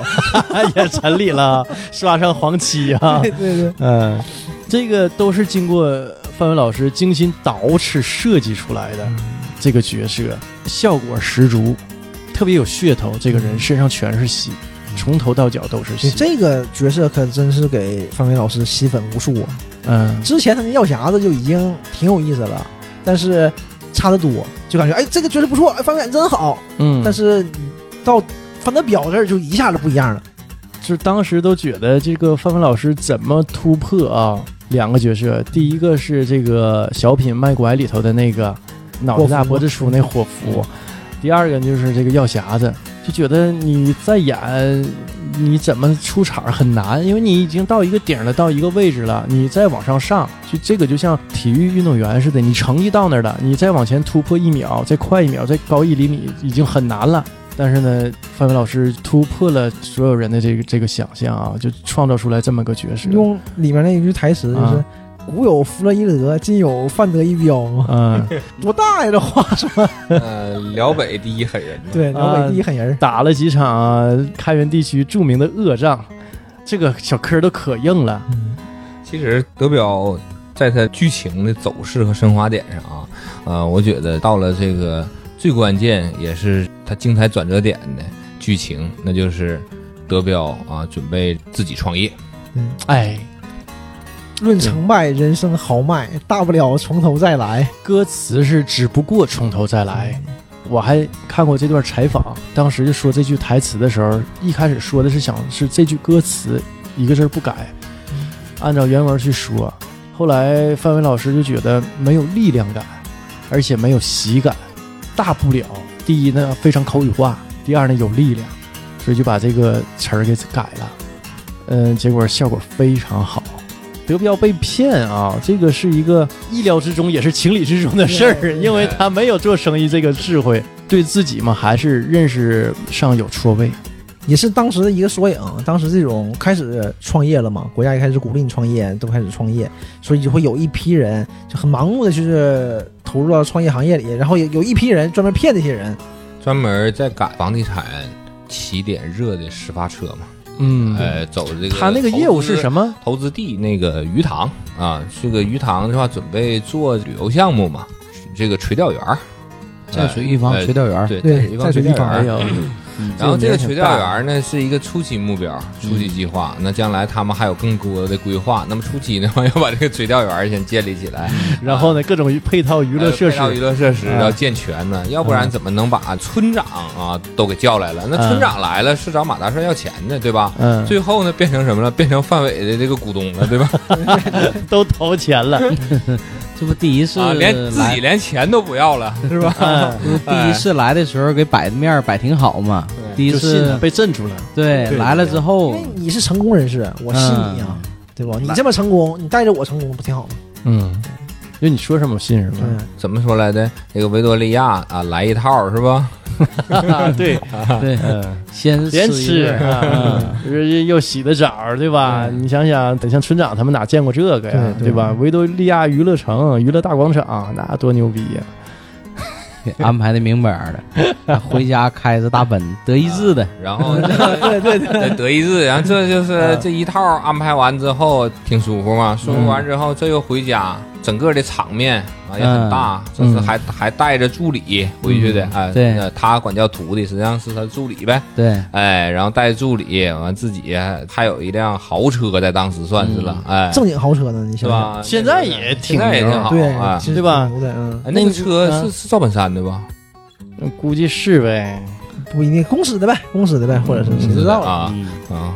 S5: 也沉里了，刷上黄漆啊
S7: 对，对对，
S5: 嗯，这个都是经过范伟老师精心捯饬设计出来
S7: 嗯
S5: 的，这个角色效果十足，特别有噱头。这个人身上全是戏，从头到脚都是
S7: 所以
S5: 戏。
S7: 嗯这个角色可真是给范伟老师吸粉无数啊！
S5: 嗯，
S7: 之前他那药匣子就已经挺有意思了，但是差得多，就感觉哎这个角色不错，哎范伟演得真好，
S5: 嗯，
S7: 但是到范德彪这儿就一下子不一样了。
S5: 就是当时都觉得这个范范老师怎么突破啊？两个角色，第一个是这个小品《卖拐》里头的那个脑袋大脖子粗那伙夫，第二个就是这个药匣子，就觉得你再演你怎么出场很难，因为你已经到一个顶了，到一个位置了，你再往上上，就这个就像体育运动员似的，你成绩到那儿了，你再往前突破一秒，再快一秒，再高一厘米，已经很难了。但是呢，范伟老师突破了所有人的这个这个想象啊，就创造出来这么个角色。
S7: 用里面那一句台词就是
S5: 啊
S7: “古有弗洛伊德，今有范德一彪”嘛，
S5: 嗯，
S7: 多大呀这话说的？
S8: 呃，辽北第一狠人嘛，
S7: 对，老
S5: 啊
S7: 北第一狠人儿。
S5: 打了几场、啊、开原地区著名的恶仗，这个小嗑都可硬了。
S8: 其实德彪在他剧情的走势和升华点上啊，呃，我觉得到了这个最关键也是他精彩转折点的剧情，那就是德彪啊准备自己创业。
S5: 哎，
S7: 论成败，人生豪迈，大不了从头再来。
S5: 歌词是只不过从头再来。我还看过这段采访，当时就说这句台词的时候，一开始说的是想是这句歌词一个字儿不改，按照原文去说。后来范伟老师就觉得没有力量感，而且没有喜感，大不了第一呢非常口语化，第二呢有力量，所以就把这个词儿给改了。嗯，结果效果非常好。德彪被骗啊，这个是一个意料之中也是情理之中的事儿，
S7: 对
S5: 因为他没有做生意这个智慧，对自己嘛还是认识上有错位。
S7: 也是当时的一个缩影。当时这种开始创业了嘛，国家也开始鼓励你创业，都开始创业，所以就会有一批人就很盲目的就是投入到创业行业里，然后有有一批人专门骗这些人。
S8: 专门在赶房地产起点热的始发车嘛，
S5: 嗯，
S8: 呃，走这个
S5: 他那个业务是
S8: 么？
S5: 什么？
S8: 投资地那个鱼塘啊，这个鱼塘的话准备做旅游项目嘛，这个垂钓园儿，
S6: 在水一方
S8: 呃
S6: 垂钓园儿，
S8: 对
S7: 对
S8: 一
S7: 在
S8: 帮
S7: 水
S8: 垂
S7: 立
S8: 钓
S7: 方
S8: 园
S5: 还
S8: 儿。
S5: 有
S8: 然后这个垂钓园儿呢是一个初期目标、初期计划。那将来他们还有更多的规划。那么初期的 话，要把这个垂钓园儿先建立起来，啊
S5: 然后呢，各种呃配套娱
S8: 娱
S5: 乐设
S8: 娱
S5: 施，
S8: 乐设施
S5: 啊
S8: 要健全呢，要不然怎么能把村长啊都给叫来了？那
S5: 嗯
S8: 村长来了是找马大帅要钱的，对吧？
S5: 嗯，
S8: 最后呢，变成什么了？变成范伟的这个股东 了，对吧？
S5: 都投钱 了，
S6: 这不第一次
S8: 啊，连自
S6: 来
S8: 己连钱都不要了，是吧？
S5: 嗯
S6: 这不第一次来
S8: 哎
S6: 的时候给摆的面儿摆挺好嘛，第一
S5: 就信了，
S6: 次
S5: 被镇住了。
S6: 对
S5: 对
S6: 来了之
S7: 因
S6: 后
S7: 为，你是成功人士，我信你啊，对吧？你这么成功，你带着我成功不挺好吗？
S5: 嗯，因为你说什么我信什么。
S7: 嗯，
S8: 怎么说来的？那个维多利亚啊，来一套是吧？
S5: 对，
S6: 对，
S5: 嗯，
S6: 先
S5: 连吃，
S6: 吃
S5: 啊 就是又洗的澡，对吧？
S6: 嗯
S5: 你想想，得像村长他们哪见过这个呀，
S7: 对对
S5: 对吧？维多利亚娱乐城、娱乐大广场，那多牛逼呀！
S6: 给安排的明白儿 的，回家开着大奔德意志的，
S8: 然 后对对对，德意志，然后这就是这一套安排完之后挺舒服嘛，舒服完之后这又回家，整个的场面啊也很大，这是还还带着助理回去的啊，
S6: 对
S8: 那他管叫徒弟，实际上是他助理呗，
S6: 对，
S8: 哎，然后带助理，完自己还有一辆豪车，在当时算是了，哎，
S7: 正经豪车呢，你
S8: 是
S7: 想想？
S8: 吧？
S5: 现在也挺
S8: 现在也挺好
S7: 对
S8: 啊，。
S7: 其实
S5: 对吧
S7: 挺牛的，嗯，
S8: 哎那个
S5: 那
S8: 车
S5: 个
S8: 是是赵本山的吧？
S5: 估计是呗，
S7: 不一定公司的呗，公司的呗，或者是谁知道了？
S8: 啊
S6: 嗯
S8: 啊！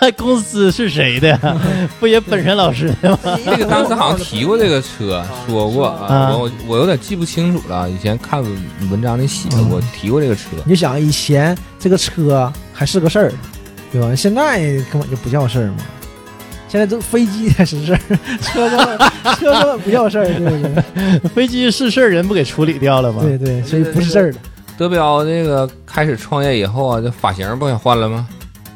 S5: 那公司是谁的？ 不也本山老师 的吗？
S8: 这个当时好像提过这个车，说过
S5: 啊
S8: 啊，我我有点记不清楚了。以前看文文章里写过提过这个车，
S7: 你就想以前这个车还是个事儿，对吧？现在根本就不叫事儿嘛。现在这飞机才是事儿， 车根本车根本不叫事儿，对不对？
S5: 飞机是事儿，人不给处理掉了吗？
S7: 对对，所以不是事儿了。
S8: 德彪这个开始创业以后啊，这发型不也换了吗？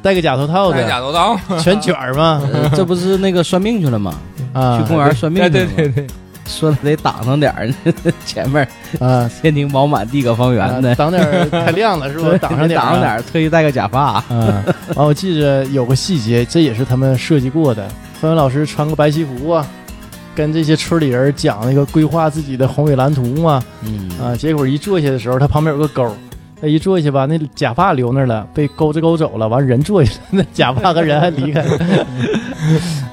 S5: 戴个假头套
S8: 戴
S5: 的，
S8: 假头套，
S5: 全卷儿嘛
S6: 呃这不是那个算命去 了吗？去
S5: 啊
S6: 公园算命
S8: 对
S6: 去
S8: 对
S6: 了
S8: 对
S6: 吗，
S8: 对，
S6: 说得挡上点儿， 前面
S5: 啊！
S6: 天庭饱满，地阁方圆
S8: 啊
S6: 的，
S5: 挡点儿太亮了是不
S6: 对？
S5: 挡上点
S6: 挡上点
S5: 儿。
S6: 儿，特意戴个假发，
S5: 啊，完、我记着有个细节，这也是他们设计过的。范伟老师穿个白西服啊，跟这些村里人讲那个规划自己的宏伟蓝图嘛。
S6: 嗯
S5: 啊，结果一坐下的时候，他旁边有个沟，他一坐下吧，那假发留那儿了，被勾着勾走了。完人坐下了， 那假发和人还离开。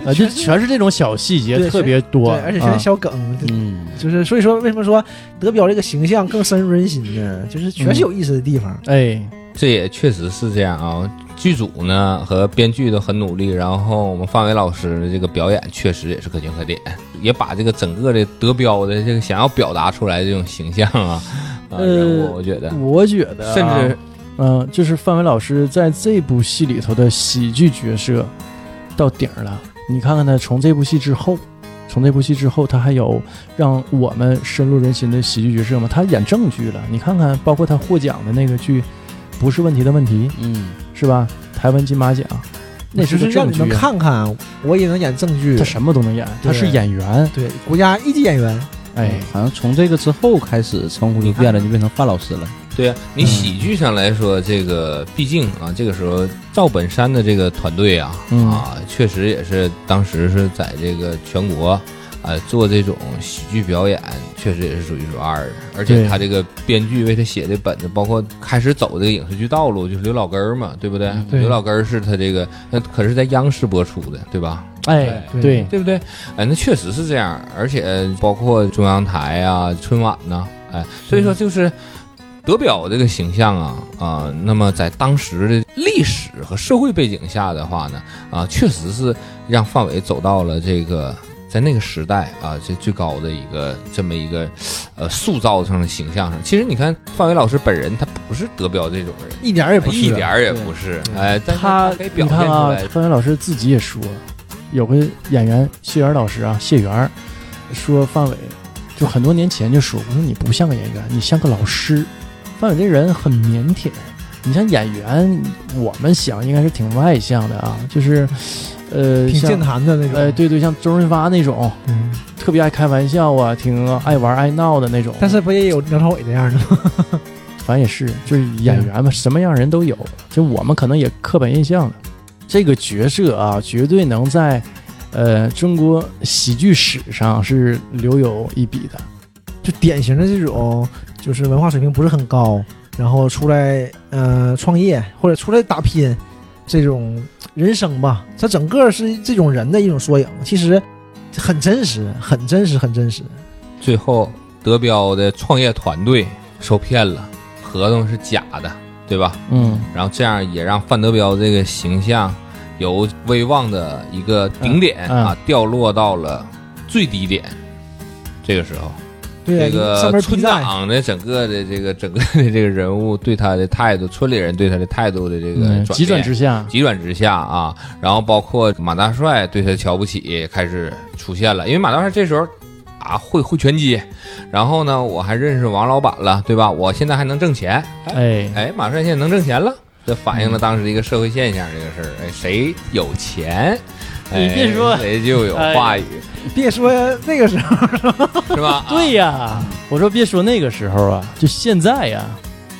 S5: 啊，就全是这种小细节
S7: 对
S5: 特别多，
S7: 对，而且全
S5: 啊
S7: 是小梗，就
S6: 嗯，
S7: 就是所以说为什么说德彪这个形象更深入人心呢？就是全是有意思的地方。
S5: 哎，
S8: 这也确实是这样啊。剧组呢和编剧都很努力，然后我们范伟老师的这个表演确实也是可圈可点，也把这个整个的德彪的这个想要表达出来的这种形象啊，啊，
S5: 呃
S8: 人物我觉得，
S5: 我觉得啊、
S8: 甚至
S5: 嗯、就是范伟老师在这部戏里头的喜剧角色到顶儿了。你看看他从这部戏之后，从这部戏之后，他还有让我们深入人心的喜剧角色吗？他演正剧了。你看看，包括他获奖的那个剧，《不是问题的问题
S6: 嗯，》，
S5: 是吧？台湾金马奖，那
S7: 就是是
S5: 个
S7: 让
S5: 正
S7: 你
S5: 剧
S7: 们
S5: 啊。
S7: 看看，我也能演正剧
S5: 他。什么都能演，他
S7: 对
S5: 是演员，
S7: 对，国家一级演员，
S5: 哎，
S6: 好像从这个之后开始称呼就变了，就变成范老师了，
S8: 对呀，啊你
S5: 嗯
S8: 喜剧上来说，这个毕竟啊，这个时候赵本山的这个团队啊，
S5: 嗯
S8: 啊，确实也是当时是在这个全国。呃，做这种喜剧表演确实也是数一数二的，而且
S5: 对
S8: 他这个编剧为他写的本子，包括开始走这个影视剧道路，就是刘老根儿嘛，对不对？
S6: 嗯
S5: 对
S8: 刘老根儿是他这个，那可是在央视播出的，对吧？
S5: 哎，
S8: 对
S5: 对，
S8: 对不对？哎，那确实是这样，而且包括中央台啊、春晚呐、哎，所以
S5: 嗯
S8: 说就是德表这个形象啊啊、那么在当时的历史和社会背景下的话呢，啊、确实是让范伟走到了这个。在那个时代啊，这最高的一个这么一个，呃，塑造上的形象上，其实你看范伟老师本人，他不是德彪这种人，
S7: 一点儿也不是，
S8: 啊一点儿也不是。哎，但是
S5: 他
S8: 可以
S5: 你
S8: 表现
S5: 看
S8: 出
S5: 啊
S8: 来，，
S5: 范伟老师自己也说，有个演员谢元老师啊，谢元说范伟，就很多年前就说，我说你不像个演员，你像个老师。范伟这人很腼腆，你像演员，我们想应该是挺外向的啊，就是，呃，
S7: 挺健
S5: 像
S7: 谈的那
S5: 呃，
S7: 种。
S5: 对对，像周润发那种，
S7: 嗯，
S5: 特别爱开玩笑啊，挺爱玩爱闹的那种。
S7: 但是不也有梁朝伟这样的吗？
S5: 反正也是，就是演员嘛，什么样人都有。就我们可能也刻板印象了，这个角色啊，绝对能在呃中国喜剧史上是留有一笔的。
S7: 就典型的这种，就是文化水平不是很高，然后出来呃创业或者出来打拼，这种人生吧，它整个是这种人的一种缩影，其实很真实，很真实，很真实。
S8: 最后德彪的创业团队受骗了，合同是假的，对吧？
S5: 嗯，
S8: 然后这样也让范德彪这个形象由威望的一个顶点
S5: 嗯嗯
S8: 啊，掉落到了最低点。这个时候，
S7: 对
S8: 这
S7: 呀，上
S8: 个
S7: 面
S8: 村
S7: 逼债，
S8: 长的整个的这个整个的这个人物对他的态度，村里人对他的态度的这个
S5: 嗯
S8: 转
S5: 急转
S8: 变
S5: 直下，
S8: 急转直下啊，然后包括马大帅对他瞧不起开始出现了，因为马大帅这时候啊会会拳击，然后呢我还认识王老板了，对吧？我现在还能挣钱，哎
S5: 哎，嗯
S8: 哎，马帅现在能挣钱了，这反映了当时的一个社会现象这个事儿，哎，谁有钱，哎、
S5: 你别说哎
S8: 谁就有话语，
S7: 别说那个时候，
S8: 是吧？啊
S5: 对呀，我说别说那个时候啊，就现在呀、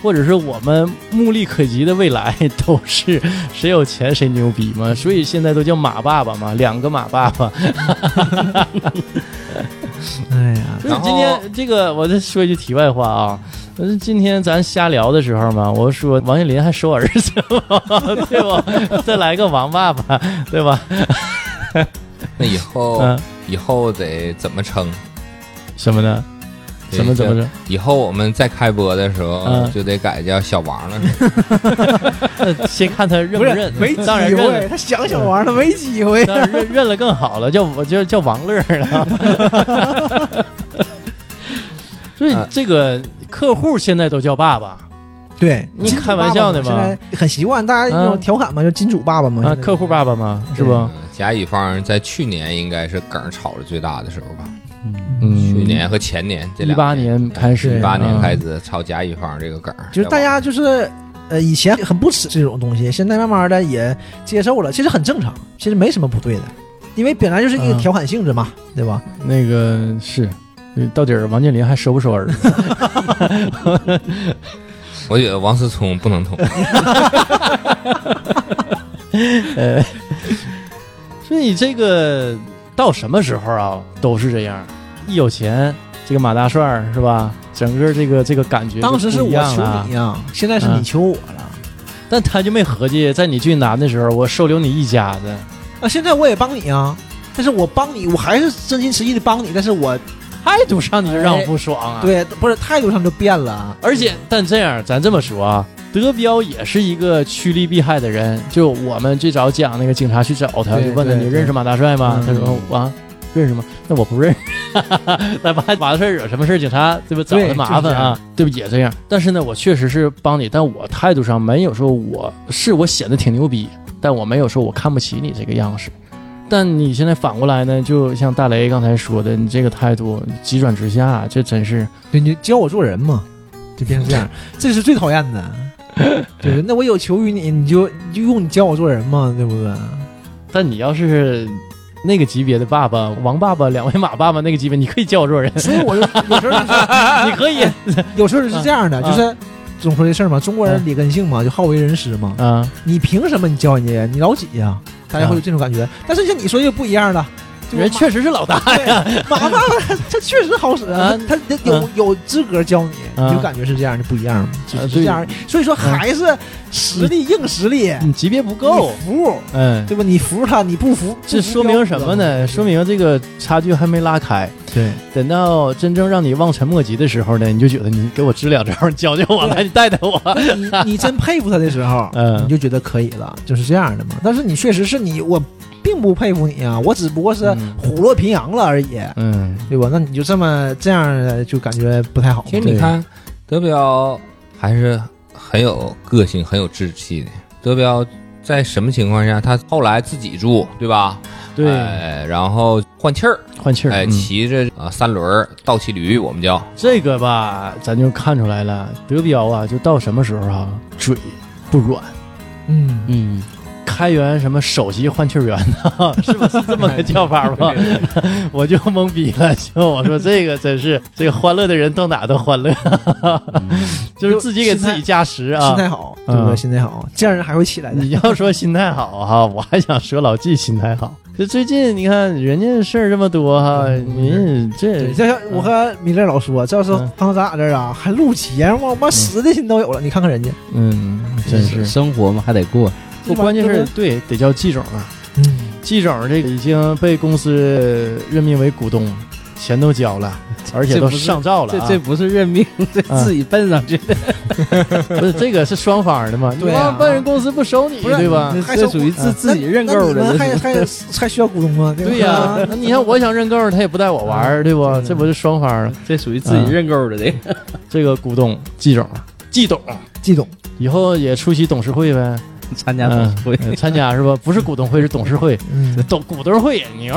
S5: 或者是我们目力可及的未来，都是谁有钱谁牛逼嘛，所以现在都叫马爸爸嘛，两个马爸爸。
S7: 哎呀，
S5: 不是
S8: 然后
S5: 今天这个，我再说一句题外话啊。呃今天咱瞎聊的时候嘛，我说王健林还收儿子嘛， 对吧？再来个王爸爸，对吧？
S8: 那以
S7: 哦
S8: 后、
S5: 嗯，
S8: 以后得怎么称？
S5: 什么呢？
S8: 对
S5: 什么怎么着？
S8: 以后我们再开播的时候、
S5: 嗯
S8: 就得改叫小王了，是吧
S5: 呃先看他认
S7: 不是
S5: 认，
S7: 没
S5: 当然
S7: 机
S5: 认
S7: 会，
S5: 了，
S7: 他想想玩儿了，没机会。
S5: 当然认认了更好了，叫我叫叫王乐了。 所以
S7: 啊
S8: 嗯
S5: 这个客户现在都叫爸爸
S7: 对，
S5: 你
S7: 金主
S5: 开玩笑呢
S7: 嗯爸爸
S5: 吧
S7: 嘛？现在很习惯，大家
S5: 嗯
S7: 有调侃嘛，就金主爸爸嘛。
S5: 啊，
S7: 现在
S5: 客户爸爸嘛，是不
S8: 嗯？甲乙方在去年应该是梗儿炒的最大的时候吧，
S5: 嗯
S8: 去年和前年这
S5: 一
S8: 两
S5: 八
S8: 年，
S5: 年嗯开始，啊
S8: 一八年开
S5: 始，
S8: 始炒甲乙方这个梗儿，
S7: 就是大家就是呃，以前很不耻这种东西，现在慢慢的也接受了，其实很正常，其实没什么不对的，因为本来就是一个
S5: 嗯
S7: 调侃性质嘛，对吧？
S5: 那个是。到底儿王健林还收不收 儿子？
S8: 我觉得王思聪不能通，
S5: 呃，所以这个到什么时候啊，都是这样。一有钱，这个马大帅儿是吧？整个这个这个感觉，
S7: 当时是
S5: 是
S7: 我求你呀，现在是你
S5: 嗯
S7: 求我了。
S5: 但他就没合计，在你俊男的时候，我收留你一家子。
S7: 啊，现在我也帮你啊，但是我帮你，我还是真心实意的帮你，但是我
S5: 态度上你就让我不爽啊！，
S7: 对不是态度上就变了。
S5: 而且但这样，咱这么说啊，德彪也是一个趋利避害的人。就我们最早讲那个警察去找他，
S7: 对
S5: 就问他
S7: 对
S5: 你认识马大帅吗？他
S7: 嗯
S5: 说啊，认识吗？那我不认识。 那把马大帅惹什么事儿，警察对吧？找
S7: 对
S5: 他麻
S7: 就是
S5: 烦
S7: 这样
S5: 啊，对不？也这样。但是呢，我确实是帮你，但我态度上没有说我是我显得挺牛逼，但我没有说我看不起你这个样式。但你现在反过来呢，就像大雷刚才说的，你这个态度急转直下，这真是
S7: 对你教我做人嘛，就变成这样， 这是最讨厌的。 对，那我有求于你，你就你就用你教我做人嘛，对不对？
S5: 但你要是那个级别的爸爸，王爸爸、两位马爸爸那个级别，你可以叫我做人，
S7: 所以我就有时候就是
S5: 你可以
S7: 有时候是这样的，
S5: 啊
S7: 就是总说这事儿嘛，中国
S5: 嗯
S7: 人劣根性嘛，就好为人师嘛。
S5: 啊，
S7: 你凭什么你教人家？你老几呀、大家会有这种感觉。但是像你说就不一样了，就
S5: 嗯人
S7: 马
S5: 确实是老大呀，
S7: 马爸爸他他确实好使啊
S5: 啊，
S7: 他他有、
S5: 啊
S7: 有资格教你，
S5: 啊
S7: 你就感觉是这样，就不一样嘛，就是
S5: 啊
S7: 这样。所以说还是实力硬实力，
S5: 你嗯级别不
S7: 你
S5: 够，
S7: 服
S5: 嗯。
S7: 对吧？你服他，你不服，
S5: 这说明什么呢？说明这个差距还没拉开。
S7: 对
S5: 等到真正让你望尘莫及的时候呢，你就觉得你给我支两招， 你教教我来，你带带我。
S7: 你你真佩服他的时候，
S5: 嗯
S7: 你就觉得可以了，就是这样的嘛。但是你确实是你，我并不佩服你啊，我只不过是
S5: 嗯
S7: 虎落平阳了而已，
S5: 嗯，
S7: 对吧？那你就这么这样的，就感觉不太好。
S8: 其实你
S7: 对，
S8: 看德彪还是很有个性、很有志气的。德彪在什么情况下，他后来自己住，对吧？
S5: 对，
S8: 哎然后换气儿，
S5: 换气儿。
S8: 哎，
S5: 嗯
S8: 骑着啊三轮儿倒骑驴，我们叫
S5: 这个吧，咱就看出来了，德彪啊，就到什么时候啊，嘴不软。
S7: 嗯，
S6: 嗯，
S5: 开源什么首席换气员呢？是不是这么个叫法吗？ 我就懵逼了，就我说这个真是这个欢乐的人到哪都欢乐， 就是自己给自己加时
S7: 心
S5: 啊。
S7: 态好，对不对？
S5: 嗯
S7: 心态好，这样人还会起来的。
S5: 你要说心态好哈、我还想说老纪心态好，这最近你看人家事儿这么多哈，您这
S7: 对，就像我和米勒老说，这要是
S5: 嗯
S7: 放到咱俩这儿啊，还录节目，我妈实的心都有了。你看看人家，
S5: 嗯，真是
S6: 生活嘛还得过，
S5: 不，关键是对得叫季总啊，
S7: 嗯，
S5: 季总这个已经被公司任命为股东，钱都交了，而且都
S6: 这不是
S5: 上照了
S6: 这
S5: 啊，
S6: 这不是 任命，这
S5: 啊
S6: 自己奔上去的，
S5: 不是这个是双方的嘛？
S7: 对啊
S5: 你妈办人公司不收你
S7: 不是
S5: 对吧？
S6: 这
S7: 还
S6: 这
S7: 是
S6: 属于自
S5: 啊
S6: 自己认
S7: 那
S6: 购
S7: 你
S6: 的，
S7: 们还
S6: 这
S7: 还
S6: 是
S7: 还需要股东吗？
S5: 对呀、那你看我想认购，他也不带我玩儿，对不？这不是双方儿
S6: 这属于自己认购的这个。
S5: 这个股东季总，啊季董
S7: 季总，
S5: 以后也出席董事会呗，
S6: 参加董
S5: 嗯
S6: 事会，
S5: 呃参加是吧？不是股东会，是董事会，
S7: 嗯，
S5: 董股东会也牛，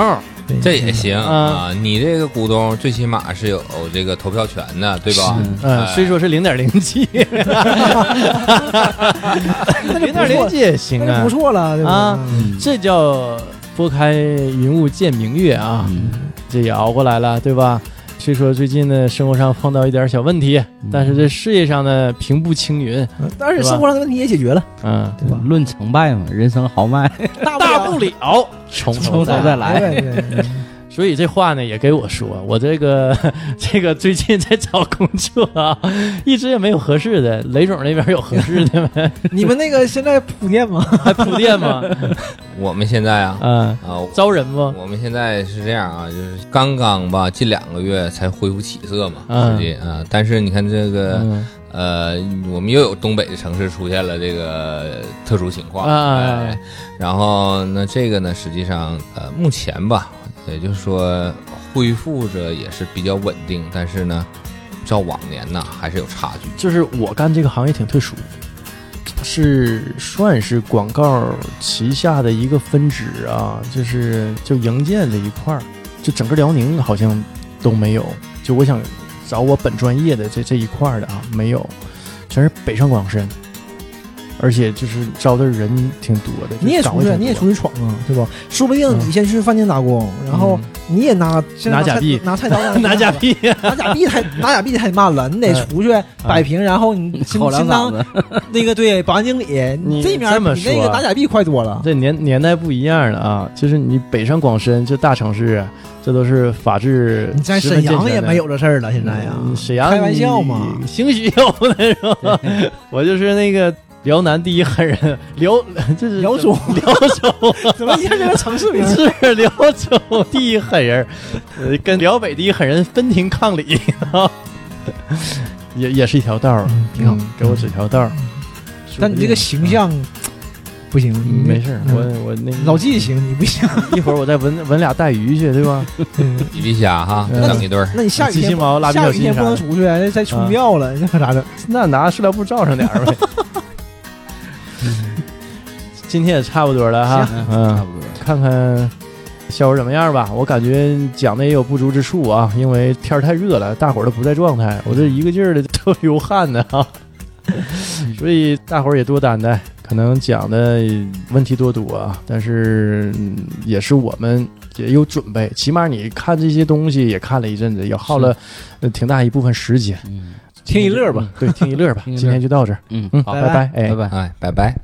S8: 这也行
S5: 啊
S8: 啊。你这个股东最起码是有这个投票权的，对吧？
S5: 嗯，
S8: 哎
S5: 虽说是零点零七，零点零七也行
S7: 那
S5: 啊
S7: 就不，错了，对吧？嗯
S5: 啊这叫拨开云雾见明月啊，这也熬过来了，对吧？虽说最近呢，生活上碰到一点小问题，但是这事业上呢，平步青云，
S7: 嗯但是生活上的问题也解决了，
S5: 嗯，
S7: 对吧？
S6: 论成败嘛，人生豪迈，
S7: 大
S5: 大不
S7: 了。
S5: 了从头
S6: 从头再
S5: 再来。
S6: 来。
S7: 对对 对，
S5: 所以这话呢，也给我说，我这个 这个最近在找工作啊， 一直也没有合适的。雷总那边有合适的 吗？
S7: 你们那个现在铺垫吗？
S5: 还铺垫吗？
S8: 我们现在啊
S5: 嗯，
S8: 啊，
S5: 招人吗？
S8: 我们现在是这样啊，就是刚刚吧，近两个月才恢复起色嘛，
S5: 嗯
S8: 实际啊。但是你看这个，
S5: 嗯
S8: 呃，我们又有东北的城市出现了这个特殊情况，
S5: 啊
S8: 哎，然后那这个呢，实际上呃，目前吧，也就是说恢复着也是比较稳定，但是呢，照往年呢还是有差距。
S5: 就是我干这个行业挺特殊，是算是广告旗下的一个分支啊，就是就营建这一块儿，就整个辽宁好像都没有。就我想找我本专业的这这一块儿的啊，没有，全是北上广深，而且就是招的人挺多的。嗯
S7: 你也
S5: 就岗
S7: 出
S5: 位
S7: 去，
S5: 挺多
S7: 你也出去闯啊，对吧？说不定你先去饭店打工，然后你也拿现
S5: 嗯
S7: 在
S5: 拿假
S7: 菜
S5: 币
S7: 拿菜刀
S5: 拿假，币，嗯
S7: 拿假 币太拿假币太慢了，你得出去摆平，然后你先
S6: 吼两
S7: 先
S6: 嗓
S7: 当
S6: 子，
S7: 那个对保安经理，
S5: 哎你
S7: 这面
S5: 这么
S7: 比那个
S5: 说啊
S7: 拿假币快多了。
S5: 这年年代不一样了啊，就是你北上广深这大城市，这都是法治
S7: 你在
S5: 十分
S7: 沈
S5: 健
S7: 阳
S5: 全
S7: 也
S5: 的
S7: 没有这事儿了，现在呀
S5: 嗯，沈阳
S7: 开玩笑嘛，
S5: 兴许有那种， 我就是那个辽南第一狠人，辽 这是
S7: 辽中
S5: 辽中
S7: 怎么一下就成城市名？
S5: 是辽中第一狠人， 呃，跟辽北第一狠人分庭抗礼， 也也是一条道儿，
S7: 挺好
S5: 嗯给我指条道儿。
S7: 但你这个形象不行，
S5: 嗯没事儿，
S7: 嗯
S5: 我我那
S7: 老纪行，你不行。
S5: 一会儿我再闻闻俩带鱼去，对吧？
S8: 比比虾哈，
S5: 嗯
S8: 整一对儿。
S7: 那你下雨
S5: 鸡心
S7: 天
S5: 毛、蜡笔
S7: 下
S5: 小
S7: 雨
S5: 新
S7: 天不
S5: 啥
S7: 能
S5: 的，啊
S7: 出去，再冲掉了，那可咋整？
S5: 那拿塑料布罩上点儿呗。 今天也差不多了哈，嗯
S6: 差。不多。
S5: 看看效果怎么样吧。我感觉讲的也有不足之处啊，因为天儿太热了，大伙儿都不在状态，我
S6: 嗯
S5: 这一个劲儿的 都流汗呢啊， 所以大伙儿也多担待。可能讲的问题多多啊，但是嗯也是我们也有准备，起码你看这些东西也看了一阵子，也耗了呃挺大一部分时间，
S6: 嗯
S5: 听一乐吧，对，听一乐吧。
S6: 听一乐
S5: 今天就到这儿，
S6: 嗯，
S5: 嗯，
S6: 好
S5: 拜拜，哎
S6: 拜。拜。
S8: 哎，拜拜。